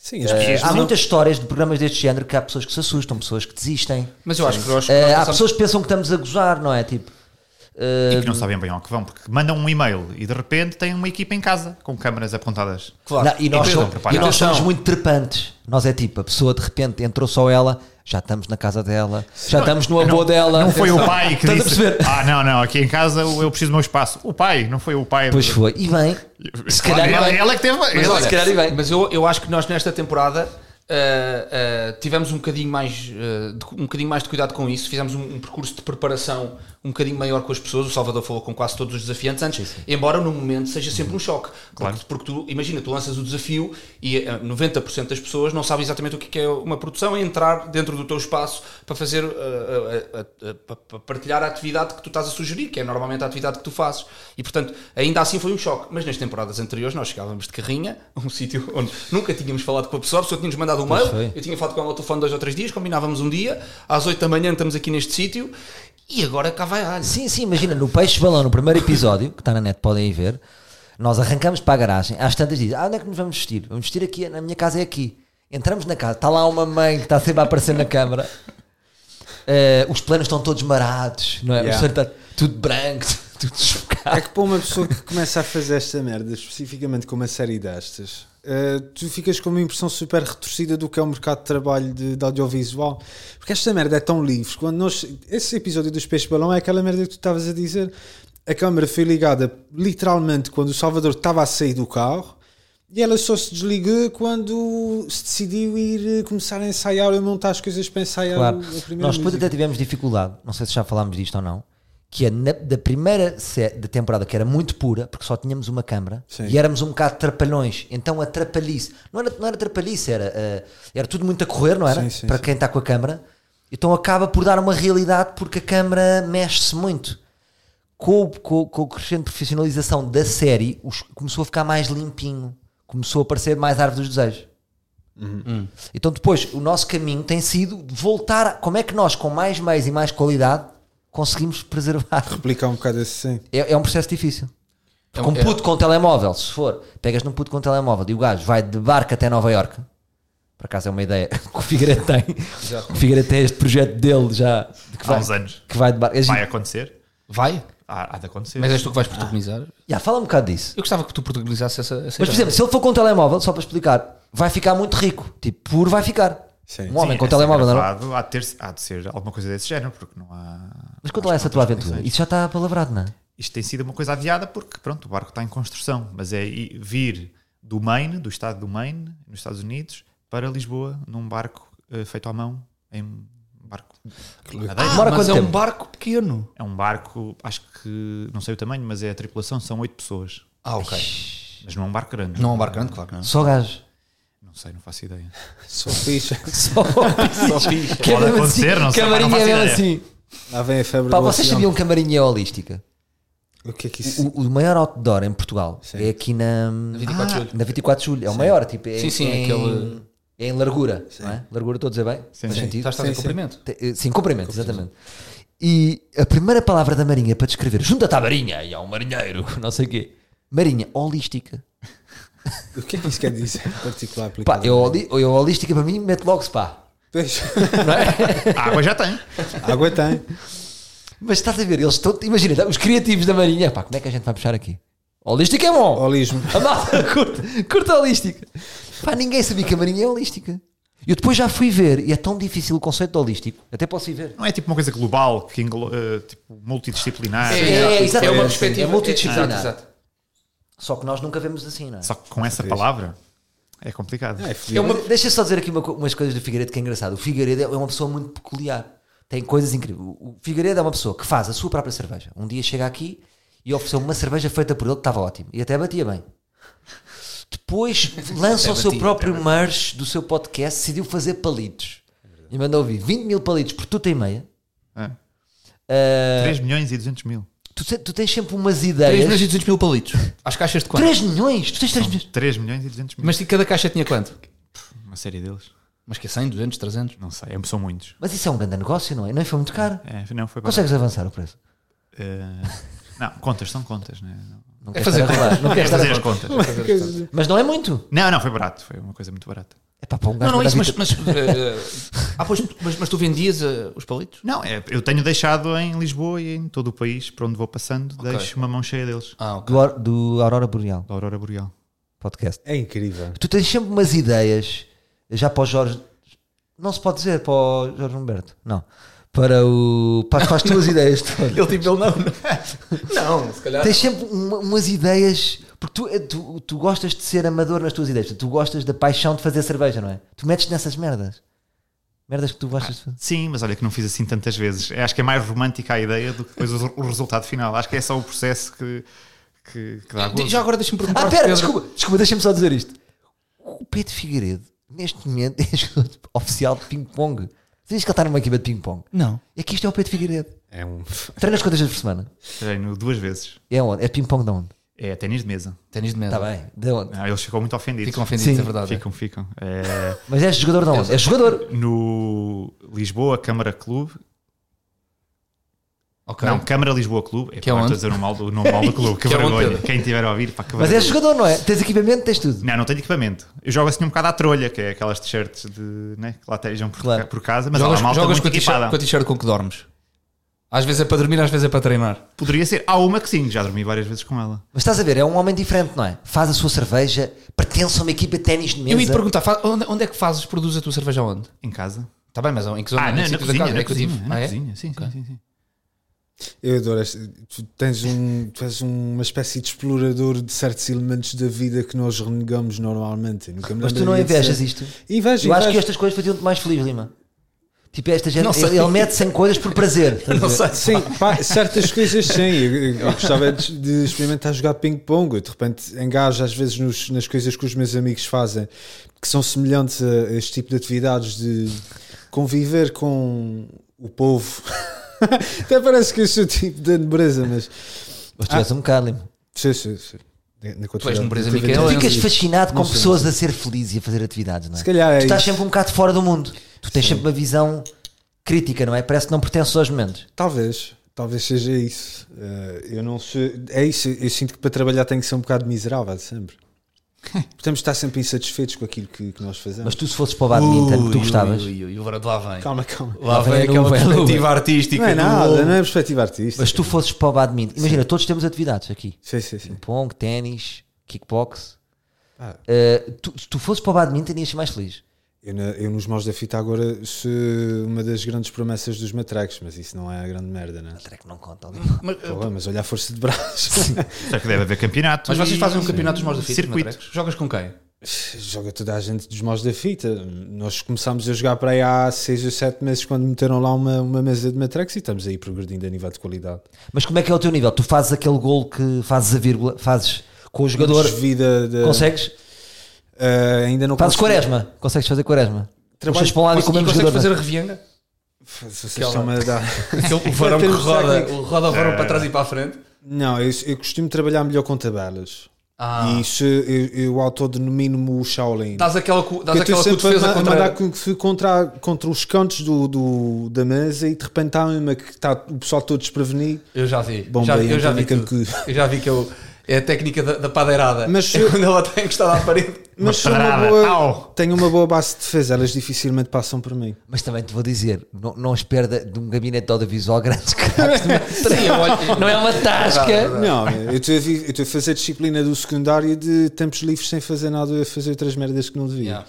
Speaker 2: Sim, as
Speaker 4: É,
Speaker 2: pessoas
Speaker 1: eh, Há
Speaker 2: não-
Speaker 1: muitas histórias de programas deste género que há pessoas que se assustam, pessoas que desistem.
Speaker 3: Mas eu acho que nós,
Speaker 1: Eh,
Speaker 3: nós
Speaker 1: há
Speaker 3: passamos-
Speaker 1: pessoas que pensam que estamos a gozar, não é? Tipo,
Speaker 4: E que não sabem bem ao que vão, porque mandam um e-mail e de repente têm uma equipa em casa com câmaras apontadas.
Speaker 3: Claro.
Speaker 1: Não, e nós,
Speaker 4: Então,
Speaker 1: somos-
Speaker 4: prepara.
Speaker 1: e nós somos
Speaker 3: Atenção.
Speaker 1: muito trepantes. Nós é tipo, a pessoa de repente entrou só ela, já estamos na casa dela, já estamos no avô dela.
Speaker 4: Não foi o pai que
Speaker 1: Estás a
Speaker 4: disse,
Speaker 1: perceber?
Speaker 4: ah, não, não, aqui em casa eu eu preciso do meu espaço. O pai, não foi o pai.
Speaker 1: Pois foi. E bem, se
Speaker 4: Claro,
Speaker 1: calhar.
Speaker 4: ela,
Speaker 1: bem.
Speaker 4: ela é que teve.
Speaker 3: Mas,
Speaker 4: ela-
Speaker 3: olha,
Speaker 1: se calhar e bem.
Speaker 3: mas eu, eu acho que nós nesta temporada eh, ah, ah, tivemos um bocadinho mais ah, de cu- um bocadinho mais de cuidado com isso, fizemos um, um percurso de preparação um bocadinho maior com as pessoas. O Salvador falou com quase todos os desafiantes antes, embora no momento seja sempre um choque.
Speaker 4: Claro.
Speaker 3: Porque, porque tu, imagina, tu lanças o desafio e eh, 90% das pessoas não sabem exatamente o que é que é uma produção, é entrar dentro do teu espaço para fazer, eh, eh, eh, eh, para- para partilhar a atividade que tu estás a sugerir, que é normalmente a atividade que tu fazes. E portanto, ainda assim foi um choque. Mas nas temporadas anteriores nós chegávamos de carrinha a um sítio onde nunca tínhamos falado com a pessoa, a pessoa tinha-nos mandado um mail,
Speaker 1: foi.
Speaker 3: eu tinha falado com ela ao telefone dois ou três dias, combinávamos um dia, às 8 da manhã estamos aqui neste sítio e agora cá vai a
Speaker 1: Sim, sim, imagina, no Peixe Balão, no primeiro episódio, que está na net, podem ir ver, nós arrancamos para a garagem, às tantas dizem, ah, onde é que nos vamos vestir? Vamos vestir aqui, na minha casa é aqui. Entramos na casa, está lá uma mãe que está sempre a aparecer na câmara, Eh, os planos estão todos marados, não é?
Speaker 2: Yeah.
Speaker 1: O senhor está tudo branco, tudo desfocado.
Speaker 2: É que para uma pessoa que começa a fazer esta merda, especificamente com uma série destas, eh, tu ficas com uma impressão super retorcida do que é o mercado de trabalho de, de audiovisual. Porque esta merda é tão livre. Quando nós, esse episódio dos Peixes Balão é aquela merda que tu estavas a dizer. A câmara foi ligada literalmente quando o Salvador estava a sair do carro e ela só se desligou quando se decidiu ir eh, começar a ensaiar e montar as coisas para ensaiar
Speaker 1: Claro.
Speaker 2: é o- a primeira
Speaker 1: Nós depois
Speaker 2: música.
Speaker 1: até tivemos dificuldade, não sei se já falámos disto ou não, que é na- da primeira sé- da temporada, que era muito pura, porque só tínhamos uma câmara
Speaker 2: Sim.
Speaker 1: e éramos um bocado trapalhões, então a trapalhice, não era, não era trapalhice, era, eh, era tudo muito a correr, não era?
Speaker 2: Sim, sim,
Speaker 1: Para
Speaker 2: sim.
Speaker 1: quem está com a câmara, então acaba por dar uma realidade porque a câmara mexe-se muito. Com, o- com, o- com a crescente profissionalização da série, os- começou a ficar mais limpinho, começou a aparecer mais árvore dos desejos. Então depois o nosso caminho tem sido voltar a, como é que nós com mais meios e mais qualidade conseguimos preservar.
Speaker 2: Replicar um bocado assim.
Speaker 1: É, é um processo difícil. Porque um
Speaker 3: é-
Speaker 1: puto com telemóvel, se for, pegas num puto com telemóvel e o gajo vai de barco até Nova Iorque. Por acaso é uma ideia que o Figueiredo tem. O Figueiredo tem este projeto dele já de que
Speaker 4: Há
Speaker 1: vai,
Speaker 4: uns anos.
Speaker 1: que vai de barco. É giro.
Speaker 4: Vai acontecer.
Speaker 3: Vai?
Speaker 4: Há, há de acontecer.
Speaker 3: Mas és tu que vais protagonizar?
Speaker 1: Já, fala um bocado disso.
Speaker 3: Eu gostava que tu protagonizasses essa, essa
Speaker 1: Mas, por
Speaker 3: ideia.
Speaker 1: exemplo, se ele for com um telemóvel, só para explicar, vai ficar muito rico. Tipo, puro vai ficar.
Speaker 2: Sim.
Speaker 1: Um homem
Speaker 4: Sim,
Speaker 1: com
Speaker 4: é
Speaker 1: telemóvel, não é?
Speaker 4: gravado, há, de ter- há de ser alguma coisa desse género, porque não há.
Speaker 1: Mas conta lá essa tua aventura. Isso já está apalavrado, não é?
Speaker 4: Isto tem sido uma coisa adiada porque, pronto, o barco está em construção, mas é i- vir do Maine, do estado do Maine, nos Estados Unidos, para Lisboa, num barco eh, feito à mão, em um barco. de madeira.
Speaker 1: Demora
Speaker 3: mas
Speaker 1: quanto
Speaker 3: é
Speaker 1: tempo?
Speaker 3: um barco pequeno.
Speaker 4: É um barco, acho que, não sei o tamanho, mas é a tripulação, são oito pessoas.
Speaker 3: Ah, ok.
Speaker 4: Mas não é um barco grande.
Speaker 3: Não é um barco grande, claro que não.
Speaker 1: Só gajo.
Speaker 4: Não sei, não faço ideia.
Speaker 2: Só ficha.
Speaker 1: Só Que
Speaker 4: Pode
Speaker 1: é mesmo
Speaker 4: acontecer,
Speaker 1: assim,
Speaker 4: não sei,
Speaker 1: Camarim
Speaker 4: não faço
Speaker 1: é mesmo
Speaker 4: ideia.
Speaker 1: assim.
Speaker 2: Lá vem a febre
Speaker 1: Pá,
Speaker 2: do
Speaker 1: vocês
Speaker 2: avião.
Speaker 1: sabiam que camarim é holística?
Speaker 2: O que é que isso
Speaker 1: O, o maior outdoor em Portugal
Speaker 2: Sim.
Speaker 1: é aqui na,
Speaker 3: Na 24 de julho.
Speaker 1: na 24 de julho. É o maior, tipo, é,
Speaker 3: Sim, sim,
Speaker 1: é,
Speaker 3: é aquele-
Speaker 1: em, é em largura. Não é? Largura, estou a dizer bem?
Speaker 4: Sim,
Speaker 1: Faz
Speaker 4: sim.
Speaker 1: sentido?
Speaker 3: Estás a fazer
Speaker 2: Sim, sim.
Speaker 3: cumprimento.
Speaker 1: Te- eh, Sim, comprimento, exatamente. E a primeira palavra da Marinha para descrever, junta-te à Marinha e ao marinheiro, não sei o quê. Marinha holística.
Speaker 2: O que é que isso quer dizer? em Particular
Speaker 1: Pá,
Speaker 2: aplicado.
Speaker 1: eu, holi- eu holística para mim mete logo spa. é?
Speaker 2: Pois,
Speaker 4: A água já tem.
Speaker 2: água tem.
Speaker 1: Mas estás a ver, eles estão. Imagina, tá, os criativos da Marinha, pá, como é que a gente vai puxar aqui? Holística é bom!
Speaker 2: Olismo.
Speaker 1: A malta curta, curta a holística. Pá, ninguém sabia que a Marinha é holística. Eu depois já fui ver, e é tão difícil o conceito de holístico, até posso ir ver.
Speaker 4: Não é tipo uma coisa global, que englo- eh, tipo, multidisciplinar.
Speaker 1: É, é, exatamente.
Speaker 3: uma
Speaker 1: É,
Speaker 3: perspectiva.
Speaker 1: é multidisciplinar.
Speaker 3: Exato, exato.
Speaker 1: Só que nós nunca vemos assim, não é?
Speaker 4: Só que com essa palavra é complicado.
Speaker 2: É,
Speaker 3: É uma-
Speaker 1: Deixa só dizer aqui uma co- umas coisas do Figueiredo que é engraçado. O Figueiredo é uma pessoa muito peculiar. Tem coisas incríveis. O o Figueiredo é uma pessoa que faz a sua própria cerveja. Um dia chega aqui e ofereceu uma cerveja feita por ele que estava ótimo. E até batia bem. Depois lança o seu
Speaker 3: batia,
Speaker 1: próprio merch do seu podcast, decidiu fazer palitos. E mandou ouvir 20 mil palitos por tuta e meia.
Speaker 4: É.
Speaker 3: Eh,
Speaker 1: Ah,
Speaker 4: 3 milhões e 200 mil.
Speaker 1: tu, se- tu tens sempre umas
Speaker 3: 3
Speaker 1: ideias.
Speaker 3: milhões e 200 mil palitos. Às caixas de quanto?
Speaker 1: 3 milhões? Tu tens 3 milhões?
Speaker 4: 3 milhões e 200 mil.
Speaker 3: Mas cada caixa tinha quanto?
Speaker 4: Uma série deles.
Speaker 3: Mas que é 100, 200, 300?
Speaker 4: Não sei, é- são muitos.
Speaker 1: Mas isso é um grande negócio, não é? Não foi muito caro.
Speaker 4: É, não, foi barato.
Speaker 1: Consegues avançar o preço?
Speaker 4: Eh, não, contas são contas, né?
Speaker 1: Não
Speaker 4: não
Speaker 3: É
Speaker 1: queres
Speaker 3: fazer
Speaker 1: estar a rolar,
Speaker 3: contas.
Speaker 1: não queres
Speaker 4: é?
Speaker 1: estar a
Speaker 4: fazer as contas.
Speaker 3: assim.
Speaker 1: Mas não é muito.
Speaker 4: Não, não, foi barato. Foi uma coisa muito barata.
Speaker 1: É pá, para um
Speaker 3: Não,
Speaker 1: gajo
Speaker 3: não,
Speaker 1: mandar
Speaker 3: isso, mas,
Speaker 1: vir-
Speaker 3: mas, eh, ah, pois, mas, mas tu vendias eh, os palitos?
Speaker 4: Não, é, eu tenho deixado em Lisboa e em todo o país, para onde vou passando, deixo uma mão cheia deles.
Speaker 3: Ah, ok.
Speaker 1: do, Aur- do Aurora Boreal
Speaker 4: Da Aurora Boreal.
Speaker 1: podcast.
Speaker 2: É incrível.
Speaker 1: Tu tens sempre umas ideias, já para o Jorge. Não se pode dizer para o Jorge Humberto, não. Para o. Para, para as tuas ideias todas.
Speaker 3: Ele tipo, ele não. Não, não se calhar.
Speaker 1: Tens sempre uma- umas ideias. Porque tu, eh, tu, tu gostas de ser amador nas tuas ideias. Tu gostas da paixão de fazer cerveja, não é? Tu metes nessas merdas. Merdas que tu gostas de fazer.
Speaker 4: Sim, mas olha que não fiz assim tantas vezes. Eu Acho que é mais romântica a ideia do que depois o, o resultado final. Acho que é só o processo que, que, que dá gozo.
Speaker 3: Já agora deixa-me perguntar.
Speaker 1: Ah, pera,
Speaker 3: Pedro.
Speaker 1: desculpa, desculpa, deixa-me só dizer isto. O Pedro Figueiredo, neste momento, é jogador de- oficial de ping-pong. Diz que ele está numa equipa de ping-pong.
Speaker 5: Não.
Speaker 1: É que isto é o Pedro Figueiredo.
Speaker 2: É um.
Speaker 1: Treinas quantas vezes por semana?
Speaker 4: Treino duas vezes.
Speaker 1: É onde? É ping-pong de onde?
Speaker 4: É ténis de mesa.
Speaker 3: Ténis de mesa.
Speaker 1: Está Tá bem, de É onde?
Speaker 4: Ah, eles ficam muito ofendidos.
Speaker 3: Ficam ofendidos,
Speaker 1: Sim.
Speaker 3: é verdade.
Speaker 4: Ficam, ficam. É,
Speaker 1: Mas és jogador de onde? És jogador.
Speaker 4: no Lisboa Câmara Clube.
Speaker 3: Ok.
Speaker 4: Não, Câmara Lisboa Clube. É,
Speaker 3: Que é
Speaker 4: pá,
Speaker 3: onde?
Speaker 4: estou a dizer o mal do, o nome mal do clube. Que,
Speaker 3: Que é onde,
Speaker 4: vergonha.
Speaker 3: Pedro?
Speaker 4: Quem tiver a ouvir, pá, que
Speaker 1: Mas
Speaker 4: vergonha.
Speaker 1: és jogador, não é? Tens equipamento, tens tudo.
Speaker 4: Não, não tenho equipamento. Eu jogo assim um bocado à trolha, que é aquelas t-shirts de, né, que lá estejam por,
Speaker 1: Claro.
Speaker 4: por casa, mas
Speaker 3: jogas
Speaker 4: há uma malta
Speaker 3: jogas
Speaker 4: muito
Speaker 3: com, a t-shirt,
Speaker 4: equipada.
Speaker 3: com a t-shirt com que dormes. Às vezes é para dormir, às vezes é para treinar.
Speaker 4: Poderia ser. Há uma que sim, já dormi várias vezes com ela.
Speaker 1: Mas estás a ver, é um homem diferente, não é? Faz a sua cerveja, pertence a uma equipa de ténis de
Speaker 3: Eu ia te
Speaker 1: mesa.
Speaker 3: perguntar, fa- onde, onde é que fazes, produz a tua cerveja onde?
Speaker 4: Em casa.
Speaker 3: Está bem, mas em que zona?
Speaker 4: Ah,
Speaker 3: Em
Speaker 4: na,
Speaker 3: que
Speaker 4: na
Speaker 3: sítio da
Speaker 4: cozinha,
Speaker 3: casa?
Speaker 4: na
Speaker 3: É que eu tive.
Speaker 4: cozinha, na
Speaker 3: Ah, é?
Speaker 4: cozinha. Sim, sim, sim, sim.
Speaker 2: Eu adoro esta. Tu tens, um, tu és uma espécie de explorador de certos elementos da vida que nós renegamos normalmente. Eu nunca me
Speaker 1: Mas tu
Speaker 2: lembraria
Speaker 1: não
Speaker 2: de ser-
Speaker 1: invejas isto?
Speaker 2: Invejo,
Speaker 1: Eu acho que
Speaker 2: invejo.
Speaker 1: estas coisas faziam-te mais feliz, Lima. Tipo, esta gente,
Speaker 3: Não sei.
Speaker 1: ele, ele mete-se em coisas por prazer.
Speaker 3: Não sei.
Speaker 2: Eh, Sim, pá, certas coisas sim. Eu, eu- eu gostava de, de experimentar jogar ping-pong. Eu, De repente engajo às vezes nos- nas coisas que os meus amigos fazem, que são semelhantes a este tipo de atividades de conviver com o povo. Até parece que eu sou tipo de nobreza, mas.
Speaker 1: Mas tu és um bocado, Lima.
Speaker 2: Sim, sim, sim. Na- na quantidade
Speaker 3: nobreza,
Speaker 2: de
Speaker 3: Micaela.
Speaker 1: Tu
Speaker 3: Não,
Speaker 1: ficas
Speaker 3: não.
Speaker 1: fascinado com
Speaker 2: Não sei,
Speaker 1: pessoas a ser felizes e a fazer atividades, não é?
Speaker 2: Se calhar é
Speaker 1: tu estás
Speaker 2: isso.
Speaker 1: sempre um bocado fora do mundo. Tu tens sempre uma visão crítica, não é? Parece que não pertences aos momentos.
Speaker 2: Talvez, talvez seja isso. Eh, eu não sei. É isso, eu sinto que para trabalhar tenho que ser um bocado miserável sempre. Portanto, estar sempre insatisfeitos com aquilo que, que nós fazemos.
Speaker 1: Mas tu, se fosses para o badminton, que tu gostavas.
Speaker 3: Ui, ui, ui, agora de lá vem.
Speaker 2: Calma, calma.
Speaker 3: Lá
Speaker 1: Lá
Speaker 3: vem
Speaker 1: vem a
Speaker 3: aquela
Speaker 1: nuvem, a nuvem.
Speaker 3: perspectiva artística.
Speaker 2: Não é
Speaker 3: do-
Speaker 2: nada, não é perspectiva artística.
Speaker 1: Mas tu fosses para o badminton. Imagina, todos temos atividades aqui:
Speaker 2: Sim, sim, sim.
Speaker 1: ping-pong, ténis, kickbox.
Speaker 2: Ah.
Speaker 1: Uh, tu, se tu fosses para o badminton, ias ser mais feliz.
Speaker 2: Eu, na- eu nos maus da fita agora sou uma das grandes promessas dos matracos, mas isso não é a grande merda, né?
Speaker 1: Será que não conta Lima?
Speaker 3: Mas, eh,
Speaker 2: Pô, mas olha a força de braços.
Speaker 4: Será que deve haver campeonato?
Speaker 3: mas vocês
Speaker 4: e-
Speaker 3: fazem um campeonato dos maus da fita,
Speaker 4: Circuito.
Speaker 3: Matrecos? Jogas com quem?
Speaker 2: Joga toda a gente dos maus da fita. Nós começámos a jogar para aí há 6 ou 7 meses quando meteram lá uma, uma mesa de matracos e estamos aí progredindo a nível de qualidade.
Speaker 1: Mas como é que é o teu nível? Tu fazes aquele gol que fazes a vírgula, fazes com o jogador,
Speaker 2: eh, Vida de,
Speaker 1: consegues?
Speaker 2: Eh, ainda não
Speaker 1: Fazes
Speaker 2: consegui-
Speaker 1: quaresma? Consegues fazer quaresma?
Speaker 2: Trabalho-
Speaker 1: Puxas para um lado e
Speaker 3: E
Speaker 1: comemos
Speaker 3: consegues
Speaker 1: jogador.
Speaker 3: fazer a revianga?
Speaker 2: Vocês estão-me a dar.
Speaker 3: Aquele- o varão que
Speaker 2: Temos
Speaker 3: roda,
Speaker 2: técnico.
Speaker 3: o roda o varão para trás e para a frente.
Speaker 2: Não, eu, eu costumo trabalhar melhor com tabelas.
Speaker 3: Ah.
Speaker 2: E isso eu, eu autodenomino-me o Shaolin.
Speaker 3: Dás aquela, cu- dás
Speaker 2: Porque eu
Speaker 3: tá, aquela
Speaker 2: estou
Speaker 3: cu
Speaker 2: sempre
Speaker 3: defesa
Speaker 2: a, ma- a mandar
Speaker 3: contra.
Speaker 2: Kung Fu contra, contra os cantos do, do- da mesa e de repente está mesmo a que está o pessoal todo desprevenido.
Speaker 3: Eu já vi.
Speaker 2: Bomba
Speaker 3: já, vi-
Speaker 2: aí,
Speaker 3: eu já vi
Speaker 2: António
Speaker 3: tudo. Eu já vi que eu, é a técnica da, da padeirada.
Speaker 2: Mas-
Speaker 3: é quando ela está encostada à parede.
Speaker 2: Mas sou uma
Speaker 4: pedrada.
Speaker 2: boa,
Speaker 4: Au!
Speaker 2: tenho uma boa base de defesa, elas dificilmente passam por mim.
Speaker 1: Mas também te vou dizer, não, não espera de, de um gabinete de audiovisual grandes craques.
Speaker 3: Sim, eu olho-
Speaker 1: não é uma tasca.
Speaker 2: Não, eu estou a vi- eu estou a fazer disciplina do secundário de tempos livres sem fazer nada, eu a fazer outras merdas que não devia.
Speaker 3: Yeah.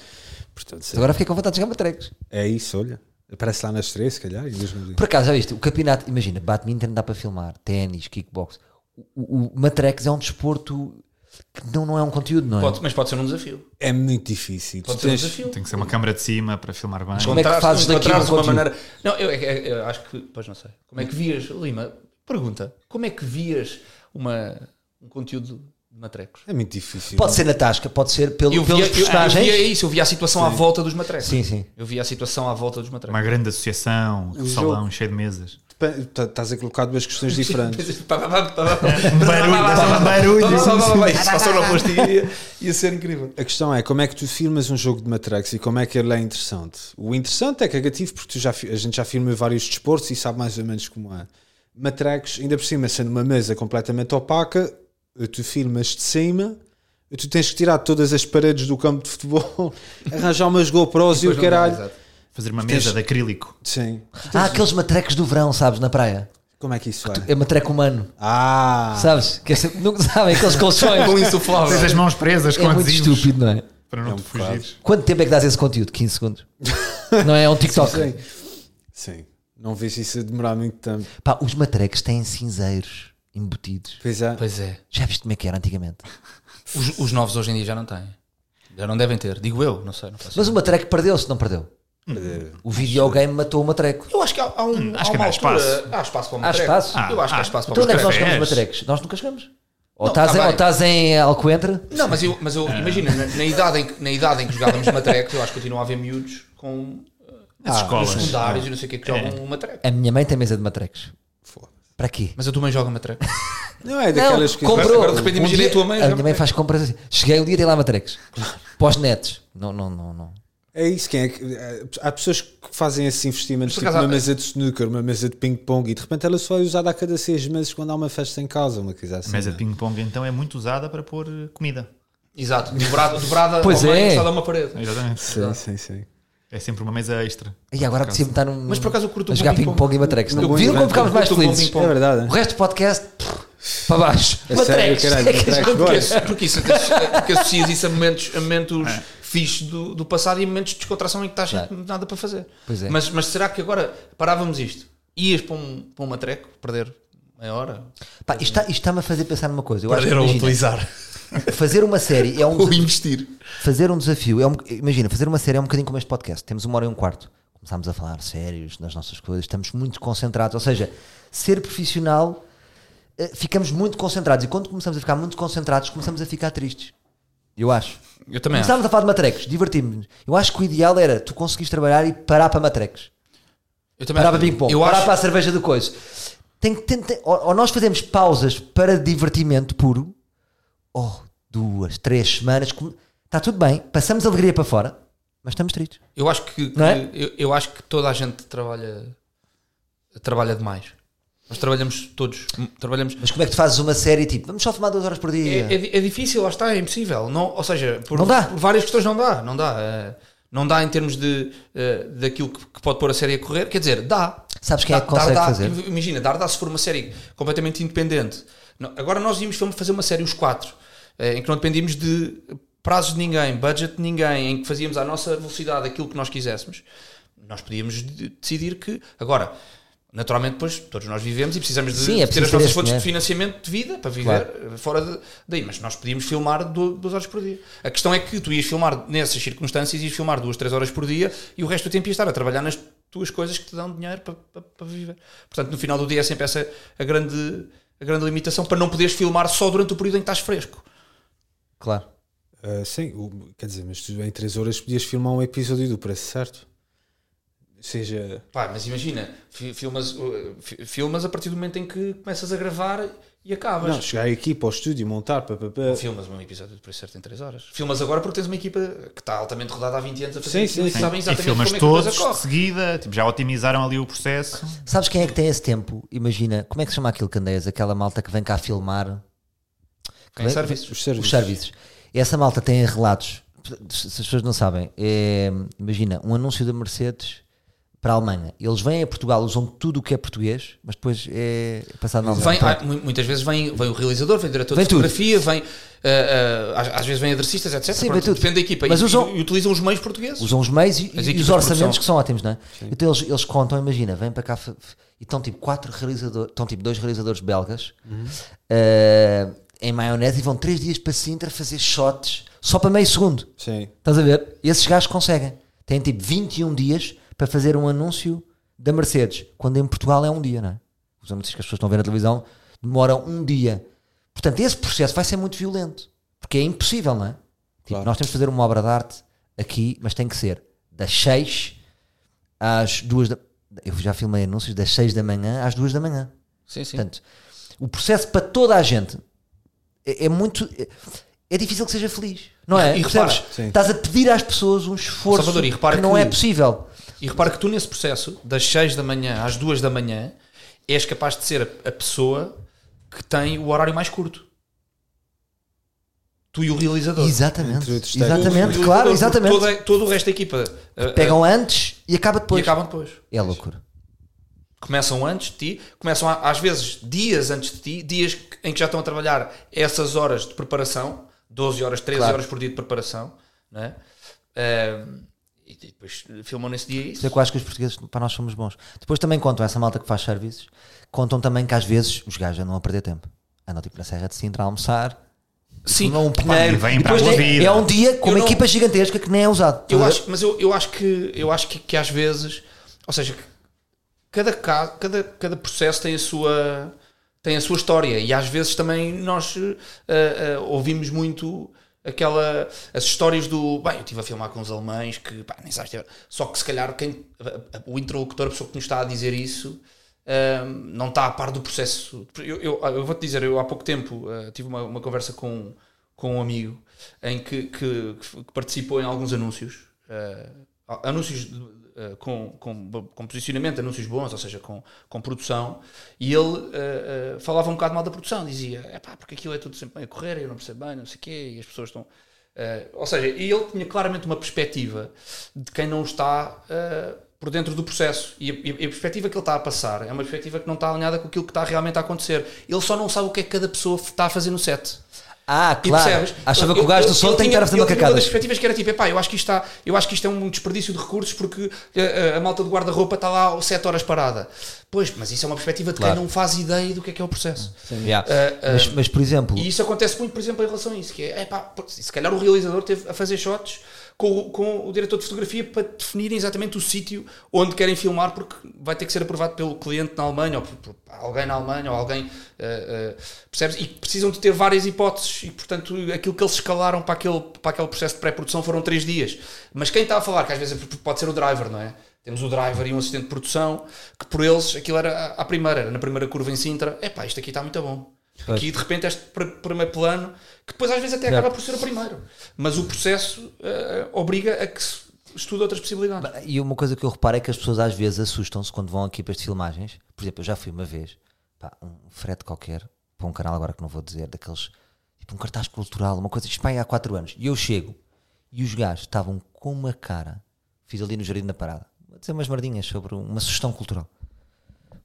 Speaker 2: Portanto, sei lá.
Speaker 1: Agora fiquei com vontade de jogar matrecos.
Speaker 2: é isso, olha. Aparece lá nas três, se calhar, em 2000.
Speaker 1: Por acaso, já viste? O campeonato, imagina, badminton dá para filmar, ténis, kickbox. O, o, o matrecos é um desporto que não, não é um conteúdo, não é?
Speaker 3: Pode- mas pode ser um desafio.
Speaker 2: É muito difícil. Tu
Speaker 3: Pode ser um
Speaker 2: tens-
Speaker 3: desafio.
Speaker 4: Tem que ser uma câmara de cima para filmar bem.
Speaker 1: Como é que
Speaker 3: Encontrares-
Speaker 1: fazes daquilo
Speaker 3: encontrares uma
Speaker 1: conteúdo?
Speaker 3: maneira. Não, eu, eu- eu acho que. Pois não sei. Como é que vias, Lima? Pergunta. Como é que vias uma, um conteúdo de matrecos?
Speaker 2: É muito difícil.
Speaker 1: Pode ser na tasca, pode ser pelo,
Speaker 3: Eu via,
Speaker 1: pelos
Speaker 3: eu, eu
Speaker 1: personagens.
Speaker 3: via isso, eu via a situação à volta dos matrecos.
Speaker 1: Sim, sim.
Speaker 3: Eu via a situação à volta dos matrecos.
Speaker 4: Uma grande associação, um
Speaker 2: jogo-
Speaker 4: salão cheio de mesas.
Speaker 2: Depen- tá- Estás a colocar duas questões diferentes.
Speaker 4: Um barulho, dava um barulho.
Speaker 3: Isso passou na plastilinha, ia ser incrível.
Speaker 2: A questão é como é que tu filmas um jogo de Matrax e como é que ele é interessante. O interessante é cagativo porque tu já, fi- a gente já filma vários desportos e sabe mais ou menos como é. Matrax, ainda por cima, sendo uma mesa completamente opaca, tu filmas de cima, tu tens que tirar todas as paredes do campo de futebol, arranjar umas GoPros e, o caralho.
Speaker 4: Fazer uma mesa de acrílico.
Speaker 2: Sim.
Speaker 1: Há aqueles matrecos do verão, sabes, na praia.
Speaker 2: Como é que isso é?
Speaker 1: É matreco humano,
Speaker 2: Ah!
Speaker 1: sabes? Que é sempre- nunca sabem, aqueles colchões.
Speaker 3: Com insuflável.
Speaker 4: Tens as mãos presas
Speaker 1: é
Speaker 4: com
Speaker 1: muito
Speaker 4: adesivos
Speaker 1: estúpido, não é?
Speaker 4: para
Speaker 3: um
Speaker 4: não te fugires.
Speaker 1: Quanto tempo é que dás esse conteúdo? 15 segundos. Não é? É um TikTok.
Speaker 2: Sim. Sim. Não vejo isso a demorar muito tempo.
Speaker 1: Pá, os matrecos têm cinzeiros embutidos.
Speaker 2: Pois é.
Speaker 3: Pois é.
Speaker 1: Já viste como é que era antigamente?
Speaker 3: Os, os novos hoje em dia já não têm. Já não devem ter. Digo eu, não sei. Não faço.
Speaker 1: Mas o matreco perdeu-se, não perdeu?
Speaker 3: Eh,
Speaker 1: O videogame matou o matreco.
Speaker 3: Eu acho que há, há um.
Speaker 4: acho
Speaker 3: há uma
Speaker 4: que não há
Speaker 3: altura-
Speaker 4: espaço.
Speaker 3: Há espaço para uma
Speaker 1: Há
Speaker 3: treca.
Speaker 1: espaço?
Speaker 3: Eu acho que há
Speaker 4: Ah,
Speaker 3: espaço para
Speaker 1: Então onde
Speaker 3: uma
Speaker 1: é que nós
Speaker 3: treca.
Speaker 4: cafés.
Speaker 1: jogamos matrecos? Nós nunca jogamos. Ou
Speaker 3: Não,
Speaker 1: estás
Speaker 3: tá
Speaker 1: em-
Speaker 3: bem.
Speaker 1: ou estás em Alcoentra?
Speaker 3: Não, mas, eu, mas eu, imagina, na, na idade em, que- na idade em que jogávamos matrecos, eu acho que continuam a haver miúdos com
Speaker 4: As
Speaker 3: Ah, os
Speaker 4: escolas.
Speaker 3: secundários e não sei o que que jogam matreco.
Speaker 1: A minha mãe tem mesa de matrecos. Para quê?
Speaker 3: Mas a tua mãe joga matreco.
Speaker 2: Não
Speaker 1: Não,
Speaker 2: é daquelas coisas.
Speaker 1: comprou. Um
Speaker 3: Agora, de repente, imaginei
Speaker 1: dia-
Speaker 3: a tua mãe
Speaker 1: A
Speaker 3: já
Speaker 1: minha mãe
Speaker 3: matrecos.
Speaker 1: faz compras assim. Cheguei um dia tem lá matrecos. Pós-netos. Não, não, não, não.
Speaker 2: É isso, quem é que, há pessoas que fazem esses investimentos,
Speaker 3: Por
Speaker 2: tipo
Speaker 3: acaso,
Speaker 2: uma
Speaker 3: há-
Speaker 2: mesa de snooker, uma mesa de ping-pong, e de repente ela só é usada a cada seis meses quando há uma festa em casa, uma coisa assim.
Speaker 4: A mesa
Speaker 2: não
Speaker 4: de ping-pong então é muito usada para pôr eh, comida.
Speaker 3: Exato, dobrada, dobrada
Speaker 1: Pois
Speaker 3: ao meio,
Speaker 1: é.
Speaker 3: encostada a uma parede.
Speaker 4: Exatamente.
Speaker 2: é? Sim, sim, sim.
Speaker 4: É sempre uma mesa extra.
Speaker 1: E agora precisa estar num.
Speaker 3: Mas por acaso eu curto
Speaker 1: a
Speaker 3: um
Speaker 1: jogar
Speaker 3: bom
Speaker 1: ping-pong e matrecos.
Speaker 2: Um
Speaker 1: Não
Speaker 2: bom
Speaker 1: viram como
Speaker 2: evento.
Speaker 1: ficámos mais
Speaker 3: Eu curto um bom
Speaker 1: felizes?
Speaker 3: ping-pong.
Speaker 2: É verdade.
Speaker 1: O resto do podcast, pff, para baixo.
Speaker 2: É sério,
Speaker 1: Matrecos.
Speaker 2: caralho, matrecos,
Speaker 3: Porque,
Speaker 2: bora.
Speaker 3: isso- porque, isso, porque associas isso a momentos, a momentos fixos do, do passado e a momentos de descontração em que estás sem nada para fazer.
Speaker 1: Pois é.
Speaker 3: mas, mas será que agora parávamos isto? Ias para um, para um matreco, perder meia hora?
Speaker 1: Pá, isto está- isto está-me a fazer pensar numa coisa. Eu acho que,
Speaker 3: Perder ou
Speaker 1: imagina,
Speaker 3: utilizar?
Speaker 1: fazer uma série é um
Speaker 3: Ou investir?
Speaker 1: Fazer um desafio, é um, imagina, fazer uma série é um bocadinho como este podcast. Temos uma hora e um quarto. Começámos a falar sérios nas nossas coisas, estamos muito concentrados. Ou seja, ser profissional, eh, ficamos muito concentrados. E quando começamos a ficar muito concentrados, começamos a ficar tristes. Eu acho.
Speaker 3: Eu também acho.
Speaker 1: Começámos a falar de matrecos, divertimos-nos. Eu acho que o ideal era tu conseguires trabalhar e parar para matrecos,
Speaker 3: Eu também
Speaker 1: parar para
Speaker 3: acho.
Speaker 1: ping-pong,
Speaker 3: Eu
Speaker 1: parar
Speaker 3: acho-
Speaker 1: para a cerveja do coiso. Tem, que- tem- tem- ou, ou nós fazemos pausas para divertimento puro, ou duas, três semanas, como- está tudo bem, passamos alegria para fora, mas estamos tristes.
Speaker 3: Eu acho que, que-
Speaker 1: Não é?
Speaker 3: eu, eu acho que toda a gente trabalha trabalha demais. Nós trabalhamos todos, m- trabalhamos.
Speaker 1: Mas como é que tu fazes uma série tipo, vamos só filmar duas horas por
Speaker 3: É,
Speaker 1: dia?
Speaker 3: é di- é difícil, lá está, é impossível. Não, ou seja, por,
Speaker 1: Não dá.
Speaker 3: por várias questões não dá, não dá. eh, não dá em termos de eh, daquilo que, que pode pôr a série a correr, quer dizer, dá.
Speaker 1: Sabes quem é
Speaker 3: Dá-
Speaker 1: que consegue
Speaker 3: dá- dá.
Speaker 1: fazer?
Speaker 3: Imagina, dar dá se for uma série completamente independente. Não, agora nós íamos fazer uma série os quatro, eh, em que não dependíamos de prazos de ninguém, budget de ninguém, em que fazíamos à nossa velocidade aquilo que nós quiséssemos. Nós podíamos de- decidir que agora Naturalmente, depois todos nós vivemos e precisamos de
Speaker 1: Sim, é
Speaker 3: ter
Speaker 1: preciso
Speaker 3: as
Speaker 1: ter
Speaker 3: nossas
Speaker 1: esse
Speaker 3: fontes de
Speaker 1: dinheiro.
Speaker 3: financiamento de vida para viver eh, fora de- daí, mas nós podíamos filmar du- duas horas por dia. A questão é que tu ias filmar nessas circunstâncias, ias filmar duas, três horas por dia e o resto do tempo ias estar a trabalhar nas tuas coisas que te dão dinheiro para, para- para viver. Portanto, no final do dia é sempre essa a grande, a grande limitação para não poderes filmar só durante o período em que estás fresco.
Speaker 1: Claro.
Speaker 2: Ah, sim, o- quer dizer, mas tu em três horas podias filmar um episódio do preço certo. Ou seja,
Speaker 3: Pá, mas imagina, fi- filmas, uh, fi- filmas a partir do momento em que começas a gravar e acabas.
Speaker 2: não, chegar aqui para o estúdio, montar, pá, pá, pá.
Speaker 3: Filmas um episódio de preço certo em 3 horas. Filmas agora porque tens uma equipa que está altamente rodada há 20 anos a fazer
Speaker 2: Sim,
Speaker 3: aquilo
Speaker 2: sim,
Speaker 3: e
Speaker 2: sim.
Speaker 3: sabem
Speaker 4: E
Speaker 3: exatamente
Speaker 4: filmas
Speaker 3: como é que a
Speaker 4: todos
Speaker 3: coisa
Speaker 4: de
Speaker 3: corre.
Speaker 4: seguida, tipo, já otimizaram ali o processo.
Speaker 1: Sabes quem é que tem esse tempo? Imagina, como é que se chama aquilo que andeias? Aquela malta que vem cá filmar
Speaker 3: Quem
Speaker 1: Vem-
Speaker 3: serviços.
Speaker 2: Os serviços.
Speaker 1: os serviços. Essa malta tem relatos. Se se as pessoas não sabem, é, imagina um anúncio da Mercedes para a Alemanha. Eles vêm a Portugal, usam tudo o que é português, mas depois é passado na Alemanha.
Speaker 3: Vem,
Speaker 1: Pronto.
Speaker 3: há- mu- muitas vezes vem, vem o realizador, vem o diretor
Speaker 1: Vem
Speaker 3: de
Speaker 1: tudo.
Speaker 3: fotografia, vem, ah, ah, às, às vezes vem aderecistas, etc.
Speaker 1: Sim, vem
Speaker 3: Pronto,
Speaker 1: tudo.
Speaker 3: Depende da equipa.
Speaker 1: Mas
Speaker 3: e,
Speaker 1: usam-
Speaker 3: e utilizam os meios portugueses.
Speaker 1: Usam os meios e,
Speaker 3: As
Speaker 1: e
Speaker 3: equipas
Speaker 1: os
Speaker 3: de
Speaker 1: orçamentos
Speaker 3: produção.
Speaker 1: que são ótimos, não é? Então eles, eles contam, imagina, vêm para cá f- f- e estão tipo quatro realizadores, estão tipo dois realizadores belgas
Speaker 3: Uhum.
Speaker 1: eh, em maionese e vão três dias para Sintra fazer shots só para meio segundo.
Speaker 2: Sim.
Speaker 1: Estás a ver? Esses gajos conseguem. Têm tipo 21 dias para fazer um anúncio da Mercedes, quando em Portugal é um dia, não é? Os anúncios que as pessoas estão a ver na televisão demoram um dia. Portanto, esse processo vai ser muito violento, porque é impossível, não é? Tipo,
Speaker 2: Claro.
Speaker 1: Nós temos de fazer uma obra de arte aqui, mas tem que ser das 6 às 2 da Eu já filmei anúncios das 6 da manhã às 2 da manhã.
Speaker 3: Sim, sim.
Speaker 1: Portanto, o processo para toda a gente é, é muito. É, é difícil que seja feliz, não é?
Speaker 3: E- e
Speaker 1: Percebes?
Speaker 3: repara,
Speaker 2: sim.
Speaker 1: estás a pedir às pessoas um esforço
Speaker 3: Salvador, e repara
Speaker 1: que não
Speaker 3: que-
Speaker 1: é possível.
Speaker 3: E repara que tu, nesse processo, das 6 da manhã às 2 da manhã, és capaz de ser a, a pessoa que tem o horário mais curto. Tu e o realizador.
Speaker 1: Exatamente,
Speaker 2: Entre outros
Speaker 1: exatamente,
Speaker 3: O- o-
Speaker 1: claro,
Speaker 3: o-
Speaker 1: exatamente.
Speaker 3: Todo, todo o resto da equipa uh,
Speaker 1: Pegam antes e acaba
Speaker 3: uh, é e
Speaker 1: depois.
Speaker 3: acabam depois.
Speaker 1: É loucura.
Speaker 3: Começam antes de ti, começam a- às vezes dias antes de ti, dias que- em que já estão a trabalhar essas horas de preparação, 12 horas, 13
Speaker 1: Claro.
Speaker 3: horas por dia de preparação, né? Um, e depois filmam nesse dia
Speaker 1: Por isso é
Speaker 3: isso.
Speaker 1: que eu acho que os portugueses, para nós, somos bons. Depois também contam, essa malta que faz serviços, contam também que às vezes os gajos andam a perder tempo. Andam tipo na Serra de Sintra a almoçar,
Speaker 3: Sim.
Speaker 1: Não é um pinheiro.
Speaker 4: vem
Speaker 1: E
Speaker 4: para a
Speaker 1: depois
Speaker 4: boa
Speaker 1: é,
Speaker 4: vida.
Speaker 1: é um dia com
Speaker 3: Eu
Speaker 1: uma
Speaker 3: não-
Speaker 1: equipa gigantesca que nem é usado.
Speaker 3: Eu
Speaker 1: Estás a ver?
Speaker 3: acho, mas eu, eu acho que eu acho que, que às vezes, ou seja, que cada caso, cada cada processo tem a sua tem a sua história e às vezes também nós eh, ah, ah, ouvimos muito aquela as histórias do bem eu estive a filmar com os alemães que pá, nem sabes ter-" só que se calhar quem a- a- o interlocutor a pessoa que nos está a dizer isso ah, não está a par do processo eu, eu, eu vou te dizer eu há pouco tempo ah, tive uma, uma conversa com com um amigo em que, que- que participou em alguns anúncios, eh, anúncios de- eh, com, com, com posicionamento, anúncios bons, ou seja, com, com produção, e ele eh, eh, falava um bocado mal da produção, dizia, é pá, porque aquilo é tudo sempre bem a correr, eu não percebo bem, não sei o quê, e as pessoas estão... eh, ou seja, e ele tinha claramente uma perspectiva de quem não está... eh, por dentro do processo e a, e a perspectiva que ele está a passar é uma perspectiva que não está alinhada com aquilo que está realmente a acontecer. Ele só não sabe o que é que cada pessoa está a fazer no set.
Speaker 1: Ah,
Speaker 3: E
Speaker 1: claro.
Speaker 3: percebes?
Speaker 1: Achava que
Speaker 3: Eu-
Speaker 1: o gajo
Speaker 3: eu-
Speaker 1: do sol
Speaker 3: eu
Speaker 1: tem que
Speaker 3: tinha-
Speaker 1: estar a fazer
Speaker 3: eu tinha uma das
Speaker 1: macacadas.
Speaker 3: perspectivas que era tipo, epá, eu acho que isto, está, eu acho que isto é um desperdício de recursos porque eh, a, a malta de guarda-roupa está lá 7 horas parada. Pois, mas isso é uma perspectiva de
Speaker 1: Claro.
Speaker 3: quem não faz ideia do que é que é o processo.
Speaker 1: Yeah.
Speaker 3: Ah, ah,
Speaker 1: mas, mas, por exemplo,
Speaker 3: E isso acontece muito, por exemplo, em relação a isso, que é, epá, pô, se calhar o realizador teve a fazer shots com, o- com o diretor de fotografia para definirem exatamente o sítio onde querem filmar, porque vai ter que ser aprovado pelo cliente na Alemanha, ou por, por alguém na Alemanha, ou alguém, ah, ah, percebes? E precisam de ter várias hipóteses, e portanto aquilo que eles escalaram para aquele, para aquele processo de pré-produção foram três dias. Mas quem está a falar, que às vezes pode ser o driver, não é? Temos o driver e um assistente de produção, que por eles aquilo era a- à primeira, era na primeira curva em Sintra, epá, isto aqui está muito bom.
Speaker 1: Pois.
Speaker 3: Aqui de repente este pr- primeiro plano, que depois às vezes até acaba por ser o primeiro, mas o processo eh, obriga a que se estude outras possibilidades.
Speaker 1: E uma coisa que eu reparo é que as pessoas às vezes assustam-se quando vão aqui para as filmagens. Por exemplo, eu já fui uma vez, pá, um frete qualquer, para um canal agora que não vou dizer, daqueles, tipo um cartaz cultural, uma coisa, isto pá, aí há 4 anos. E eu chego e os gajos estavam com uma cara, fiz ali no Jardim da Parada, vou dizer umas merdinhas sobre uma sugestão cultural,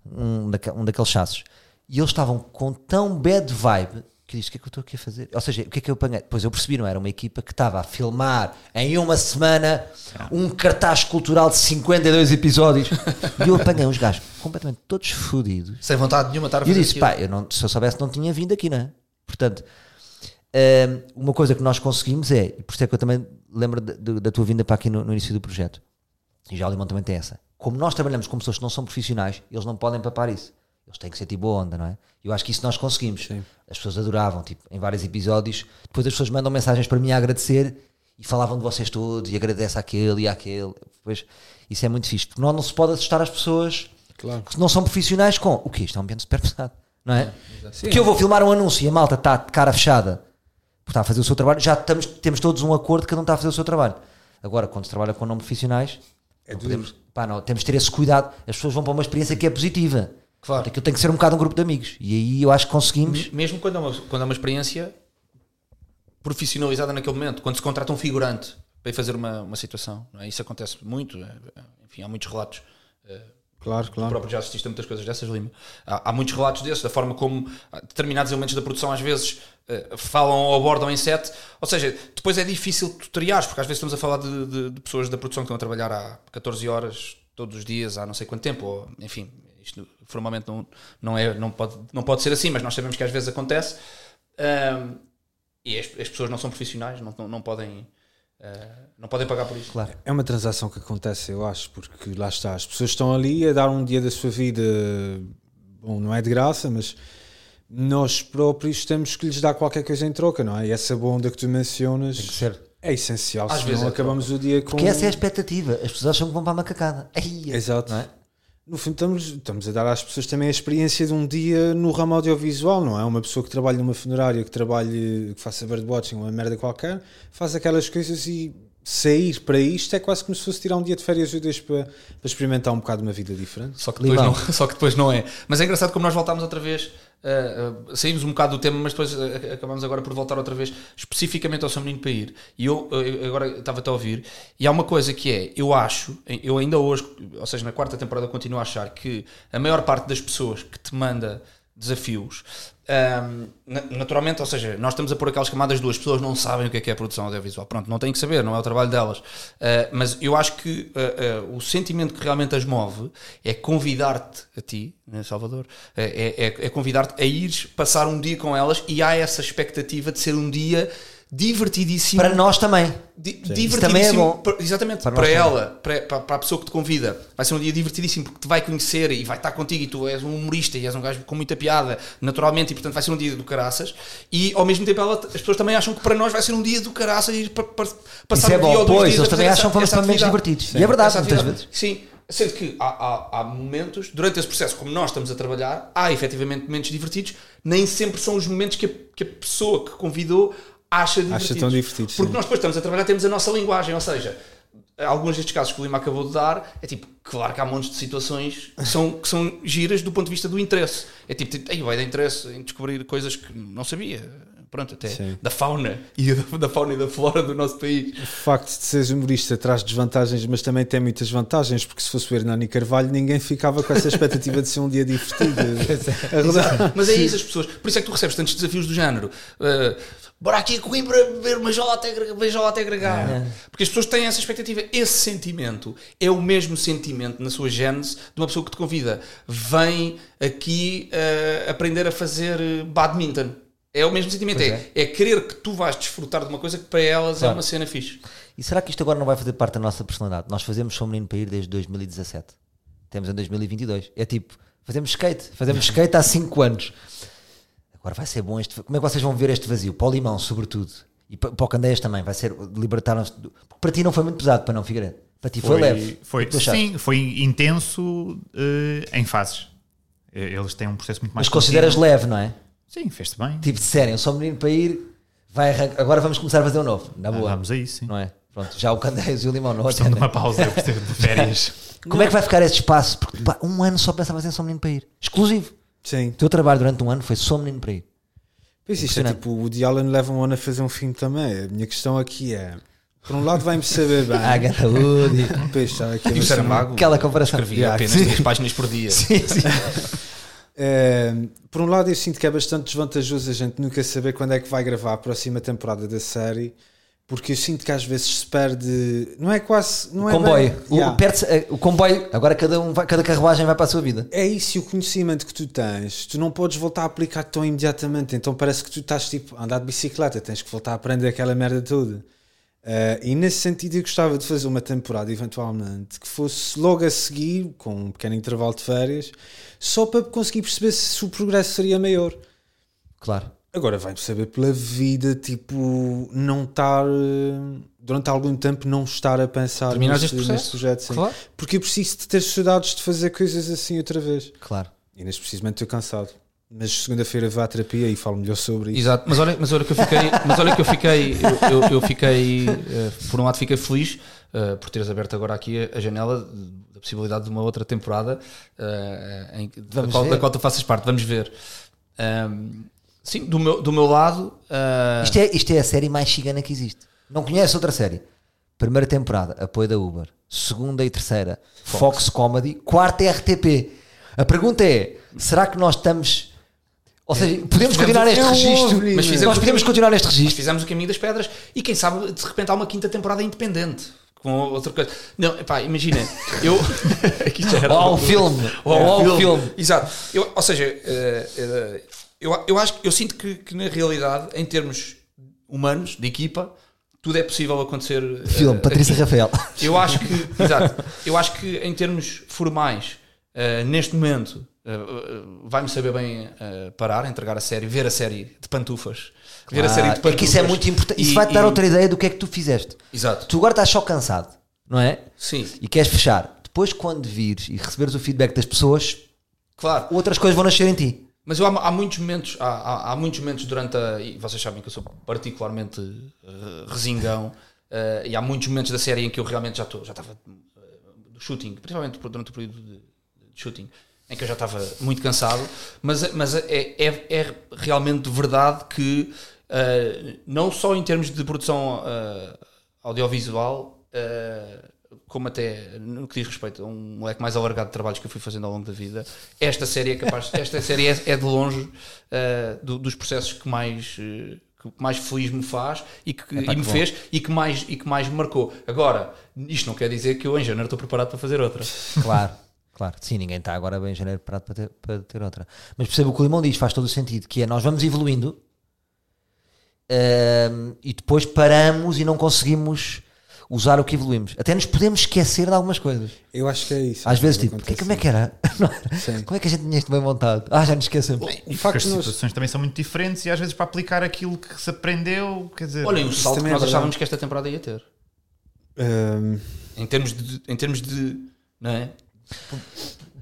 Speaker 1: um, daque- um daqueles chassos. E eles estavam com tão bad vibe que eu disse: o que é que eu estou aqui a fazer? Ou seja, o que é que eu apanhei? Depois eu percebi, não era uma equipa que estava a filmar em uma semana um cartaz cultural de 52 episódios. e eu apanhei uns gajos completamente todos fodidos.
Speaker 3: Sem vontade nenhuma estar a
Speaker 1: E eu
Speaker 3: fazer
Speaker 1: disse:
Speaker 3: aquilo.
Speaker 1: pá, eu não, se eu soubesse, não tinha vindo aqui, não é? Portanto, hum, uma coisa que nós conseguimos é, e por isso é que eu também lembro da- do- da tua vinda para aqui no, no início do projeto, e já o Limão também tem essa. Como nós trabalhamos com pessoas que não são profissionais, eles não podem papar isso. Eles têm que ser tipo boa onda, não é? Eu acho que isso nós conseguimos. As pessoas adoravam, tipo, em vários episódios. Depois as pessoas mandam mensagens para mim a agradecer e falavam de vocês todos e agradece àquele e àquele. Depois, isso é muito fixe, porque não, não se pode assustar as pessoas
Speaker 2: Claro.
Speaker 1: que não são profissionais com o que Isto é um ambiente super pesado, não é? Porque eu vou filmar um anúncio e a malta está de cara fechada porque está a fazer o seu trabalho, já estamos, temos todos um acordo que cada um está a fazer o seu trabalho. Agora, quando se trabalha com não profissionais, não podemos, pá, não, temos de ter esse cuidado. As pessoas vão para uma experiência que é positiva.
Speaker 3: Claro.
Speaker 1: Aquilo tem que ser um bocado um grupo de amigos. E aí eu acho que conseguimos.
Speaker 3: Mesmo quando é, uma, quando é uma experiência profissionalizada naquele momento, quando se contrata um figurante para ir fazer uma, uma situação, não é? isso acontece muito, é, enfim, há muitos relatos
Speaker 2: Claro,
Speaker 3: Tu
Speaker 2: claro.
Speaker 3: próprio já assististe a muitas coisas dessas, Lima. Há, há muitos relatos desses, da forma como ah, determinados elementos da produção às vezes eh, falam ou abordam em set. Ou seja, depois é difícil tutoriares, porque às vezes estamos a falar de, de- de pessoas da produção que estão a trabalhar há 14 horas todos os dias, há não sei quanto tempo, ou enfim, isto formalmente não, não, é, não, pode, não pode ser assim, mas nós sabemos que às vezes acontece. Ahm, e as, as pessoas não são profissionais, não, não, não podem. eh, não podem pagar por isso.
Speaker 1: Claro.
Speaker 2: É uma transação que acontece, eu acho, porque lá está, as pessoas estão ali a dar um dia da sua vida, bom, não é de graça, mas nós próprios temos que lhes dar qualquer coisa em troca, não é? E essa boa onda que tu mencionas
Speaker 1: ser.
Speaker 2: é essencial,
Speaker 3: Às vezes
Speaker 2: senão
Speaker 3: é
Speaker 2: acabamos o dia com...
Speaker 1: Porque essa é a expectativa. As pessoas acham que vão para a macacada. Ai,
Speaker 2: Exato.
Speaker 1: não é?
Speaker 2: No fundo, estamos, estamos a dar às pessoas também a experiência de um dia no ramo audiovisual, não é? Uma pessoa que trabalha numa funerária, que trabalhe, que faça birdwatching, uma merda qualquer, faz aquelas coisas e sair para isto é quase como se fosse tirar um dia de férias ou dois para, para experimentar um bocado uma vida diferente.
Speaker 3: Só que, depois
Speaker 1: Limão.
Speaker 3: não, só que depois não é. Mas é engraçado como nós voltámos outra vez. ah, ah, saímos um bocado do tema, mas depois ah, acabamos agora por voltar outra vez especificamente ao São Menino para ir. E eu, ah, eu agora estava-te a ouvir. E há uma coisa que é: eu acho, eu ainda hoje, ou seja, na quarta temporada, continuo a achar que a maior parte das pessoas que te manda desafios ah, ahm, na- naturalmente, ou seja, nós estamos a pôr aquelas camadas duas pessoas não sabem o que é que é produção audiovisual. Pronto, não têm que saber, não é o trabalho delas. Ah, mas eu acho que ah, ah, o sentimento que realmente as move é convidar-te a ti, né, Salvador, é, é- é convidar-te a ires passar um dia com elas e há essa expectativa de ser um dia divertidíssimo
Speaker 1: Para nós também.
Speaker 3: Di-
Speaker 1: Isso
Speaker 3: divertidíssimo.
Speaker 1: também é bom.
Speaker 3: Para- exatamente, para,
Speaker 1: Para nós
Speaker 3: ela, para, para- para a pessoa que te convida, vai ser um dia divertidíssimo porque te vai conhecer e vai estar contigo. E tu és um humorista e és um gajo com muita piada, naturalmente, e portanto vai ser um dia do caraças. E ao mesmo tempo, ela- as pessoas também acham que para nós vai ser um dia do caraças e para, para passar
Speaker 1: Isso é
Speaker 3: um dia
Speaker 1: bom,
Speaker 3: ou dois
Speaker 1: pois,
Speaker 3: dias a
Speaker 1: eles também
Speaker 3: fazer
Speaker 1: acham que vamos
Speaker 3: essa-
Speaker 1: para menos
Speaker 3: essa
Speaker 1: divertidos.
Speaker 3: sim,
Speaker 1: E é verdade,
Speaker 3: essa
Speaker 1: muitas
Speaker 3: atividade.
Speaker 1: vezes.
Speaker 3: Sim, sendo que há, há- há momentos, durante esse processo, como nós estamos a trabalhar, há efetivamente momentos divertidos, nem sempre são os momentos que a, que a pessoa que convidou acha divertidos.
Speaker 2: Acha tão divertidos,
Speaker 3: Porque
Speaker 2: sim.
Speaker 3: nós depois estamos a trabalhar, temos a nossa linguagem, ou seja, alguns destes casos que o Lima acabou de dar, é tipo, claro que há montes de situações que são, que são giras do ponto de vista do interesse. É tipo, tipo, "Ei, vai dar interesse em descobrir coisas que não sabia. Pronto, até
Speaker 2: Sim.
Speaker 3: da fauna e da, da fauna e da flora do nosso país.
Speaker 2: O facto de seres humorista traz desvantagens, mas também tem muitas vantagens, porque se fosse o Hernani Carvalho, ninguém ficava com essa expectativa de ser um dia divertido. A rodar-
Speaker 3: Mas é isso, as pessoas. Por isso é que tu recebes tantos desafios do género. Uh, bora aqui a Coimbra beber uma jola até, agra- uma jola até agregada.
Speaker 1: É.
Speaker 3: Porque as pessoas têm essa expectativa. Esse sentimento é o mesmo sentimento na sua gênese de uma pessoa que te convida. Vem aqui uh, aprender a fazer uh, badminton. É o mesmo sentimento.
Speaker 1: Pois
Speaker 3: É, é querer que tu vais desfrutar de uma coisa que para elas é
Speaker 1: Claro.
Speaker 3: uma cena fixe.
Speaker 1: E será que isto agora não vai fazer parte da nossa personalidade? Nós fazemos Sou Menino para Ir desde 2017. Temos em 2022. É tipo, fazemos skate.
Speaker 4: Uhum.
Speaker 1: Fazemos skate há 5 anos. Agora vai ser bom este... Como é que vocês vão ver este vazio? Para o Limão, sobretudo. E pa- para o Candeias também. Vai ser... Libertaram-se... do- Porque para ti não foi muito pesado, para não, Figueiredo. Para ti foi, leve. tipo, O
Speaker 4: Foi,
Speaker 1: que tu achaste?
Speaker 4: sim, foi intenso eh, em fases. Eh, Eles têm um processo muito mais.
Speaker 1: Mas consideras
Speaker 4: contínuo.
Speaker 1: leve, não é?
Speaker 4: Sim, fez-te bem.
Speaker 1: Tipo, disserem, eu sou menino para ir, vai arrancar. Agora vamos começar a fazer um novo. Na
Speaker 4: Ah,
Speaker 1: boa.
Speaker 4: vamos a isso, sim.
Speaker 1: Não assim, né? é? Pronto, já o Candeias e o Limão não
Speaker 4: Estão
Speaker 1: atendem.
Speaker 4: numa pausa, eu percebo, de férias.
Speaker 1: Como é que vai ficar esse espaço? Porque pá, um ano só pensavas em só menino para ir. Exclusivo.
Speaker 2: Sim.
Speaker 1: O teu trabalho durante um ano foi só menino para ir.
Speaker 2: Pois isto é
Speaker 1: Impressionante.
Speaker 2: tipo, o Woody Allen leva um ano a fazer um filme também. A minha questão aqui é: por um lado, vai-me saber bem.
Speaker 1: Ah, gata Woody.
Speaker 2: Depois está aqui a
Speaker 3: E o
Speaker 2: noção-
Speaker 3: Saramago
Speaker 1: Aquela comparação.
Speaker 3: escrevia
Speaker 1: Yeah,
Speaker 3: apenas
Speaker 1: Ah, sim.
Speaker 3: 10 páginas por dia.
Speaker 1: Sim, sim.
Speaker 2: É, por um lado, eu sinto que é bastante desvantajoso a gente nunca saber quando é que vai gravar a próxima temporada da série, porque eu sinto que às vezes se perde. Não é quase. Não é
Speaker 1: comboio.
Speaker 2: bem-
Speaker 1: O,
Speaker 2: Yeah.
Speaker 1: perde-se, eh, o comboio. Agora cada, um vai- cada carruagem vai para a sua vida.
Speaker 2: É isso, e o conhecimento que tu tens, tu não podes voltar a aplicar tão imediatamente. Então parece que tu estás tipo a andar de bicicleta, tens que voltar a aprender aquela merda toda. Eh, e nesse sentido, eu gostava de fazer uma temporada, eventualmente, que fosse logo a seguir, com um pequeno intervalo de férias, só para conseguir perceber se o progresso seria maior.
Speaker 1: Claro.
Speaker 2: Agora vai-me saber pela vida, tipo, não estar eh, durante algum tempo não estar a pensar
Speaker 3: Terminaste este processo?
Speaker 2: projeto. sim.
Speaker 1: Claro.
Speaker 2: Porque eu preciso de ter saudades de fazer coisas assim outra vez.
Speaker 1: Claro.
Speaker 2: E neste precisamente estou cansado. Mas segunda-feira vá à terapia e falo melhor sobre isso.
Speaker 3: Exato, mas olha, mas olha que eu fiquei, mas olha que eu fiquei, eu, eu- eu fiquei, eh, por um lado fiquei feliz eh, por teres aberto agora aqui a, a janela de- da possibilidade de uma outra temporada eh, em que- da,
Speaker 1: Vamos
Speaker 3: qual,
Speaker 1: ver.
Speaker 3: da qual tu faças parte, vamos ver. Ahm, sim, do meu, do meu lado, eh,
Speaker 1: Isto é, isto é a série mais cigana que existe. Não conhece outra série. Primeira temporada, apoio da Uber. Segunda e terceira, Fox, Comedy. Quarta é RTP. A pergunta é: será que nós estamos. Ou seja, podemos
Speaker 3: Fizemos
Speaker 1: continuar
Speaker 3: o-
Speaker 1: neste
Speaker 3: é um
Speaker 1: registro?
Speaker 3: ovni, mas fizemos
Speaker 1: nós
Speaker 3: o
Speaker 1: podemos
Speaker 3: caminho-
Speaker 1: continuar neste registro.
Speaker 3: fizemos o caminho das pedras e quem sabe de repente há uma quinta temporada independente. Com outra coisa. Não, pá, imagina, eu. aqui já era
Speaker 1: Ou há um
Speaker 3: loucura.
Speaker 1: filme. Ou
Speaker 3: É,
Speaker 1: há um filme.
Speaker 3: Exato. Eu- ou seja, eh, eh, eu, eu, acho, eu sinto que, que na realidade, em termos humanos, de equipa, tudo é possível acontecer. eh,
Speaker 1: Filme, Patrícia
Speaker 3: aqui.
Speaker 1: Rafael.
Speaker 3: Eu acho que, exato, eu acho que em termos formais, eh, neste momento, eh, eh, vai-me saber bem eh, parar, entregar a série, ver a série de pantufas. Ver a série de
Speaker 1: Ah,
Speaker 3: pantufas.
Speaker 1: é que isso é muito importante. Isso
Speaker 3: E-
Speaker 1: vai-te dar
Speaker 3: e-
Speaker 1: outra ideia do que é que tu fizeste.
Speaker 3: Exato.
Speaker 1: Tu agora estás só cansado, não é?
Speaker 3: Sim,
Speaker 1: E queres fechar. Depois, quando vires e receberes o feedback das pessoas,
Speaker 3: claro.
Speaker 1: outras coisas vão nascer em ti.
Speaker 3: Mas eu, há, há muitos momentos, há, há- há muitos momentos durante a. E vocês sabem que eu sou particularmente eh, resingão, eh, e há muitos momentos da série em que eu realmente já estou, já estava eh, do shooting, principalmente por- durante o período de, de shooting, em que eu já estava muito cansado, mas, mas é, é- é realmente verdade que eh, não só em termos de produção eh, audiovisual eh, como até no que diz respeito a um moleque mais alargado de trabalhos que eu fui fazendo ao longo da vida, esta série é capaz, esta série é, é de longe eh, do- dos processos que mais eh, que mais feliz me faz e que,
Speaker 1: Epá,
Speaker 3: e me
Speaker 1: que bom.
Speaker 3: fez e que mais e que mais me marcou. Agora, isto não quer dizer que eu em janeiro estou preparado para fazer outra.
Speaker 1: Claro, claro. Sim, ninguém está agora bem em janeiro parado para ter, para ter outra. Mas percebo o que o Limão diz, faz todo o sentido, que é nós vamos evoluindo hum, e depois paramos e não conseguimos usar o que evoluímos. Até nos podemos esquecer de algumas coisas.
Speaker 2: Eu acho que é isso.
Speaker 1: Às vezes, tipo, porque, como é que era? Não era?
Speaker 2: Sim.
Speaker 1: Como é que a gente tinha isto bem montado? Ah, já nos esquecemos.
Speaker 2: O
Speaker 4: Porque
Speaker 2: facto
Speaker 4: as
Speaker 2: de nós-
Speaker 4: situações também são muito diferentes e às vezes para aplicar aquilo que se aprendeu, quer dizer,
Speaker 3: Olhem o salto que
Speaker 2: também é
Speaker 3: nós
Speaker 2: verdade.
Speaker 3: achávamos que esta temporada ia ter.
Speaker 2: Ahm,
Speaker 3: Em termos de, em termos de não é? Pro-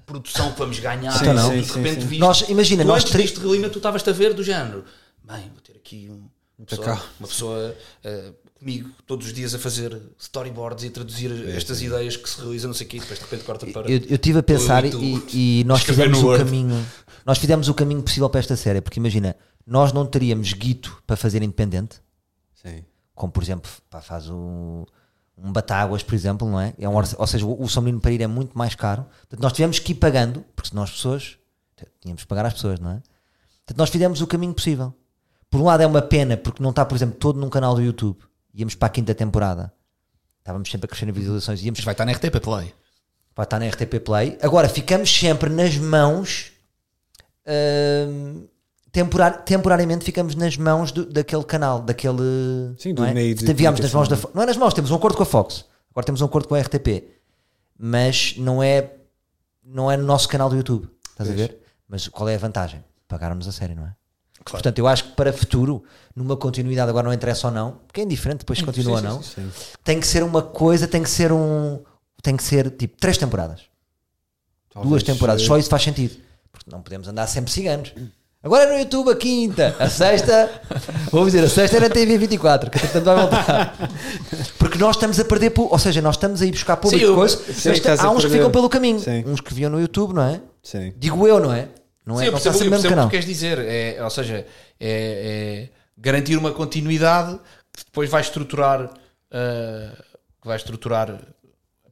Speaker 3: produção que vamos ganhar,
Speaker 2: Sim,
Speaker 3: não,
Speaker 2: sim,
Speaker 3: de
Speaker 2: sim,
Speaker 3: repente
Speaker 2: sim.
Speaker 3: viste.
Speaker 1: Nós, imagina,
Speaker 3: tu
Speaker 1: nós
Speaker 3: antes
Speaker 1: três.
Speaker 3: disto, Relina, tu estavas-te a ver do género. Bem, vou ter aqui um, uma pessoa,
Speaker 2: cá.
Speaker 3: uma pessoa, eh, comigo todos os dias a fazer storyboards e a traduzir estas ideias que se realizam, não sei o quê, e depois de repente corta para.
Speaker 1: Eu, eu tive a pensar
Speaker 3: Eu e tu.
Speaker 1: e, e nós
Speaker 3: Escrever
Speaker 1: fizemos
Speaker 3: no
Speaker 1: o
Speaker 3: Word.
Speaker 1: caminho nós fizemos o caminho possível para esta série porque imagina, nós não teríamos guito para fazer independente
Speaker 2: sim.
Speaker 1: como por exemplo pá, faz um, um Batáguas, por exemplo, não é? é um orça- ou seja, o, o São Menino para ir é muito mais caro. Portanto, nós tivemos que ir pagando, porque senão as pessoas tínhamos que pagar às pessoas, não é? Portanto, nós fizemos o caminho possível. Por um lado é uma pena, porque não está, por exemplo, todo num canal do YouTube. Íamos para a quinta temporada. Estávamos sempre a crescer em visualizações. Íamos
Speaker 3: Vai estar na RTP Play.
Speaker 1: vai estar na RTP Play. Agora, ficamos sempre nas mãos. hum, temporar- temporariamente ficamos nas mãos do- daquele canal, daquele.
Speaker 2: Sim, do
Speaker 1: não é?
Speaker 2: meio de
Speaker 1: Viámos nas mãos da.
Speaker 2: comunicação.
Speaker 1: Fo- Não é nas mãos, temos um acordo com a Fox. Agora temos um acordo com a RTP. Mas não é. Não é no nosso canal do YouTube. Estás a ver? Mas qual é a vantagem? Pagarmos a série, não é? Portanto, eu acho que para futuro, numa continuidade, agora não interessa ou não, porque é indiferente depois se continua ou não, tem que ser uma coisa, tem que ser um. Tem que ser tipo três temporadas duas
Speaker 2: Talvez,
Speaker 1: temporadas.
Speaker 2: eh,
Speaker 1: Só isso faz sentido. Porque não podemos andar sempre ciganos. Agora é no YouTube a quinta, a sexta, vou dizer, a sexta era TV 24, que portanto vai voltar. Porque nós estamos a perder, pu- ou seja, nós estamos a ir buscar público
Speaker 3: Sim, eu-
Speaker 1: de coisa,
Speaker 2: sim,
Speaker 1: mas
Speaker 2: estás
Speaker 1: há
Speaker 2: a
Speaker 1: uns que
Speaker 2: perder.
Speaker 1: ficam pelo caminho,
Speaker 2: Sim.
Speaker 1: uns que viam no YouTube, não é?
Speaker 2: Sim.
Speaker 1: Digo eu, não é? Não
Speaker 3: Sim,
Speaker 1: é?
Speaker 3: eu
Speaker 1: não está
Speaker 3: percebo,
Speaker 1: sempre no mesmo
Speaker 3: eu percebo o
Speaker 1: canal.
Speaker 3: que queres dizer. É, ou seja, é, é garantir uma continuidade que depois vai estruturar, ah, que vai estruturar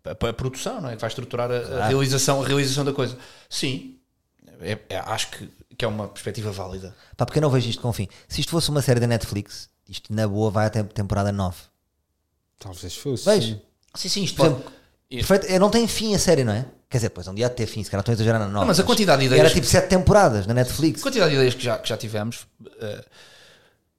Speaker 3: a, a- a produção, não é? Que vai estruturar a- a, realização, a realização da coisa. Sim, é- é- acho que, que é uma perspectiva válida.
Speaker 1: Pá, porque eu não vejo isto com fim. Se isto fosse uma série da Netflix, isto na boa vai até temporada 9.
Speaker 2: Talvez fosse.
Speaker 1: Vejo.
Speaker 2: sim.
Speaker 3: Sim, sim, isto
Speaker 1: Por
Speaker 3: pode-
Speaker 1: exemplo, perfeito, é, não tem fim a série, não é? Quer dizer, pois um dia há de ter fim, se calhar estou a exagerar na 9.
Speaker 3: Não, mas a quantidade de ideias
Speaker 1: Era
Speaker 3: que-
Speaker 1: tipo 7 temporadas na
Speaker 3: A
Speaker 1: Netflix.
Speaker 3: quantidade de ideias que já, que já tivemos, eh,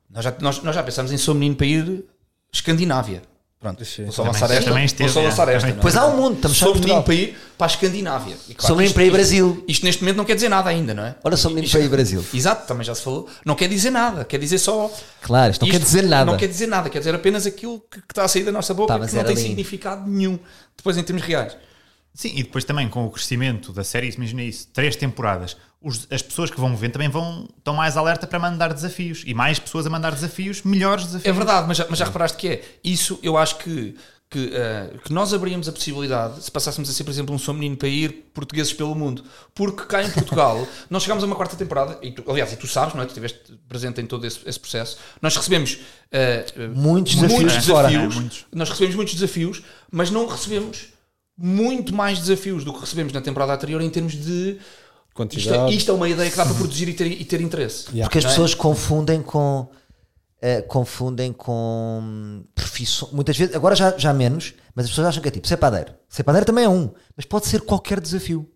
Speaker 3: nós, já, nós, nós já pensámos em Sou Menino para ir Escandinávia. Pronto,
Speaker 2: Sim.
Speaker 3: vou só
Speaker 4: Também-
Speaker 3: lançar esta.
Speaker 4: também
Speaker 3: Vou
Speaker 4: esteve,
Speaker 3: só
Speaker 4: é.
Speaker 3: lançar esta.
Speaker 4: Também-
Speaker 3: não é?
Speaker 1: Pois há um mundo, estamos só em
Speaker 3: Sou
Speaker 1: Portugal.
Speaker 3: Menino para ir para a Escandinávia. E, claro,
Speaker 1: Sou Menino
Speaker 3: isto-
Speaker 1: para ir
Speaker 3: isto-
Speaker 1: Brasil.
Speaker 3: Isto neste momento não quer dizer nada ainda, não é?
Speaker 1: Olha, Sou Menino para ir Brasil.
Speaker 3: Exato, também já se falou. Não quer dizer nada, quer dizer só.
Speaker 1: Claro, isto não quer dizer nada.
Speaker 3: Não quer dizer nada, quer dizer apenas aquilo que, que está a sair da nossa boca
Speaker 1: Tá, mas
Speaker 3: que não
Speaker 1: era
Speaker 3: tem
Speaker 1: lindo.
Speaker 3: significado nenhum. Depois em termos reais.
Speaker 4: Sim, e depois também com o crescimento da série, imagina isso, três temporadas, os- as pessoas que vão ver também vão, estão mais alerta para mandar desafios e mais pessoas a mandar desafios, melhores
Speaker 3: É
Speaker 4: desafios.
Speaker 3: verdade, mas já, mas já reparaste que é. Isso eu acho que, que, ah, que nós abríamos a possibilidade, se passássemos a ser, por exemplo, um Sou Menino para ir portugueses pelo mundo. Porque cá em Portugal, nós chegámos a uma quarta temporada, e tu- aliás, e tu sabes, não é? Tu estiveste presente em todo esse, esse processo. Nós recebemos ah, ah,
Speaker 1: Muitos desafios
Speaker 3: muitos
Speaker 1: de fora.
Speaker 3: desafios.
Speaker 4: É, muitos.
Speaker 3: Nós recebemos muitos desafios, mas não recebemos muito mais desafios do que recebemos na temporada anterior em termos de. Isto é,
Speaker 2: Quantidade.
Speaker 3: isto é uma ideia que dá para
Speaker 1: Uhum.
Speaker 3: produzir e ter, e ter interesse.
Speaker 1: Porque as
Speaker 3: Não é?
Speaker 1: pessoas confundem com. eh, confundem com profissão. Muitas vezes, agora já, já menos, mas as pessoas acham que é tipo ser padeiro. Ser padeiro também é um, mas pode ser qualquer desafio.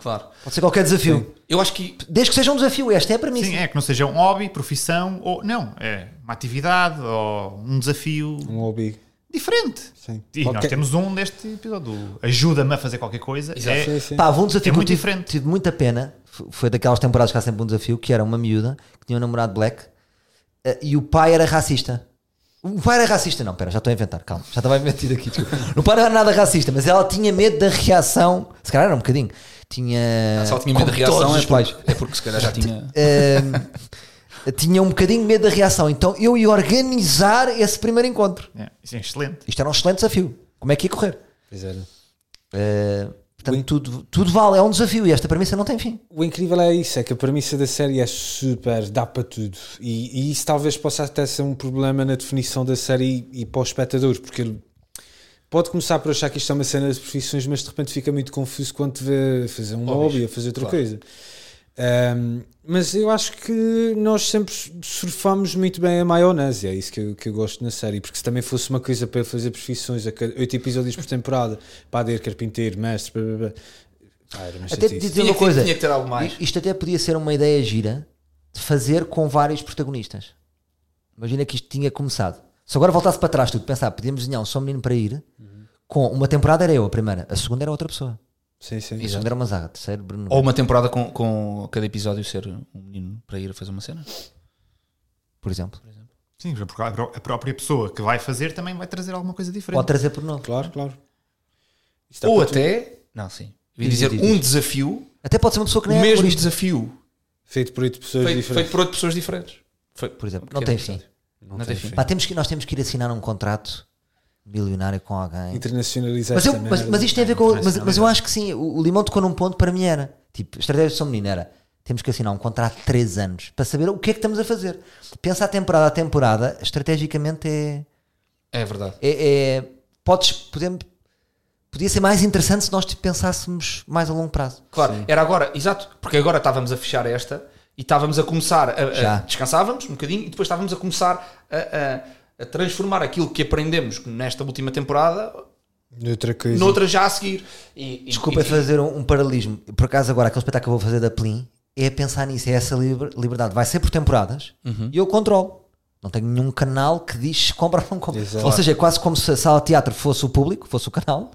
Speaker 3: Claro.
Speaker 1: Pode ser qualquer desafio.
Speaker 3: Eu acho que
Speaker 1: Desde que seja um desafio, esta é a premissa.
Speaker 4: Sim, é que não seja um hobby, profissão ou não, é uma atividade ou um desafio
Speaker 2: Um hobby.
Speaker 4: diferente.
Speaker 2: Sim.
Speaker 4: E nós
Speaker 2: Qualquer-
Speaker 4: temos um deste episódio, o ajuda-me a fazer qualquer coisa.
Speaker 3: Exato.
Speaker 4: É-
Speaker 2: Sim, sim.
Speaker 1: Pá, houve um desafio que
Speaker 4: É
Speaker 1: eu
Speaker 4: muito
Speaker 1: tive,
Speaker 4: diferente.
Speaker 1: tive muita pena. F- Foi daquelas temporadas que há sempre um desafio, que era uma miúda que tinha um namorado black eh, e o pai era racista. O pai era racista, não, pera, já estou a inventar, calma, já estava a mentir aqui, desculpa. O pai não era nada racista, mas ela tinha medo da reação, se calhar era um bocadinho. Tinha.
Speaker 3: se ela tinha medo da
Speaker 1: como todos
Speaker 3: reação
Speaker 1: os
Speaker 3: é
Speaker 1: pais.
Speaker 3: porque, é porque se calhar já tinha.
Speaker 1: Ahm, tinha um bocadinho medo da reação, então eu ia organizar esse primeiro encontro.
Speaker 4: é, isso é excelente.
Speaker 1: Isto era um excelente desafio. Como é que ia correr?
Speaker 2: Pois era.
Speaker 1: Eh, portanto, tudo, tudo vale, é um desafio e esta premissa não tem fim.
Speaker 2: O incrível é isso, é que a premissa da série é super, dá para tudo. E, e isso talvez possa até ser um problema na definição da série e, e para o espectador, porque ele- pode começar por achar que isto é uma cena de profissões, mas de repente fica muito confuso quando te vê fazer um hobby ou fazer outra
Speaker 3: claro.
Speaker 2: coisa. Ahm, mas eu acho que nós sempre surfamos muito bem a maionese, é isso que eu, que eu gosto na série, porque se também fosse uma coisa para eu fazer profissões a cada- oito episódios por temporada, padeiro, carpinteiro, mestre, blá, blá, blá, pá, era uma
Speaker 1: Até te
Speaker 2: chatice.
Speaker 1: dizer
Speaker 3: Tinha
Speaker 1: uma
Speaker 3: que-
Speaker 1: coisa.
Speaker 3: tinha que ter algo mais.
Speaker 1: I- Isto até podia ser uma ideia gira de fazer com vários protagonistas. Imagina que isto tinha começado. Se agora voltasse para trás tudo, pensar, podíamos desenhar um só menino para ir. Com uma temporada era eu, a primeira, a segunda era outra pessoa.
Speaker 2: Sim, sim.
Speaker 1: A segunda era uma zaga, a terceira, Bruno.
Speaker 3: Ou uma temporada com, com cada episódio ser um menino para ir a fazer uma cena.
Speaker 1: Por exemplo.
Speaker 4: Sim, porque a pró- a própria pessoa que vai fazer também vai trazer alguma coisa diferente.
Speaker 1: Ou trazer por novo.
Speaker 2: Claro, claro. Isto dá
Speaker 3: Ou
Speaker 2: para tudo.
Speaker 3: até. Não, sim. Eu ia
Speaker 1: Diz,
Speaker 3: dizer
Speaker 1: diz,
Speaker 3: um desafio,
Speaker 1: Até pode ser uma pessoa que
Speaker 3: o
Speaker 1: nem é
Speaker 3: mesmo
Speaker 1: humorista,
Speaker 3: desafio,
Speaker 2: Feito por oito pessoas
Speaker 3: feito, feito
Speaker 2: diferentes.
Speaker 3: por outras pessoas diferentes. Foi-
Speaker 1: por exemplo.
Speaker 3: Porque
Speaker 1: Não
Speaker 3: é
Speaker 1: tem fim.
Speaker 3: verdade. Não tem fim.
Speaker 1: Pá, temos que, nós temos que ir assinar um contrato milionário com alguém.
Speaker 2: Internacionalizar
Speaker 1: Mas, eu-
Speaker 2: esta
Speaker 1: mas,
Speaker 2: merda.
Speaker 1: mas isto tem a ver com. Mas, mas eu acho que sim, o, o Limão tocou num ponto para mim era. Tipo, a estratégia de São Menino era. Temos que assinar um contrato de 3 anos para saber o que é que estamos a fazer. Pensar temporada a temporada, estrategicamente é.
Speaker 3: É verdade.
Speaker 1: é, é- podes, podemos, podia ser mais interessante se nós tipo, pensássemos mais a longo prazo.
Speaker 3: Claro, era agora, exato, porque agora estávamos a fechar esta e estávamos a começar a, a-
Speaker 1: Já.
Speaker 3: descansávamos um bocadinho e depois estávamos a começar a, a- a transformar aquilo que aprendemos nesta última temporada
Speaker 2: Noutra coisa.
Speaker 3: noutra já a seguir. E, e-
Speaker 1: Desculpa
Speaker 3: e-
Speaker 1: fazer um, um paralelismo. Por acaso, agora, aquele espetáculo que eu vou fazer da Plim é a pensar nisso, é essa liber- liberdade. Vai ser por temporadas
Speaker 3: Uhum.
Speaker 1: e eu controlo. Não tenho nenhum canal que diz se compra ou não compra.
Speaker 2: Exato.
Speaker 1: Ou seja, é quase como se a sala de teatro fosse o público, fosse o canal.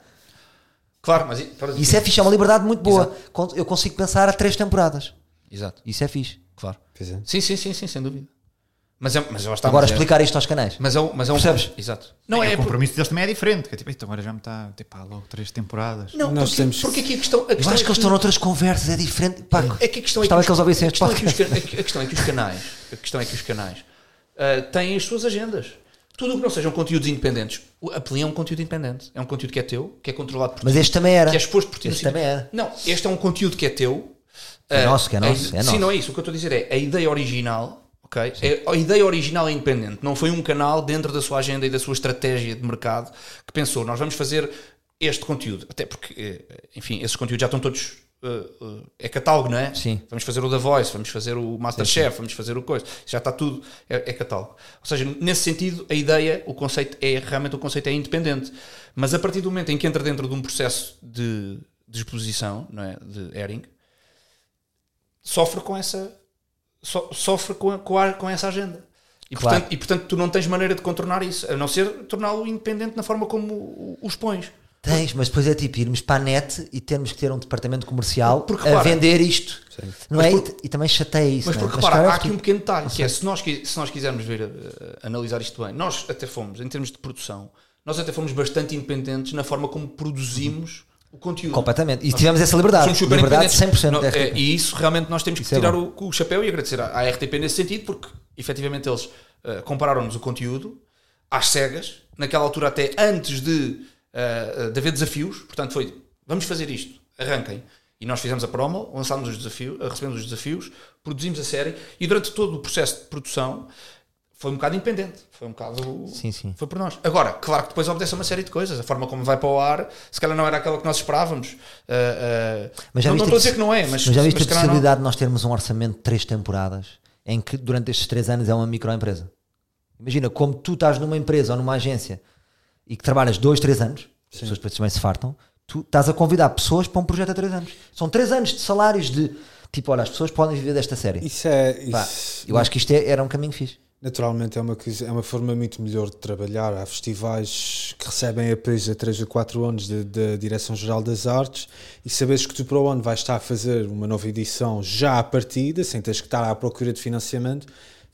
Speaker 3: Claro, mas para-
Speaker 1: Isso é fixe, é uma liberdade muito boa. Con- Eu consigo pensar a três temporadas.
Speaker 3: Exato,
Speaker 1: Isso é fixe.
Speaker 3: claro.
Speaker 2: Pois é.
Speaker 3: Sim, sim, sim, sim, sem dúvida. Mas é, mas eu estava
Speaker 1: Agora,
Speaker 3: a dizer-
Speaker 1: explicar isto aos canais.
Speaker 3: Mas é um, mas é um
Speaker 1: Percebes?
Speaker 3: Exato.
Speaker 4: Não,
Speaker 3: Não
Speaker 4: é,
Speaker 3: é,
Speaker 4: o
Speaker 3: por-
Speaker 4: compromisso deles também é diferente. Que é tipo, "Eita, agora já me está tipo, há logo três temporadas.
Speaker 3: não,
Speaker 2: Nós
Speaker 3: porque,
Speaker 2: temos-
Speaker 3: porque aqui a questão, a
Speaker 1: Eu
Speaker 3: questão
Speaker 1: acho que eles estão noutras conversas, é diferente. Pá,
Speaker 3: É que a questão é
Speaker 1: gostava
Speaker 3: os-
Speaker 1: que eles ouvissem
Speaker 3: a
Speaker 1: este
Speaker 3: questão é que os
Speaker 1: podcast.
Speaker 3: can- a- a questão é que os canais, a questão é que os canais ah, têm as suas agendas. Tudo o que não sejam conteúdos independentes. O Apple é um conteúdo independente. É um conteúdo que é teu, que é controlado por
Speaker 1: Mas
Speaker 3: ti,
Speaker 1: este também era.
Speaker 3: que é exposto por ti. no
Speaker 1: Este
Speaker 3: sítio.
Speaker 1: também era.
Speaker 3: Não, este é um conteúdo que é teu.
Speaker 1: É
Speaker 3: ah,
Speaker 1: nosso, que é nosso,
Speaker 3: sim,
Speaker 1: é nosso.
Speaker 3: não é isso. O que eu estou a dizer é a ideia original. ok É, a ideia original é independente. Não foi um canal dentro da sua agenda e da sua estratégia de mercado que pensou, nós vamos fazer este conteúdo. Até porque, eh, enfim, esses conteúdos já estão todos. eh, eh, é catálogo, não é?
Speaker 1: Sim.
Speaker 3: Vamos fazer o da Voice, vamos fazer o Masterchef, vamos fazer o coisa. Já está tudo, é, é catálogo. Ou seja, nesse sentido, a ideia, o conceito é realmente o conceito é independente. Mas a partir do momento em que entra dentro de um processo de, de exposição, não é? De airing, sofre com essa so- sofre com, a- com, a- com essa agenda. E,
Speaker 1: Claro.
Speaker 3: portanto, e portanto tu não tens maneira de contornar isso, a não ser torná-lo independente na forma como o- os pões.
Speaker 1: Tens, mas depois é tipo irmos para a net e termos que ter um departamento comercial
Speaker 3: Porque,
Speaker 1: a
Speaker 3: repara-
Speaker 1: vender isto. Não é? E t- E também chateia isso.
Speaker 3: Mas
Speaker 1: não é?
Speaker 3: porque repara, há
Speaker 1: claro,
Speaker 3: aqui
Speaker 1: tipo,
Speaker 3: um pequeno detalhe, que é se nós, qui- se nós quisermos ver, eh, analisar isto bem, nós até fomos, em termos de produção, nós até fomos bastante independentes na forma como produzimos o conteúdo.
Speaker 1: Uhum. Completamente. E tivemos essa liberdade.
Speaker 3: Ah. Somos super
Speaker 1: liberdade
Speaker 3: independentes.
Speaker 1: 100%
Speaker 3: Não,
Speaker 1: da
Speaker 3: é,
Speaker 1: RTP.
Speaker 3: E isso realmente nós temos que
Speaker 1: Isso é
Speaker 3: tirar
Speaker 1: bom.
Speaker 3: o, com o chapéu e agradecer à, à RTP nesse sentido, porque efetivamente eles eh, compararam-nos o conteúdo às cegas, naquela altura até antes de, eh, de haver desafios, portanto foi vamos fazer isto, arranquem. E nós fizemos a promo, lançámos os desafios, eh, recebemos os desafios, produzimos a série e durante todo o processo de produção foi um bocado independente. Foi um bocado.
Speaker 1: Sim, sim.
Speaker 3: Foi por nós. Agora, claro que depois obedece a uma série de coisas. A forma como vai para o ar, se calhar não era aquela que nós esperávamos. Ah, ah,
Speaker 1: Mas já
Speaker 3: não,
Speaker 1: viste
Speaker 3: não estou a
Speaker 1: a
Speaker 3: dizer
Speaker 1: possi-
Speaker 3: que não é, mas,
Speaker 1: Mas já viste
Speaker 3: mas
Speaker 1: a
Speaker 3: se calhar não.
Speaker 1: possibilidade de nós termos um orçamento de três temporadas em que durante estes três anos é uma microempresa? Imagina, como tu estás numa empresa ou numa agência e que trabalhas dois, três anos, as pessoas depois também se fartam, tu estás a convidar pessoas para um projeto a três anos. São três anos de salários de tipo, olha, as pessoas podem viver desta série.
Speaker 2: Isso é.
Speaker 1: Pá,
Speaker 2: isso-
Speaker 1: eu acho que isto é- era um caminho fixe.
Speaker 2: Naturalmente é uma, coisa, é uma forma muito melhor de trabalhar. Há festivais que recebem apoios a 3 ou 4 anos da- da Direção-Geral das Artes e saberes que tu para o ano vais estar a fazer uma nova edição já à partida, sem teres que estar à procura de financiamento,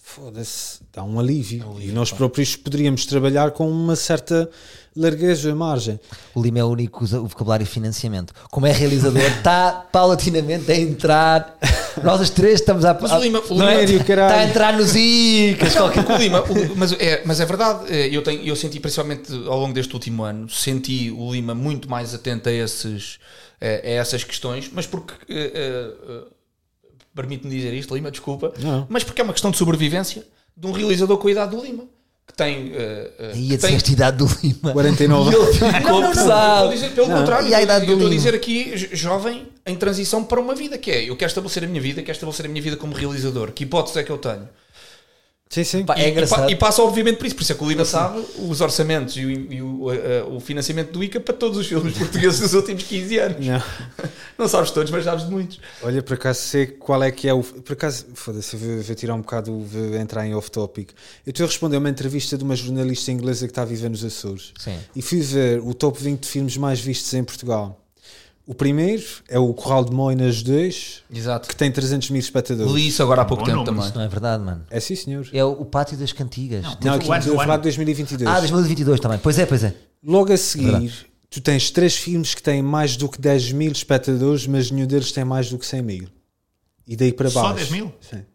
Speaker 2: foda-se, dá um alívio. e nós próprios poderíamos trabalhar com uma certa largueza, margem.
Speaker 1: O Lima é o único que usa o vocabulário financiamento. Como é realizador, está paulatinamente a entrar. Nós os três estamos a.
Speaker 3: Mas o Lima- tá- o
Speaker 1: não é?
Speaker 2: Lírio, caralho.
Speaker 1: Está a entrar nos Icas. qualquer
Speaker 3: O Lima, o- mas, é, mas é verdade, é, eu, tenho, eu senti, principalmente ao longo deste último ano, senti o Lima muito mais atento a, esses, eh, a essas questões, mas porque. eh, eh, eh, Permite-me dizer isto, Lima, desculpa,
Speaker 2: Não.
Speaker 3: mas porque é uma questão de sobrevivência de um realizador com a idade do Lima. que tem. eh, eh,
Speaker 1: Aí
Speaker 3: que
Speaker 1: a
Speaker 3: tem-
Speaker 1: desertidade do Lima.
Speaker 2: 49.
Speaker 1: E ele
Speaker 3: Não, não,
Speaker 1: ficou
Speaker 3: não, eu estou a
Speaker 1: pesado.
Speaker 3: dizer- Pelo contrário,
Speaker 1: E a
Speaker 3: eu
Speaker 1: idade do
Speaker 3: estou a
Speaker 1: Lima?
Speaker 3: dizer aqui, jo- jovem em transição para uma vida que é: eu quero estabelecer a minha vida, quero estabelecer a minha vida como realizador. Que hipótese é que eu tenho?
Speaker 2: Sim, sim.
Speaker 1: Pá,
Speaker 3: E-
Speaker 1: é
Speaker 3: e,
Speaker 1: engraçado.
Speaker 3: pa- e passa, obviamente, por isso. Por isso é que o Lima sabe os orçamentos e, o, e o- eh, o financiamento do ICA para todos os filmes portugueses dos últimos 15 anos.
Speaker 2: Não.
Speaker 3: Não sabes todos, mas sabes de muitos.
Speaker 2: Olha, por acaso sei qual é que é o. Por acaso, foda-se, eu vou, vou tirar um bocado, vou entrar em off-topic. Eu estou a responder a uma entrevista de uma jornalista inglesa que está a viver nos Açores.
Speaker 1: Sim.
Speaker 2: E fui ver o top 20 de filmes mais vistos em Portugal. O primeiro é o Corral de Moinas 2,
Speaker 3: Exato.
Speaker 2: que tem 300 mil espectadores.
Speaker 3: Li isso agora há pouco
Speaker 4: Bom
Speaker 3: tempo
Speaker 4: número,
Speaker 3: também.
Speaker 1: Isso não é verdade, mano.
Speaker 2: É sim, senhor.
Speaker 1: É o, o Pátio das Cantigas.
Speaker 2: Não,
Speaker 4: O
Speaker 2: aqui
Speaker 4: ano,
Speaker 2: estou a
Speaker 4: o
Speaker 2: falar
Speaker 4: ano.
Speaker 2: de 2022.
Speaker 1: Ah, 2022 também. Pois é, pois é.
Speaker 2: Logo a seguir, tu tens três filmes que têm mais do que 10 mil espectadores, mas nenhum deles tem mais do que 100 mil. E daí para
Speaker 4: Só
Speaker 2: baixo.
Speaker 4: 10 mil?
Speaker 2: Sim.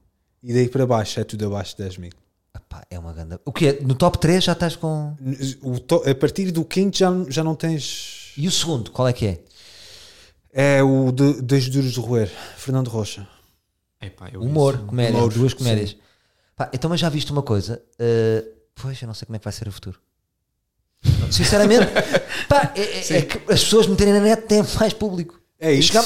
Speaker 2: E daí para baixo, é tudo abaixo de 10 mil.
Speaker 1: Epá, é uma ganda. O que é? No top 3 já estás com.
Speaker 2: O to- A partir do quinto já, já não tens.
Speaker 1: E o segundo, qual é que é?
Speaker 2: É o de, Dois Duros de Roer, Fernando Rocha.
Speaker 4: Epá, eu
Speaker 1: Humor,
Speaker 4: isso-
Speaker 1: comédia,
Speaker 2: Humor,
Speaker 1: duas comédias. Pá, então, mas já viste uma coisa? Uh, pois, eu não sei como é que vai ser o futuro. Sinceramente, pá, é- é, é que as pessoas meterem na net têm mais público.
Speaker 2: É isso.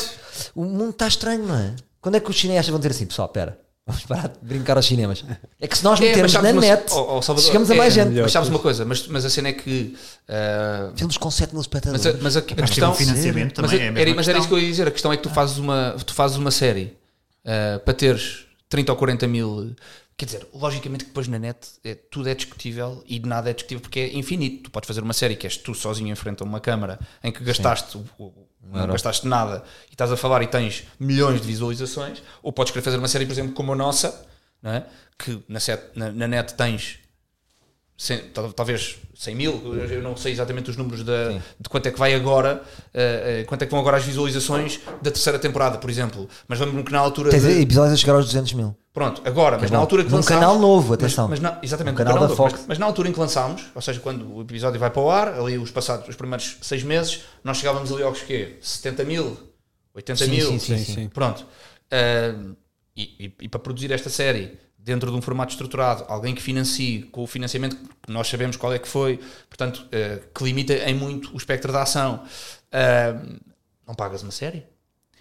Speaker 1: o mundo está estranho, não é? Quando é que os cineastas vão dizer assim, pessoal, pera, vamos parar de brincar aos cinemas? É que se nós
Speaker 3: É, mas
Speaker 1: metermos na
Speaker 3: sabes uma-
Speaker 1: net,
Speaker 3: oh, oh, Salvador,
Speaker 1: chegamos a
Speaker 3: é,
Speaker 1: mais gente.
Speaker 2: melhor.
Speaker 3: Mas sabes uma coisa, mas, mas a cena é que. ah,
Speaker 1: Filmes com 7 mil espectadores.
Speaker 3: mas a, mas a- a
Speaker 4: Mas teve um
Speaker 3: questão.
Speaker 4: financiamento
Speaker 3: Mas,
Speaker 4: também. é a
Speaker 3: era,
Speaker 4: mesma
Speaker 3: mas era isso que
Speaker 4: questão.
Speaker 3: eu ia dizer. A questão é que tu fazes uma, tu fazes uma série ah, para teres 30 ou 40 mil. Quer dizer, logicamente que depois na net é, tudo é discutível e nada é discutível porque é infinito. Tu podes fazer uma série que és tu sozinho em frente a uma câmara em que gastaste, o- o-
Speaker 4: Um
Speaker 3: não gastaste nada e estás a falar e tens milhões de visualizações, ou podes querer fazer uma série, por exemplo, como a nossa, não é? que na, set- na- na net tens cem- tal- talvez 100 mil, eu eu não sei exatamente os números da, de quanto é que vai agora, eh, eh, quanto é que vão agora as visualizações da terceira temporada, por exemplo. Mas eh, lembro-me que na altura.
Speaker 1: Tens
Speaker 3: de-
Speaker 1: episódios a chegar aos 200 mil.
Speaker 3: pronto, agora, mas na
Speaker 1: bom.
Speaker 3: altura que
Speaker 1: Num
Speaker 3: lançámos-
Speaker 1: canal novo,
Speaker 3: mas-
Speaker 1: atenção.
Speaker 3: Mas, na, exatamente,
Speaker 1: Um
Speaker 3: num
Speaker 1: canal
Speaker 3: canal,
Speaker 1: da
Speaker 3: novo.
Speaker 1: Fox.
Speaker 3: Mas, mas na altura em que lançámos, ou seja, quando o episódio vai para o ar, ali os passados, os primeiros seis meses, nós chegávamos ali aos quê? 70 mil, 80
Speaker 1: Sim,
Speaker 3: mil.
Speaker 1: sim, sim, sim.
Speaker 3: Pronto. Ahm, e, e- e para produzir esta série dentro de um formato estruturado, alguém que financie com o financiamento que nós sabemos qual é que foi, portanto, eh, que limita em muito o espectro da ação, ahm, não pagas uma série?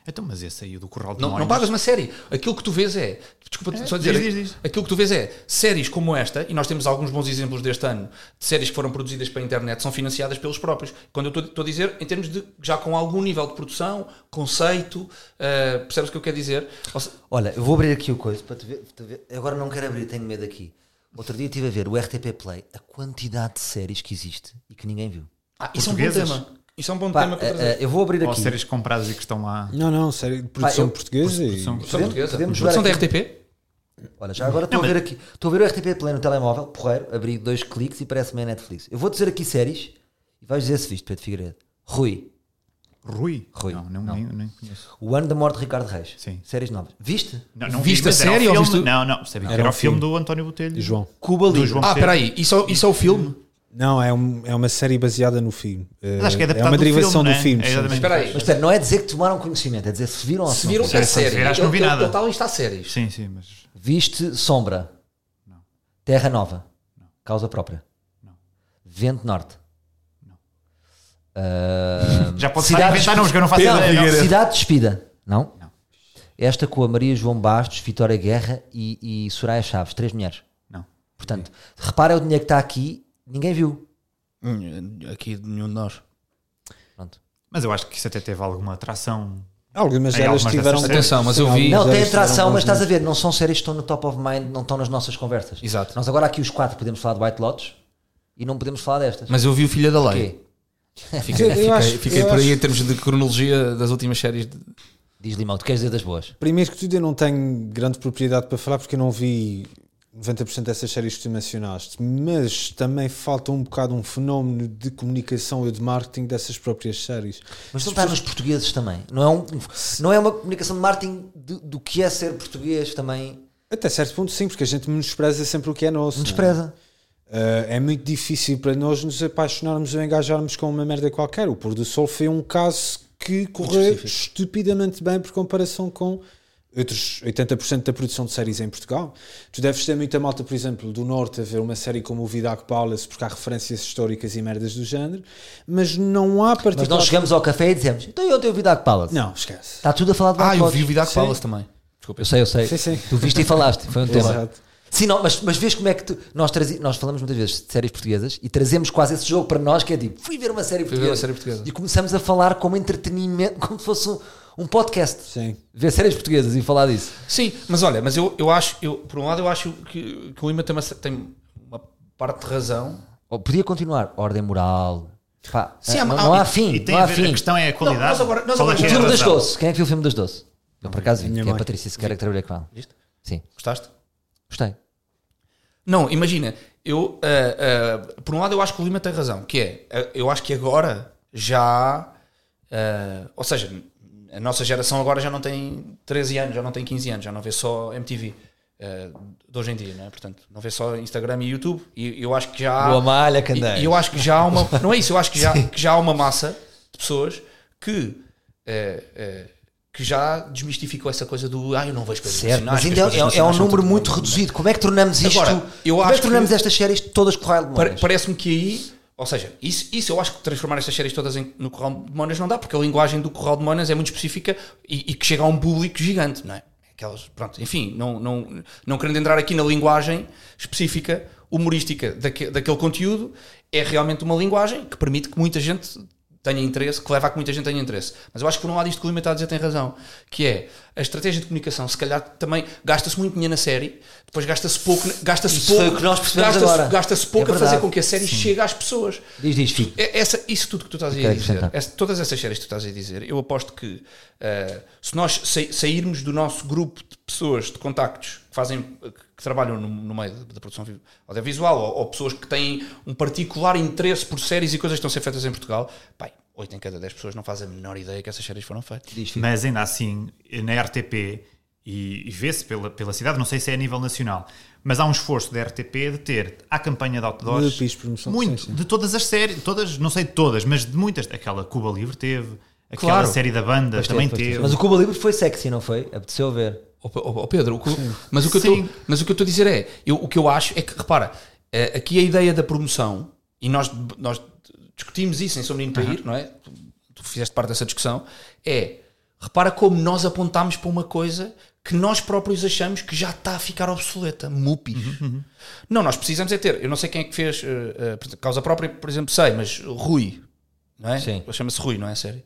Speaker 4: Então, mas esse saiu do Corral de
Speaker 3: Não, não
Speaker 4: Moinas.
Speaker 3: pagas uma série. Aquilo que tu vês é. Desculpa, só dizer.
Speaker 4: diz, diz, diz.
Speaker 3: Aquilo que tu vês é séries como esta, e nós temos alguns bons exemplos deste ano, de séries que foram produzidas para a internet, são financiadas pelos próprios. Quando eu estou- estou a dizer, em termos de. já com algum nível de produção, conceito, ah, percebes o que eu quero dizer? Ou se-
Speaker 1: Olha, eu vou abrir aqui o coisa para te ver, te ver. Agora não quero abrir, tenho medo aqui. Outro dia estive a ver o RTP Play, a quantidade de séries que existe e que ninguém viu.
Speaker 3: Ah, isso é um bom
Speaker 4: Portuguesas?
Speaker 3: tema. Isso é um bom
Speaker 1: Pá,
Speaker 3: tema para
Speaker 1: eh,
Speaker 3: trazer.
Speaker 1: eh, eu vou abrir
Speaker 4: Ou
Speaker 1: aqui.
Speaker 4: séries compradas e que estão lá.
Speaker 2: Não, não, sério, de produção
Speaker 1: eu-
Speaker 2: portuguesa. e-
Speaker 3: Produção
Speaker 4: São-
Speaker 1: podemos-
Speaker 3: um portuguesa.
Speaker 1: podemos
Speaker 3: Produção da
Speaker 1: jogar aqui.
Speaker 3: RTP?
Speaker 1: Olha, já agora estou a ver aqui. Estou a ver o RTP Play no telemóvel, porreiro, abri dois cliques e parece-me a Netflix. Eu vou dizer aqui séries e vais dizer se viste, Pedro Figueiredo. Rui,
Speaker 4: Rui?
Speaker 1: Rui,
Speaker 4: Não, não,
Speaker 1: não.
Speaker 4: Nem, nem conheço.
Speaker 1: o ano da morte de Ricardo Reis.
Speaker 4: Sim.
Speaker 1: Séries novas. Viste?
Speaker 4: Não, não
Speaker 3: Viste
Speaker 4: vi, mas
Speaker 3: a
Speaker 4: era o
Speaker 3: série ou
Speaker 4: filme-
Speaker 3: viste o-
Speaker 4: Não, não. Sabia que
Speaker 2: Era
Speaker 4: era
Speaker 2: um
Speaker 4: o filme
Speaker 2: filme.
Speaker 4: do António Botelho.
Speaker 2: e João.
Speaker 1: Cuba
Speaker 4: Do
Speaker 1: Livre.
Speaker 4: João
Speaker 3: Ah,
Speaker 4: Botelho.
Speaker 3: espera aí. Isso, é o- isso é o filme?
Speaker 2: Não, é, um- é uma série baseada no filme.
Speaker 4: Mas acho que é
Speaker 2: Eh,
Speaker 4: adaptado
Speaker 2: uma
Speaker 4: do
Speaker 2: derivação
Speaker 4: filme,
Speaker 2: do
Speaker 4: né?
Speaker 2: filme.
Speaker 4: É
Speaker 2: sim.
Speaker 4: exatamente.
Speaker 3: Espera aí.
Speaker 1: Mas espera, não é dizer que tomaram conhecimento, é dizer se viram ou
Speaker 3: Se
Speaker 1: não
Speaker 3: viram que é
Speaker 4: Série,
Speaker 3: série.
Speaker 4: acho que não vi
Speaker 3: Ele- ele-
Speaker 4: nada.
Speaker 3: ele tá está ali, está a séries.
Speaker 4: Sim, sim, mas.
Speaker 1: Viste Sombra? Terra Nova? Causa Própria? Vento Norte? Ah,
Speaker 4: Já pode estar a inventar nomes que eu não faço
Speaker 1: Não,
Speaker 4: ideia. não.
Speaker 1: Cidade Despida? Não?
Speaker 4: Não.
Speaker 1: Esta com a Maria João Bastos, Vitória Guerra e, e Soraya Chaves, três mulheres.
Speaker 4: Não.
Speaker 1: Portanto, repara o dinheiro que está aqui, ninguém viu.
Speaker 3: Hum, Aqui nenhum de nós.
Speaker 1: Pronto.
Speaker 4: Mas eu acho que isso até teve alguma atração.
Speaker 2: Algumas
Speaker 4: Em
Speaker 2: delas
Speaker 4: algumas
Speaker 2: tiveram.
Speaker 4: dessas
Speaker 3: Atenção, mas eu vi.
Speaker 2: Sim,
Speaker 1: Não,
Speaker 2: já
Speaker 1: tem
Speaker 2: eles tiveram
Speaker 1: atração, mas
Speaker 2: alguns
Speaker 1: estás a ver, não são séries que estão no top of mind, não estão nas nossas conversas.
Speaker 3: Exato.
Speaker 1: Nós agora aqui os quatro podemos falar de White Lotus e não podemos falar destas.
Speaker 3: Mas eu vi o Filha da Lei.
Speaker 1: Porquê?
Speaker 2: Eu- eu
Speaker 3: Fiquei,
Speaker 2: acho-
Speaker 3: fiquei
Speaker 2: eu
Speaker 3: por aí
Speaker 2: acho-
Speaker 3: em termos de cronologia das últimas séries. de-
Speaker 1: Diz Limão, tu queres dizer das boas?
Speaker 2: Primeiro que tudo, eu não tenho grande propriedade para falar porque eu não vi 90% dessas séries que tu mencionaste, mas também falta um bocado um fenómeno de comunicação e de marketing dessas próprias séries.
Speaker 1: Mas não está nos portugueses também. Não é, um, não é uma comunicação de marketing de- do que é ser português também.
Speaker 2: Até certo ponto, sim, porque a gente menospreza sempre o que é nosso. não é?
Speaker 1: Despreza.
Speaker 2: Uh, é muito difícil para nós nos apaixonarmos ou engajarmos com uma merda qualquer. O Pôr do Sol foi um caso que correu estupidamente bem por comparação com outros 80% da produção de séries em Portugal. Tu deves ter muita malta, por exemplo, do Norte a ver uma série como o Vidac Palace, porque há referências históricas e merdas do género, mas não há
Speaker 1: Mas
Speaker 2: particular...
Speaker 1: nós chegamos ao café e dizemos: então eu tenho Vidac Palace.
Speaker 2: Não, esquece.
Speaker 1: Está tudo a falar de
Speaker 3: Ah,
Speaker 1: Black
Speaker 3: eu vi o
Speaker 1: Lodge.
Speaker 3: Vidac
Speaker 2: Sim.
Speaker 3: Palace também. Desculpa.
Speaker 1: Eu sei, eu sei.
Speaker 2: Sim, sim.
Speaker 1: Tu viste e falaste, foi um tema.
Speaker 2: Exato.
Speaker 1: Sim, não, mas, mas vês como é que tu, nós, trazi- nós falamos muitas vezes de séries portuguesas e trazemos quase esse jogo para nós que é tipo, fui ver uma série,
Speaker 3: Fui
Speaker 1: portuguesa,
Speaker 3: ver uma série portuguesa.
Speaker 1: e começamos a falar como entretenimento, como se fosse um, um podcast.
Speaker 2: Sim.
Speaker 1: Ver séries portuguesas e falar disso.
Speaker 3: Sim, mas olha, mas eu, eu acho, eu, por um lado, eu acho que, que o Lima tem uma, tem uma parte de razão.
Speaker 1: Ou podia continuar, ordem moral. Pá,
Speaker 3: Sim,
Speaker 1: eh,
Speaker 4: É,
Speaker 3: há-
Speaker 1: não,
Speaker 3: há-
Speaker 1: não há
Speaker 4: E
Speaker 1: fim,
Speaker 4: tem
Speaker 1: não
Speaker 4: a
Speaker 1: há
Speaker 4: ver, a
Speaker 1: fim.
Speaker 4: questão é a qualidade.
Speaker 3: nós agora- nós
Speaker 4: Qual é
Speaker 3: agora-
Speaker 4: que é
Speaker 1: O
Speaker 4: a
Speaker 1: filme das
Speaker 4: razão?
Speaker 1: Doce, quem é que viu o filme das Doce? Não, por acaso vi,
Speaker 2: Minha
Speaker 1: que é a
Speaker 2: mãe.
Speaker 1: Patrícia Sequeira que trabalha com ela.
Speaker 3: Viste?
Speaker 1: Sim,
Speaker 3: Gostaste?
Speaker 1: gostei.
Speaker 3: Não, imagina, eu, ah, ah, por um lado, eu acho que o Lima tem razão, que é, ah, eu acho que agora já, ah, ou seja, a nossa geração agora já não tem 13 anos, já não tem 15 anos, já não vê só MTV. ah, de hoje em dia, não é? Portanto, não vê só Instagram e YouTube, e eu acho que já há-
Speaker 1: Boa malha, Candeia.
Speaker 3: Ah. E, e eu acho que já há uma. Não é isso, eu acho que já, que já há uma massa de pessoas que. eh, eh, que já desmistificou essa coisa do. Ah, eu não vejo coisas
Speaker 1: Certo,
Speaker 3: nacionais,
Speaker 1: mas
Speaker 3: que
Speaker 1: ainda
Speaker 3: as coisas
Speaker 1: é- é, um
Speaker 3: nacionais são
Speaker 1: número
Speaker 3: tudo
Speaker 1: muito
Speaker 3: bom."
Speaker 1: reduzido. Como é que tornamos isto?
Speaker 3: Agora, eu
Speaker 1: como é que
Speaker 3: acho
Speaker 1: tornamos
Speaker 3: que-
Speaker 1: estas séries todas correio de
Speaker 3: Pare-
Speaker 1: Monas?
Speaker 3: Parece-me que aí. Ou seja, isso, isso eu acho que transformar estas séries todas em- no Corral de Monas não dá, porque a linguagem do Corral de Monas é muito específica e, e que chega a um público gigante, não é? Aquelas, pronto, enfim, não, não, não querendo entrar aqui na linguagem específica humorística daque, daquele conteúdo, é realmente uma linguagem que permite que muita gente tenha interesse, que leva a que muita gente tenha interesse. Mas eu acho que por um lado isto que o Lima está a dizer tem razão, que é a estratégia de comunicação, se calhar também gasta-se muito dinheiro na série, depois gasta-se pouco, gasta-se
Speaker 1: Isso
Speaker 3: pouco,
Speaker 1: foi o que nós percebemos
Speaker 3: gasta-se-
Speaker 1: agora.
Speaker 3: gasta-se pouco
Speaker 1: É
Speaker 3: a fazer
Speaker 1: verdade.
Speaker 3: com que a série chegue às pessoas.
Speaker 1: Diz, diz, filho.
Speaker 3: É- Essa, isso tudo que tu estás a
Speaker 1: quero
Speaker 3: dizer,
Speaker 1: acrescentar.
Speaker 3: essa- todas essas séries que tu estás a dizer, eu aposto que eh, se nós sa- sairmos do nosso grupo de pessoas, de contactos que fazem, que trabalham no, no meio da produção vi- audiovisual ou, ou pessoas que têm um particular interesse por séries e coisas que estão a ser feitas em Portugal, pai, 8 em cada 10 pessoas não fazem a menor ideia que essas séries foram feitas.
Speaker 1: Diz, filho.
Speaker 4: Mas ainda assim, na RTP, e, e vê-se pela, pela cidade, não sei se é a nível nacional, mas há um esforço da RTP de ter a campanha de outdoors.
Speaker 2: De piso, promoção,
Speaker 4: muito,
Speaker 2: sim, sim.
Speaker 4: de todas as séries, todas, não sei de todas, mas de muitas. Aquela Cuba Livre teve, aquela
Speaker 3: Claro.
Speaker 4: série da banda também
Speaker 1: Pois
Speaker 4: teve.
Speaker 1: Mas o Cuba Libre foi sexy, não foi? Apeteceu ver.
Speaker 3: Ó Pe- ó- ó Pedro, o que- mas o que eu
Speaker 4: Sim.
Speaker 3: estou- mas o que eu estou a dizer é, eu- o que eu acho é que, repara, eh, aqui a ideia da promoção, e nós, nós discutimos isso em Sou Menino para Ir, não é? Tu, tu fizeste parte dessa discussão, é, repara como nós apontámos para uma coisa que nós próprios achamos que já está a ficar obsoleta,
Speaker 4: Uhum,
Speaker 3: mupis. Não, nós precisamos é ter, eu não sei quem é que fez, eh, eh, por exemplo, causa própria, por exemplo, sei, mas Rui, não é?
Speaker 1: Sim.
Speaker 3: Chama-se Rui, não é? Sério?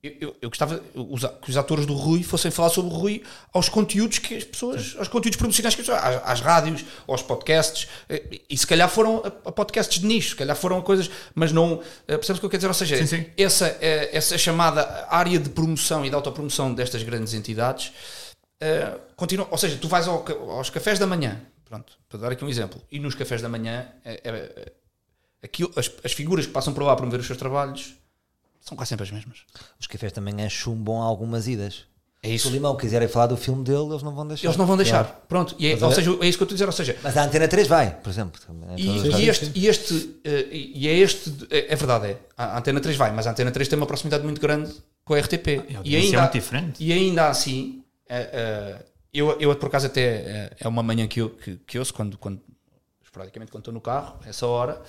Speaker 3: Eu, eu, eu gostava os a- que os atores do Rui fossem falar sobre o Rui aos conteúdos que as pessoas, aos conteúdos promocionais que as pessoas, às, às rádios, aos podcasts, eh, e se calhar foram a, a podcasts de nicho, se calhar foram a coisas, mas não. eh, Percebes o que eu quero dizer? Ou seja,
Speaker 4: Sim, sim.
Speaker 3: Essa, eh, essa chamada área de promoção e de autopromoção destas grandes entidades eh, continua. Ou seja, tu vais ao ca- aos cafés da manhã, pronto, para dar aqui um exemplo, e nos cafés da manhã, eh, eh, aquilo- as, as figuras que passam por lá a promover os seus trabalhos são quase sempre as mesmas.
Speaker 1: Os cafés também é chumbam algumas idas.
Speaker 3: É
Speaker 1: Se
Speaker 3: isso.
Speaker 1: o Limão quiserem falar do filme dele, eles não vão deixar.
Speaker 3: Eles não vão deixar.
Speaker 1: Claro.
Speaker 3: Pronto. E é,
Speaker 1: Mas
Speaker 3: ou
Speaker 1: é- Então,
Speaker 3: seja, é isso que eu estou a dizer. Ou seja,
Speaker 1: Mas a Antena 3 vai, por exemplo. Também é todas
Speaker 3: e,
Speaker 1: as
Speaker 3: e
Speaker 1: rádios.
Speaker 3: este, e este, eh, e é este, é, é verdade, é. A Antena 3 vai, mas a Antena 3 tem uma proximidade muito grande com a RTP.
Speaker 1: Ah,
Speaker 4: a
Speaker 3: e,
Speaker 4: audiência
Speaker 3: ainda,
Speaker 4: é muito diferente.
Speaker 3: e ainda assim, eh, eh, eu, eu por acaso até eh, é uma manhã que eu que, que ouço quando, quando esporadicamente quando estou no carro, essa hora,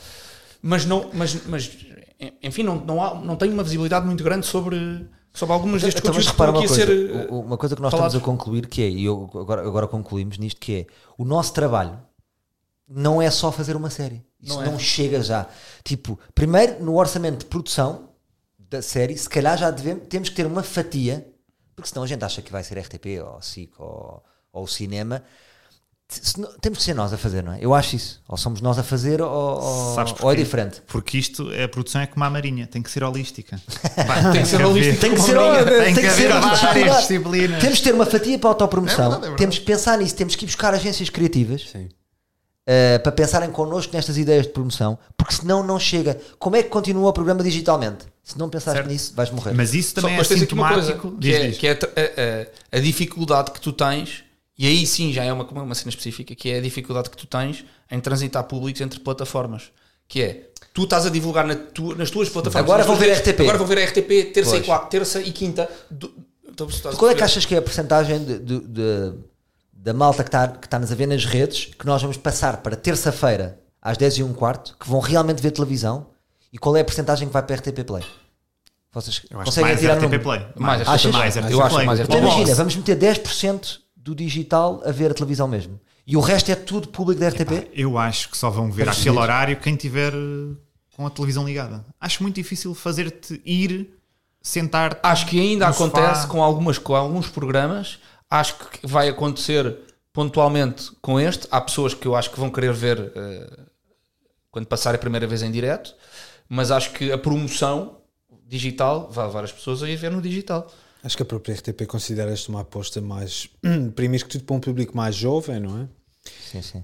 Speaker 3: mas não, mas, mas eh, enfim, não, não, há, não tenho uma visibilidade muito grande sobre, sobre algumas destes
Speaker 1: Então, mas repara
Speaker 3: conteúdos que estão aqui
Speaker 1: uma
Speaker 3: a
Speaker 1: coisa,
Speaker 3: ser. eh,
Speaker 1: o- o- uma coisa que nós
Speaker 3: falados.
Speaker 1: estamos a concluir que é, e eu, agora, agora concluímos nisto, que é o nosso trabalho não é só fazer uma série. Isso
Speaker 3: Não
Speaker 1: não,
Speaker 3: é.
Speaker 1: chega já. Tipo, primeiro no orçamento de produção da série, se calhar já devemos, temos que ter uma fatia, porque senão a gente acha que vai ser RTP ou SIC ou, ou o cinema. Se- se não- temos que ser nós a fazer, não é? Eu acho isso. Ou somos nós a fazer ou, ou-
Speaker 4: Sabes
Speaker 1: ou é
Speaker 4: porquê?
Speaker 1: diferente.
Speaker 4: Porque isto, a produção é como a Marinha, tem que ser holística. Pá,
Speaker 3: Tem que ser
Speaker 4: haver-
Speaker 3: holística
Speaker 1: Tem que
Speaker 3: como
Speaker 1: ser,
Speaker 3: a minha.
Speaker 1: olha,
Speaker 4: Tem que haver várias disciplinas.
Speaker 1: Temos que ter uma fatia para a autopromoção.
Speaker 4: É verdade, é verdade.
Speaker 1: Temos que pensar nisso. Temos que ir buscar agências criativas eh, para pensarem connosco nestas ideias de promoção, porque senão não chega. Como é que continua o programa digitalmente? Se não pensares
Speaker 4: Certo.
Speaker 1: nisso, vais morrer.
Speaker 4: Mas isso
Speaker 3: Só que
Speaker 4: também é
Speaker 3: depois tens aqui uma coisa,
Speaker 4: sintomático.
Speaker 3: que
Speaker 4: Diz,
Speaker 3: é,
Speaker 4: diz.
Speaker 3: que é tra- a, a- a dificuldade que tu tens, e aí sim já é uma, uma cena específica, que é a dificuldade que tu tens em transitar públicos entre plataformas. Que é, tu estás a divulgar na tu- nas tuas plataformas.
Speaker 1: Agora
Speaker 3: nas
Speaker 1: vão
Speaker 3: tuas
Speaker 1: ver
Speaker 3: redes-
Speaker 1: RTP.
Speaker 3: Agora vão ver a RTP terça e,
Speaker 1: Pois.
Speaker 3: quarta, terça e quinta. do- Então, se estás a
Speaker 1: Qual é que
Speaker 3: perceber.
Speaker 1: achas que é a porcentagem de, de- de- da malta que está que está-nos a ver nas redes que nós vamos passar para terça-feira às 10 e um quarto que vão realmente ver televisão e qual é a porcentagem que vai para a RTP Play? Vocês
Speaker 4: Eu acho que
Speaker 1: conseguem
Speaker 4: mais
Speaker 1: tirar
Speaker 4: RTP
Speaker 1: número?
Speaker 4: Play.
Speaker 3: é um- Mais
Speaker 4: acho
Speaker 1: RTP
Speaker 4: que mais
Speaker 1: Play.
Speaker 4: RTP
Speaker 3: Eu acho
Speaker 4: Play.
Speaker 3: mais
Speaker 1: Então
Speaker 3: RTP Play.
Speaker 4: Ou
Speaker 1: imagina,
Speaker 4: Vox.
Speaker 1: vamos meter 10% do digital a ver a televisão mesmo e o resto é tudo público da RTP?
Speaker 4: Eu acho que só vão ver
Speaker 1: Para
Speaker 4: aquele
Speaker 1: decidir.
Speaker 4: horário quem tiver eh, com a televisão ligada. Acho muito difícil fazer-te ir,
Speaker 1: Ah,
Speaker 4: sentar-te.
Speaker 3: Acho que ainda
Speaker 4: No
Speaker 3: acontece
Speaker 4: sofá.
Speaker 3: com, algumas, com alguns programas. Acho que vai acontecer pontualmente com este. Há pessoas que eu acho que vão querer ver eh, quando passar a primeira vez em direto, mas acho que a promoção digital vai levar as pessoas a ir ver no digital.
Speaker 2: Acho que a própria RTP considera esta uma aposta mais. Primeiro que tudo para um público mais jovem, não é?
Speaker 1: Sim, sim.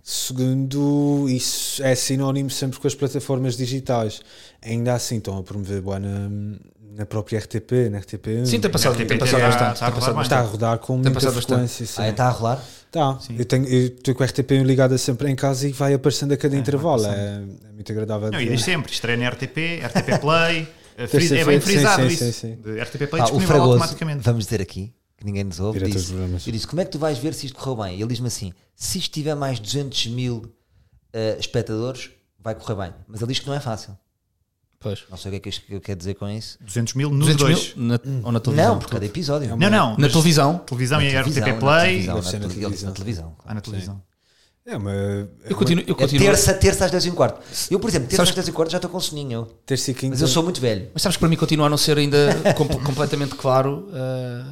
Speaker 2: Segundo, isso é sinónimo sempre com as plataformas digitais. Ainda assim estão a promover boa na, na própria RTP, na RTP.
Speaker 3: Sim, tem passado,
Speaker 4: RTP
Speaker 3: tem passado
Speaker 4: está-
Speaker 3: bastante.
Speaker 4: está
Speaker 3: tem passado
Speaker 2: um.
Speaker 4: a rolar
Speaker 2: Está a
Speaker 3: bastante.
Speaker 2: rodar com
Speaker 3: Tem
Speaker 2: muita
Speaker 3: passado bastante.
Speaker 2: frequência. Sim.
Speaker 1: Ah, está a rolar?
Speaker 2: Tá.
Speaker 4: Sim.
Speaker 2: Eu tenho- eu estou com a RTP ligada sempre em casa e vai aparecendo a cada intervalo. É, é muito agradável.
Speaker 4: Não,
Speaker 2: de
Speaker 4: e
Speaker 2: ver.
Speaker 4: diz sempre, estreia na RTP, RTP Play. eh, fris- é bem
Speaker 2: Terça-feira, sim,
Speaker 4: frisado
Speaker 2: sim,
Speaker 4: isso.
Speaker 2: sim, sim.
Speaker 4: De RTP Play
Speaker 1: Pá, Ah, o
Speaker 4: disponível
Speaker 1: Fragoso,
Speaker 4: automaticamente.
Speaker 1: vamos dizer aqui, que ninguém nos ouve,
Speaker 2: Diretor de
Speaker 1: disse,
Speaker 2: programas.
Speaker 1: eu disse, como é que tu vais ver se isto correu bem? E ele diz-me assim, se isto tiver mais 200 mil eh, espectadores, vai correr bem. Mas ele diz que não é fácil.
Speaker 3: Pois.
Speaker 1: Não sei o que é que isto que eu quero dizer com isso.
Speaker 4: 200 mil nos
Speaker 3: 200
Speaker 4: dois.
Speaker 3: mil na, ou na televisão?
Speaker 1: Não, por cada episódio.
Speaker 4: Não, não.
Speaker 3: Na
Speaker 4: mas
Speaker 3: televisão?
Speaker 4: televisão é e
Speaker 1: Na televisão,
Speaker 4: RTP
Speaker 1: na
Speaker 4: Play.
Speaker 1: televisão,
Speaker 2: Deve ser
Speaker 1: na
Speaker 2: na
Speaker 1: tele- ele diz na
Speaker 2: televisão.
Speaker 1: televisão.
Speaker 4: Ah, na televisão.
Speaker 2: É uma. é
Speaker 3: Eu continuo. Eu
Speaker 1: É
Speaker 3: continuo.
Speaker 1: terça, terça às 10 e um quarto. Eu, por exemplo, terça
Speaker 3: Sabes-
Speaker 1: às 10 e um quarto já estou com soninho. eu.
Speaker 2: uma terça e quinta.
Speaker 1: Mas eu sou muito velho.
Speaker 3: Mas sabes que para mim continua a não ser ainda com- completamente claro eh,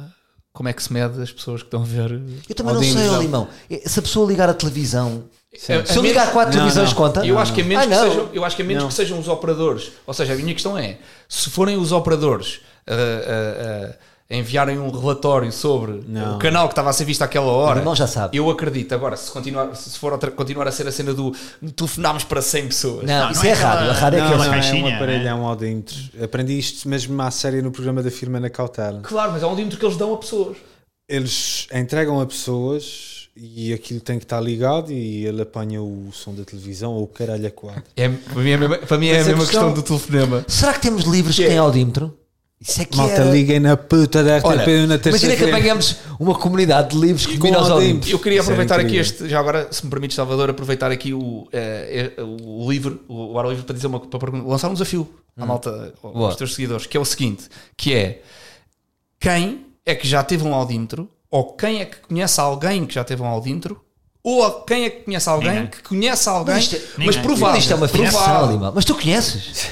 Speaker 3: como é que se mede as pessoas que estão a ver.
Speaker 1: Eu também
Speaker 2: Ou de
Speaker 1: não sei,
Speaker 2: ilusão.
Speaker 1: ó, Limão. Eh, Se a pessoa ligar a televisão...
Speaker 3: Eh,
Speaker 1: Se eu
Speaker 3: a minha-
Speaker 1: ligar quatro
Speaker 2: Não,
Speaker 1: televisões,
Speaker 2: não.
Speaker 1: conta?
Speaker 3: Eu acho que a menos,
Speaker 1: Ah,
Speaker 3: que
Speaker 1: não.
Speaker 3: sejam, eu acho que a menos
Speaker 2: Não.
Speaker 3: que sejam os operadores. Ou seja, a minha questão é: se forem os operadores ah, ah, ah, a enviarem um relatório sobre
Speaker 2: Não.
Speaker 3: o canal que estava a ser visto àquela hora,
Speaker 1: O irmão já sabe.
Speaker 3: eu acredito. Agora, se, continuar, se for outra- continuar a ser a cena do telefonámos para 100 pessoas,
Speaker 1: Não,
Speaker 4: Não,
Speaker 1: isso
Speaker 4: não
Speaker 1: é
Speaker 4: é
Speaker 1: errado.
Speaker 4: aquela-
Speaker 1: A rádio é
Speaker 2: Não,
Speaker 1: aquela...
Speaker 2: não, é um
Speaker 4: caixinha,
Speaker 2: aparelho,
Speaker 4: né?
Speaker 2: é um audímetro. Aprendi isto mesmo à série no programa da firma na cautela.
Speaker 3: claro, mas é um dímetro que eles dão a pessoas.
Speaker 2: Eles entregam a pessoas e aquilo tem que estar ligado e ele apanha o som da televisão ou o caralho a quatro.
Speaker 3: É, para mim é a mesma, para mim é a
Speaker 2: Mas a
Speaker 3: mesma
Speaker 2: questão-
Speaker 3: questão do telefonema.
Speaker 1: Será que temos livros que têm audímetro? Isso é que
Speaker 2: Malta,
Speaker 1: era-
Speaker 2: liguem na puta da RTP
Speaker 1: Olha,
Speaker 2: na
Speaker 1: imagina que
Speaker 2: terça-feira.
Speaker 1: apanhamos uma comunidade de livros que combina aos
Speaker 2: audímetros.
Speaker 1: audímetros.
Speaker 3: Eu queria
Speaker 2: Isso era
Speaker 3: aproveitar aqui
Speaker 2: incrível.
Speaker 3: este, já agora, se me permite, Salvador, aproveitar aqui o, eh, eh, o livro, o, o ar livre, para dizer uma para perguntar- lançar um desafio
Speaker 2: Hum.
Speaker 3: à malta,
Speaker 1: Boa.
Speaker 3: aos teus seguidores, que é o seguinte: que é quem é que já teve um audímetro, ou quem é que conhece alguém que já teve um audímetro, ou quem é que conhece alguém
Speaker 4: Ninguém.
Speaker 3: que conhece alguém,
Speaker 1: Mas
Speaker 3: mas,
Speaker 1: isto é-
Speaker 4: Ninguém.
Speaker 3: provável.
Speaker 1: Isto é uma
Speaker 3: provável.
Speaker 1: ficção, Lima. Mas tu conheces?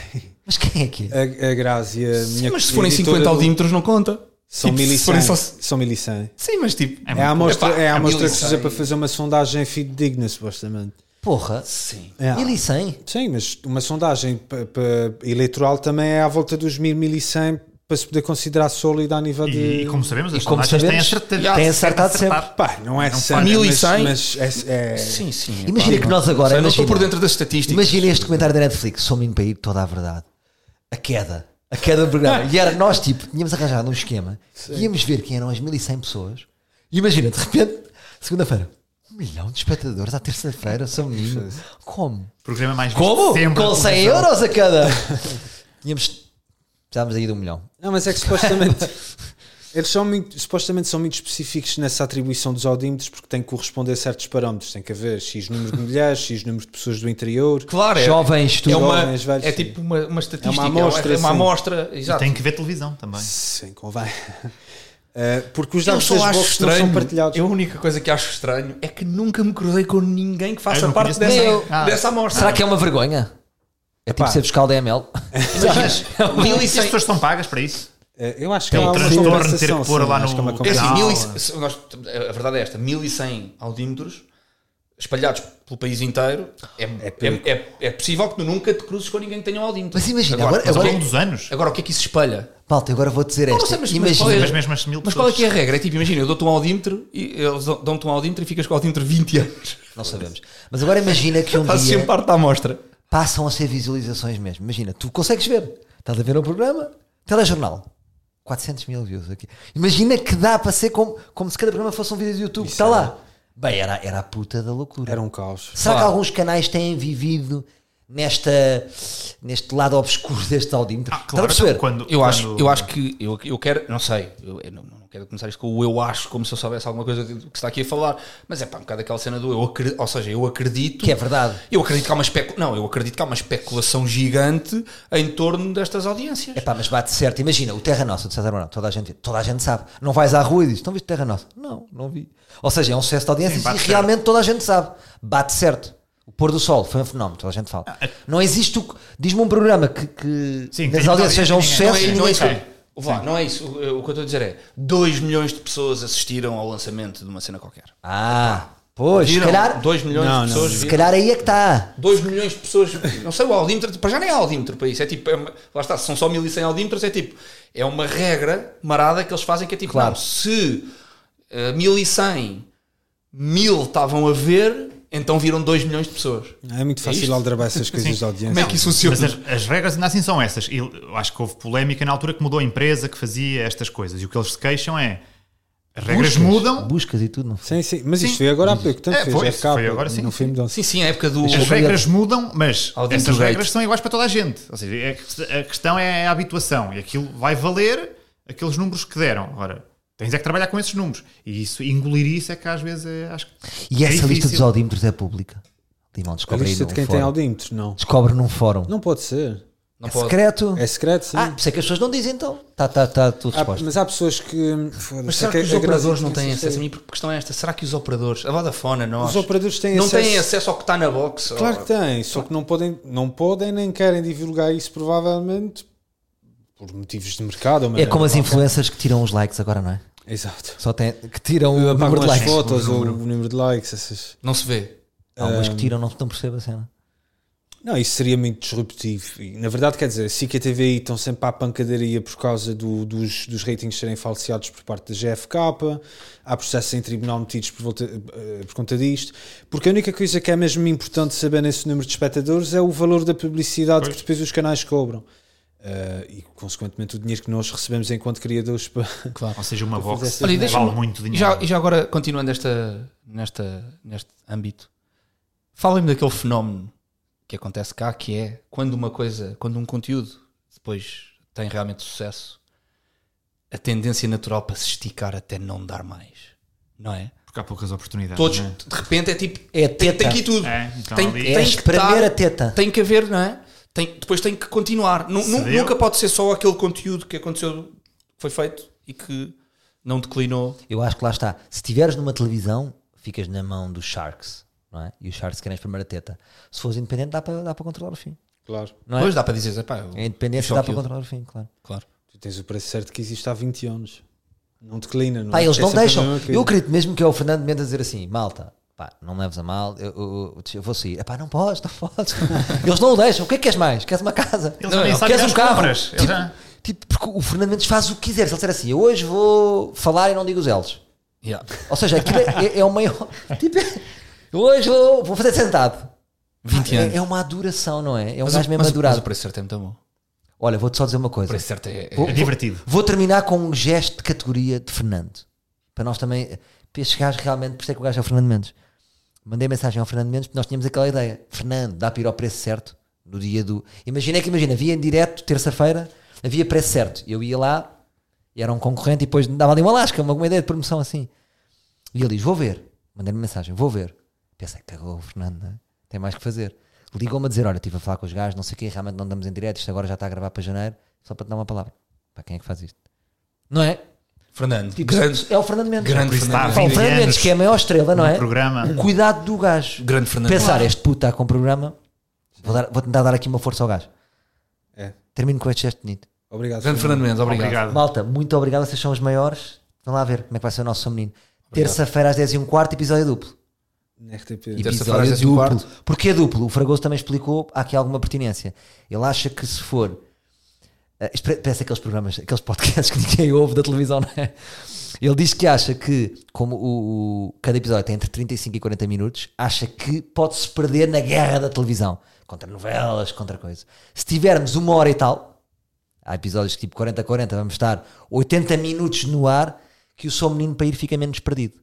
Speaker 1: Mas quem é que é?
Speaker 2: A, a Grazia, a
Speaker 3: Sim,
Speaker 2: minha
Speaker 3: mas se forem
Speaker 2: editora
Speaker 3: 50
Speaker 2: do-
Speaker 3: audímetros, não conta.
Speaker 2: São
Speaker 3: Tipo, se
Speaker 2: 1100.
Speaker 3: forem só-
Speaker 2: São 1100.
Speaker 3: Sim, mas tipo.
Speaker 4: É
Speaker 2: É a amostra,
Speaker 3: Epá,
Speaker 2: é a
Speaker 3: há
Speaker 2: amostra que
Speaker 3: 1100.
Speaker 2: se usa para fazer uma sondagem fidedigna, supostamente.
Speaker 1: Porra.
Speaker 3: Sim.
Speaker 2: É.
Speaker 1: 1100?
Speaker 2: Sim, mas uma sondagem pa- pa- eleitoral também é à volta dos 1000, 1100 para se poder considerar sólida a nível
Speaker 4: E,
Speaker 2: de.
Speaker 4: e como sabemos, as
Speaker 1: E como
Speaker 4: sondagens têm
Speaker 1: sabemos,
Speaker 4: acertado.
Speaker 1: tem acertado sempre.
Speaker 2: Pá, não é 100,
Speaker 4: falha.
Speaker 2: mas-
Speaker 3: 1100?
Speaker 2: mas, é. é-
Speaker 3: Sim, sim.
Speaker 1: Imagina que nós agora-
Speaker 3: Eu não estou
Speaker 1: imagina.
Speaker 3: por dentro das estatísticas.
Speaker 1: Imagina este comentário da Netflix. Sou menino para ir toda a verdade. A queda. A queda do programa. E era nós, tipo, tínhamos arranjado um esquema. Íamos ver quem eram as 1100 pessoas. E imagina, de repente, segunda-feira. Um milhão de espectadores à terça-feira. Sou menino. Como?
Speaker 4: Programa mais visto
Speaker 1: Como?
Speaker 4: sempre na
Speaker 1: Com 100
Speaker 4: televisão.
Speaker 1: euros a cada. Tínhamos. Precisávamos aí de um milhão.
Speaker 2: Não, mas é que supostamente. Eles são muito, supostamente são muito específicos nessa atribuição dos audímetros porque tem que corresponder a certos parâmetros. Tem que haver X número de mulheres, X número de pessoas do interior.
Speaker 3: Claro, é.
Speaker 1: Jovens, tu.
Speaker 3: é, uma,
Speaker 2: Jovens, velhos,
Speaker 3: é
Speaker 2: sim.
Speaker 3: tipo uma, uma estatística.
Speaker 2: É uma amostra,
Speaker 3: É uma
Speaker 2: sim.
Speaker 3: amostra.
Speaker 4: E
Speaker 3: Exato.
Speaker 4: tem que ver televisão também.
Speaker 2: Sim, convém. Eh, porque os
Speaker 3: eu
Speaker 2: dados
Speaker 3: só
Speaker 2: das
Speaker 3: acho
Speaker 2: boxes não são
Speaker 3: estranho.
Speaker 2: partilhados.
Speaker 3: Eu a única coisa que acho estranho é que nunca me cruzei com ninguém que
Speaker 4: Eu
Speaker 3: faça
Speaker 4: não
Speaker 3: parte
Speaker 4: conheço
Speaker 3: dessa,
Speaker 1: ninguém.
Speaker 4: Ah.
Speaker 3: dessa amostra.
Speaker 1: Será que é uma vergonha? É tipo
Speaker 2: Epá.
Speaker 1: ser fiscal da ML.
Speaker 4: Imaginas, mil e cem- as
Speaker 3: 1100.
Speaker 4: pessoas estão pagas para isso?
Speaker 2: Eh, Eu acho que
Speaker 4: Tem
Speaker 2: há
Speaker 4: um
Speaker 2: uma
Speaker 4: transtorno de ter
Speaker 2: compensação,
Speaker 4: que pôr
Speaker 2: sim,
Speaker 4: lá
Speaker 2: acho que há uma
Speaker 4: no.
Speaker 3: É assim,
Speaker 2: compensação.
Speaker 4: canal.
Speaker 3: mil e cem- se nós- a verdade é esta: 1100 audímetros espalhados pelo país inteiro. É, é, é, é possível que tu nunca te cruzes com ninguém que tenha um audímetro.
Speaker 1: Mas imagina, agora-
Speaker 4: Mas
Speaker 3: o
Speaker 4: ao
Speaker 1: agora-
Speaker 4: longo
Speaker 3: que é-
Speaker 4: dos anos.
Speaker 3: agora o que é que isso espalha?
Speaker 1: Malta, eu agora vou dizer
Speaker 3: Não,
Speaker 1: esta.
Speaker 3: não sei, mas- mas
Speaker 1: Imagina.
Speaker 3: qual é-
Speaker 4: Mas mesmo as mil
Speaker 3: Mas qual é que é a
Speaker 4: pessoas.
Speaker 3: regra? É tipo, imagina, eu dou-te um audímetro e eles dão- dão-te um audímetro e ficas com o audímetro 20 anos.
Speaker 1: Não sabemos. Mas agora imagina que um
Speaker 3: Fazes sempre
Speaker 1: dia
Speaker 3: parte da amostra.
Speaker 1: passam a ser visualizações mesmo. Imagina, tu consegues ver. Estás a ver um programa, telejornal. 400 mil views aqui. Imagina que dá para ser como, como se cada programa fosse um vídeo do YouTube. Está lá. Bem, era, era a puta da loucura.
Speaker 2: Era um caos.
Speaker 1: Será que
Speaker 3: Claro.
Speaker 1: alguns canais têm vivido nesta, neste lado obscuro deste audímetro. Estás a perceber?
Speaker 4: Quando,
Speaker 3: Eu acho,
Speaker 4: quando-
Speaker 3: eu acho que eu, eu quero, não sei, eu, eu não, não quero começar isto com o eu acho, como se eu soubesse alguma coisa do que está aqui a falar, mas é pá, um bocado aquela cena do eu acredito, ou seja, eu acredito.
Speaker 1: Que é verdade.
Speaker 3: Eu acredito que há uma especulação, não, eu acredito que há uma especulação gigante em torno destas audiências.
Speaker 1: Epá, mas bate certo. Imagina, o Terra Nossa de César Mourão, toda a gente, toda a gente sabe. Não vais à rua e dizes, não viste Terra Nossa? Não, não vi. Ou seja, é um sucesso de audiência
Speaker 4: Sim, bate
Speaker 1: e
Speaker 4: certo.
Speaker 1: realmente toda a gente sabe. Bate certo. O pôr do sol foi um fenómeno, toda a gente fala. Não existe o... Diz-me um programa que, que
Speaker 4: Ah, Sim,
Speaker 1: das
Speaker 4: tem-
Speaker 1: audiências seja um
Speaker 4: ninguém-
Speaker 1: sucesso e
Speaker 3: não é, não é
Speaker 1: ninguém
Speaker 3: isso. que
Speaker 1: sabe.
Speaker 3: eu- Vá, não é isso. O, o que eu estou a dizer é 2 milhões de pessoas assistiram ao lançamento de uma cena qualquer.
Speaker 1: Ah, pois, se
Speaker 3: Viram?
Speaker 1: calhar,
Speaker 3: 2 milhões
Speaker 2: Não, não,
Speaker 3: de pessoas.
Speaker 1: se
Speaker 3: viram.
Speaker 1: calhar aí é que está.
Speaker 3: 2 milhões de pessoas, não sei o audímetro, para já nem há audímetro para isso, é tipo, é uma- lá está, se são só 1100 audímetros, é tipo, é uma regra marada que eles fazem que é tipo,
Speaker 1: Claro.
Speaker 3: não, se eh, 1100, 1000 estavam a ver, então viram 2 milhões de pessoas.
Speaker 2: É muito fácil
Speaker 3: isto?
Speaker 2: aldrabar essas coisas de audiência.
Speaker 3: Como é que isso funciona?
Speaker 4: Mas as, as regras ainda assim são essas. E eu acho que houve polémica na altura que mudou a empresa que fazia estas coisas. E o que eles se queixam é as regras
Speaker 1: Buscas,
Speaker 4: mudam.
Speaker 1: Buscas e tudo, não foi?
Speaker 2: Sim, sim. Mas isto
Speaker 4: Sim.
Speaker 2: foi agora há pouco. Tanto
Speaker 4: É,
Speaker 2: fez
Speaker 4: foi,
Speaker 2: FK,
Speaker 4: foi agora, sim,
Speaker 2: no
Speaker 4: sim.
Speaker 2: filme de
Speaker 3: Sim, sim, é a época do...
Speaker 4: As
Speaker 1: Obrigado.
Speaker 4: regras mudam, mas
Speaker 3: Ao dentro
Speaker 4: essas
Speaker 3: do
Speaker 4: regras
Speaker 3: leite.
Speaker 4: são iguais para toda a gente. Ou seja, é que- a questão é a habituação e aquilo vai valer aqueles números que deram. Agora, tens é que trabalhar com esses números. E isso, engolir isso é que às vezes é, acho que
Speaker 1: E
Speaker 4: é
Speaker 1: essa lista
Speaker 4: difícil.
Speaker 1: dos audímetros é pública. Limão,
Speaker 2: A
Speaker 1: descobre aí
Speaker 2: lista
Speaker 1: num
Speaker 2: de quem tem
Speaker 1: fórum.
Speaker 2: audímetro, não.
Speaker 1: Descobre num fórum.
Speaker 2: Não pode ser.
Speaker 3: Não
Speaker 1: é
Speaker 3: pode.
Speaker 1: secreto.
Speaker 2: É secreto, sim. Ah,
Speaker 1: Ah, por isso é que as pessoas não dizem então. Tá, tá, tá, tu
Speaker 2: Há-
Speaker 1: resposta.
Speaker 2: mas há pessoas que.
Speaker 3: Mas será que,
Speaker 2: é
Speaker 3: os operadores não têm acesso a mim? Porque a questão é esta, será que os operadores, a Vodafone, a nós,
Speaker 2: Os operadores têm
Speaker 3: não
Speaker 2: acesso.
Speaker 3: têm acesso ao que está na box?
Speaker 2: Claro
Speaker 3: Ou-
Speaker 2: que têm, só que não podem, não podem nem querem divulgar isso, provavelmente por motivos de mercado.
Speaker 1: É
Speaker 2: ou maneira
Speaker 1: como as
Speaker 2: qualquer.
Speaker 1: influencers que tiram os likes agora, não é?
Speaker 2: Exato.
Speaker 1: Só tem, que tiram o número
Speaker 2: Apagam
Speaker 1: de
Speaker 2: as
Speaker 1: likes.
Speaker 2: fotos ou Ah. o número de likes. Essas.
Speaker 3: Não se vê.
Speaker 1: Há umas que tiram, não, não percebo a cena.
Speaker 2: Não, isso seria muito disruptivo. E, na verdade, quer dizer, SIC e a TVI estão sempre à pancadaria por causa do- dos, dos ratings serem falseados por parte da GFK. Há processos em tribunal metidos por, volta- eh, por conta disto. Porque a única coisa que é mesmo importante saber nesse número de espectadores é o valor da publicidade que depois os canais cobram. Eh, e, consequentemente, o dinheiro que nós recebemos enquanto criadores para.
Speaker 4: Ou seja, uma
Speaker 2: fazer
Speaker 4: box
Speaker 2: essas
Speaker 4: vale
Speaker 3: Olha, e deixa-me-
Speaker 4: muito
Speaker 3: E
Speaker 4: dinheiro.
Speaker 3: já, e já agora, continuando esta, nesta, neste âmbito, falem-me daquele fenómeno que acontece cá, que é quando uma coisa, quando um conteúdo depois tem realmente sucesso, a tendência natural para se esticar até não dar mais, não é?
Speaker 4: Porque há poucas oportunidades.
Speaker 3: Todos,
Speaker 4: né?
Speaker 3: de repente, é tipo,
Speaker 1: É a
Speaker 3: tem,
Speaker 1: teta.
Speaker 3: tem que ir tudo.
Speaker 4: É, então
Speaker 3: tem,
Speaker 4: ali-
Speaker 3: tem
Speaker 1: É
Speaker 3: que
Speaker 1: espremer
Speaker 3: estar-
Speaker 1: a teta.
Speaker 3: Tem que haver, não é? Tem, depois tem que continuar. Nu- nu-
Speaker 4: deu.
Speaker 3: nunca pode ser só aquele conteúdo que aconteceu, que foi feito e que não declinou.
Speaker 1: Eu acho que lá está. Se estiveres numa televisão, ficas na mão dos Sharks, não é? E os Sharks querem exprimir a teta. Se fores independente, dá para dá para controlar o fim.
Speaker 2: Claro.
Speaker 1: Não é?
Speaker 3: Pois dá para dizer, epá, eu-
Speaker 1: A independência
Speaker 2: é
Speaker 3: eu
Speaker 1: dá para
Speaker 3: só aquilo.
Speaker 1: controlar o fim, claro.
Speaker 3: Claro.
Speaker 2: Tu tens o preço certo que existe há 20 anos. Não declina, não
Speaker 1: Pá,
Speaker 2: é?
Speaker 1: eles
Speaker 2: É
Speaker 1: não
Speaker 2: sempre a
Speaker 1: deixam.
Speaker 2: mesma coisa.
Speaker 1: Eu acredito mesmo que é o Fernando Mendes a dizer assim: malta, pá, não me leves a mal, eu, eu- eu- eu vou sair. Epá, não podes, não podes. eles não o deixam. O que é que queres mais? Queres uma casa?
Speaker 4: Eles já nem sabem
Speaker 1: queres um
Speaker 4: as
Speaker 1: carro?
Speaker 4: compras. Eles
Speaker 1: Tipo,
Speaker 4: já-
Speaker 1: tipo, porque o Fernando Mendes faz o que quiser. Se ele disser assim: eu hoje vou falar e não digo os L's. Ou seja, aquilo é, é, é o maior. Tipo, é- eu hoje vou, vou fazer sentado.
Speaker 3: 20
Speaker 1: É-
Speaker 3: anos.
Speaker 1: É, uma aduração, não é? É um
Speaker 3: Mas
Speaker 1: gajo mesmo
Speaker 3: o- mas o- Mas
Speaker 1: adorado.
Speaker 3: o preço certo é muito bom.
Speaker 1: Olha, vou-te só dizer uma
Speaker 3: O
Speaker 1: coisa.
Speaker 3: preço certo é. é-
Speaker 1: Vou-
Speaker 4: É divertido.
Speaker 1: Vou terminar com um gesto de categoria de Fernando. Para nós também. Para estes gajos realmente. Por isso é que o gajo é o Fernando Mendes. Mandei mensagem ao Fernando Mendes porque nós tínhamos aquela ideia. Fernando, dá para ir ao preço certo no dia do. Imagina é que imagina, havia em direto, terça-feira, havia preço certo. Eu ia lá e era um concorrente e depois dava ali uma lasca, uma, uma ideia de promoção assim. E ele diz: Vou ver. Mandei-me mensagem: Vou ver. Pensei, cagou o Fernando, né? tem mais que fazer. Ligou-me a dizer: Olha, estive a falar com os gajos, não sei o quê, realmente não estamos em direto, isto agora já está a gravar para janeiro, só para te dar uma palavra. Para quem é que faz isto? Não é?
Speaker 3: Fernando,
Speaker 1: Tipo,
Speaker 3: grande,
Speaker 1: é o Fernando Mendes.
Speaker 3: grande
Speaker 4: Está há
Speaker 3: Fernando.
Speaker 1: Pá, o
Speaker 4: 20
Speaker 1: Fernando Mendes,
Speaker 4: anos
Speaker 1: que é a maior estrela, não
Speaker 4: no
Speaker 1: é?
Speaker 4: programa.
Speaker 1: O cuidado do gajo.
Speaker 3: Grande Fernando.
Speaker 1: Pensar, este puto está com programa, vou, dar- vou tentar dar aqui uma força ao gajo.
Speaker 2: É.
Speaker 1: Termino com este gesto bonito.
Speaker 2: Obrigado.
Speaker 3: Grande Fernando Mendes, obrigado.
Speaker 4: Obrigado.
Speaker 1: Malta, muito obrigado, vocês são os maiores. Vão lá ver como é que vai ser o nosso São Menino. Terça-feira às 10 e um quarto, episódio duplo.
Speaker 2: Na RTP.
Speaker 3: Terça-feira às
Speaker 1: Episódio
Speaker 3: 10 e um
Speaker 1: é duplo. Porque é duplo? O Fragoso também explicou, há aqui alguma pertinência. Ele acha que se for. eh, isto pare- parece aqueles programas, aqueles podcasts que ninguém ouve da televisão, não é? Ele diz que acha que, como o, o- cada episódio tem entre 35 e 40 minutos, acha que pode-se perder na guerra da televisão. Contra novelas, contra coisas. Se tivermos uma hora e tal, há episódios que tipo 40 40, vamos estar 80 minutos no ar, que o Sou Menino para ir fica menos perdido.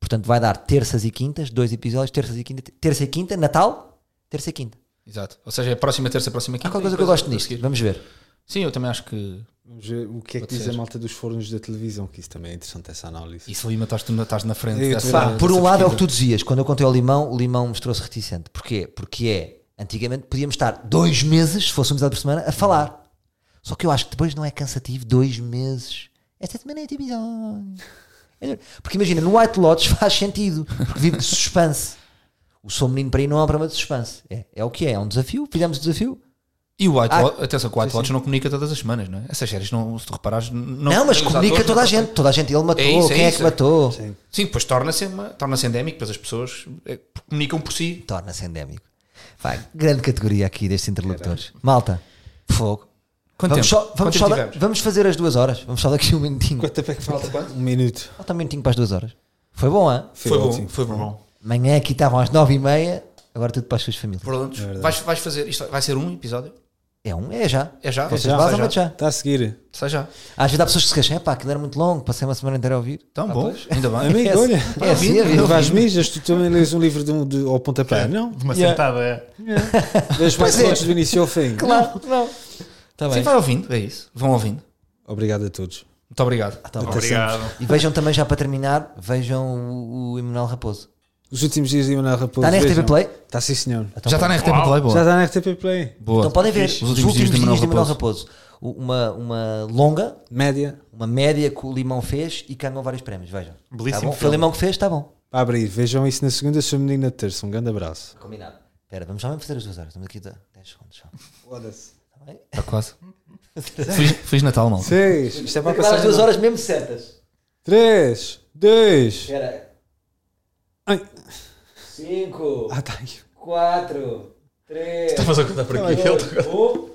Speaker 1: Portanto, vai dar terças e quintas, dois episódios, terças e quinta, terça e quinta, Natal, terça e quinta.
Speaker 3: Exato. Ou seja, é próxima terça, próxima quinta.
Speaker 1: Há qualquer coisa
Speaker 3: e
Speaker 1: que eu
Speaker 3: depois
Speaker 1: gosto
Speaker 3: a
Speaker 1: nisto.
Speaker 3: seguir.
Speaker 1: Vamos ver.
Speaker 3: Sim, eu também acho que.
Speaker 2: Vamos ver o que é que
Speaker 3: Pode
Speaker 2: diz
Speaker 3: ser.
Speaker 2: a malta dos fornos da televisão, que isso também é interessante essa análise.
Speaker 3: Isso, Lima, estás, tu- estás na frente.
Speaker 2: Eu
Speaker 3: dessa-
Speaker 2: também.
Speaker 1: Pá,
Speaker 3: dessa
Speaker 1: por um lado é o que
Speaker 3: pesquisa.
Speaker 1: tu dizias. Quando eu contei ao Limão, o Limão mostrou-se reticente. Porquê? Porque é, antigamente podíamos estar dois meses, se fosse um episódio por semana, a falar. Só que eu acho que depois não é cansativo dois meses. Esta semana é este episódio. Porque imagina, no White Lodge faz sentido, porque vive de suspense. O Sou Menino para aí não é um programa de suspense. É, é o que é, é um desafio. Fizemos o desafio.
Speaker 3: E o White
Speaker 1: Ah,
Speaker 3: Watch, atenção, que o White Watch não comunica todas as semanas, não é? Essas séries, não, se tu reparares, não.
Speaker 1: Não, mas
Speaker 3: os
Speaker 1: comunica
Speaker 3: atores
Speaker 1: toda a
Speaker 3: não-
Speaker 1: gente. Toda a gente. Ele matou,
Speaker 3: isso, é
Speaker 1: quem é, que
Speaker 3: isso.
Speaker 1: matou?
Speaker 2: Sim.
Speaker 3: Sim, depois torna-se uma- torna-se endémico, depois as pessoas eh, comunicam por si.
Speaker 1: Torna-se endémico. Vai, grande categoria aqui destes interlocutores. Malta, fogo.
Speaker 3: Quanto
Speaker 1: vamos, só-
Speaker 3: tempo?
Speaker 1: vamos,
Speaker 3: Quanto
Speaker 1: só
Speaker 3: tempo
Speaker 1: da-
Speaker 3: tivemos?
Speaker 1: vamos fazer as duas horas. Vamos só daqui um minutinho.
Speaker 2: Quanto tempo é que falta? Um minuto.
Speaker 1: Falta um minutinho para as duas horas. Foi bom, hã?
Speaker 3: Foi bom,
Speaker 2: ótimo.
Speaker 3: foi bom.
Speaker 1: Amanhã aqui estavam às nove e meia. Agora tudo para as suas famílias.
Speaker 3: Pronto,
Speaker 2: verdade.
Speaker 3: vais, vais fazer isto, vai ser um episódio?
Speaker 1: É um, é já.
Speaker 3: É já?
Speaker 1: Vocês
Speaker 3: É já,
Speaker 1: vazam,
Speaker 3: é já.
Speaker 1: mas já.
Speaker 2: Está a seguir.
Speaker 3: Sei já.
Speaker 1: Às vezes há pessoas que se queixam. É pá, aquilo era muito longo. Passei uma semana inteira a ouvir.
Speaker 3: Então,
Speaker 1: Ah,
Speaker 3: bom, tá
Speaker 1: pois.
Speaker 3: ainda bem.
Speaker 2: Amigo,
Speaker 1: É
Speaker 2: olha.
Speaker 1: assim- é assim a vida.
Speaker 2: Não vais mijas, tu também lês um livro de um, de, ao pontapé, não?
Speaker 4: De uma
Speaker 2: Yeah.
Speaker 4: sentada é.
Speaker 2: Lês mais
Speaker 1: Pois é.
Speaker 2: fotos do início ao fim.
Speaker 1: Claro, não. Tá
Speaker 3: Sim,
Speaker 1: bem.
Speaker 3: vai ouvindo, é isso. Vão ouvindo.
Speaker 2: Obrigado a todos.
Speaker 3: Muito obrigado.
Speaker 1: Tá bom.
Speaker 4: Obrigado.
Speaker 1: E vejam também, já para terminar, vejam o, o Emanuel Raposo.
Speaker 2: Os últimos dias de Emanuel Raposo.
Speaker 1: Está na RTP
Speaker 2: vejam.
Speaker 1: Play?
Speaker 2: Está sim, senhor.
Speaker 1: Então
Speaker 3: já está na RTP Play, boa.
Speaker 2: Já está na RTP Play.
Speaker 3: Boa.
Speaker 1: Então podem ver os
Speaker 4: Fixe.
Speaker 1: últimos, dias de Manuel Raposo. U- Uma, uma longa,
Speaker 2: Média.
Speaker 1: uma média que o Limão fez e que ganhou vários prémios. Vejam.
Speaker 4: Belíssimo
Speaker 1: Tá bom? Foi o
Speaker 4: filme.
Speaker 1: Limão que fez, está bom.
Speaker 2: Para abrir. Vejam isso na segunda, sou menino na terça. Um grande abraço.
Speaker 1: Combinado. Espera, vamos já mesmo fazer as duas horas. Estamos aqui de 10 segundos. só. Tá bem?
Speaker 3: Está quase. Feliz, Feliz Natal, malta.
Speaker 2: Seis. Isto é para
Speaker 1: Acabar
Speaker 2: passar.
Speaker 1: as duas horas mesmo certas.
Speaker 2: Três. Dois.
Speaker 1: Espera.
Speaker 2: Ai.
Speaker 1: 5,
Speaker 2: Ah, tá aí.
Speaker 1: 4, 3, tá
Speaker 3: Mas a contar por aqui.
Speaker 1: 1.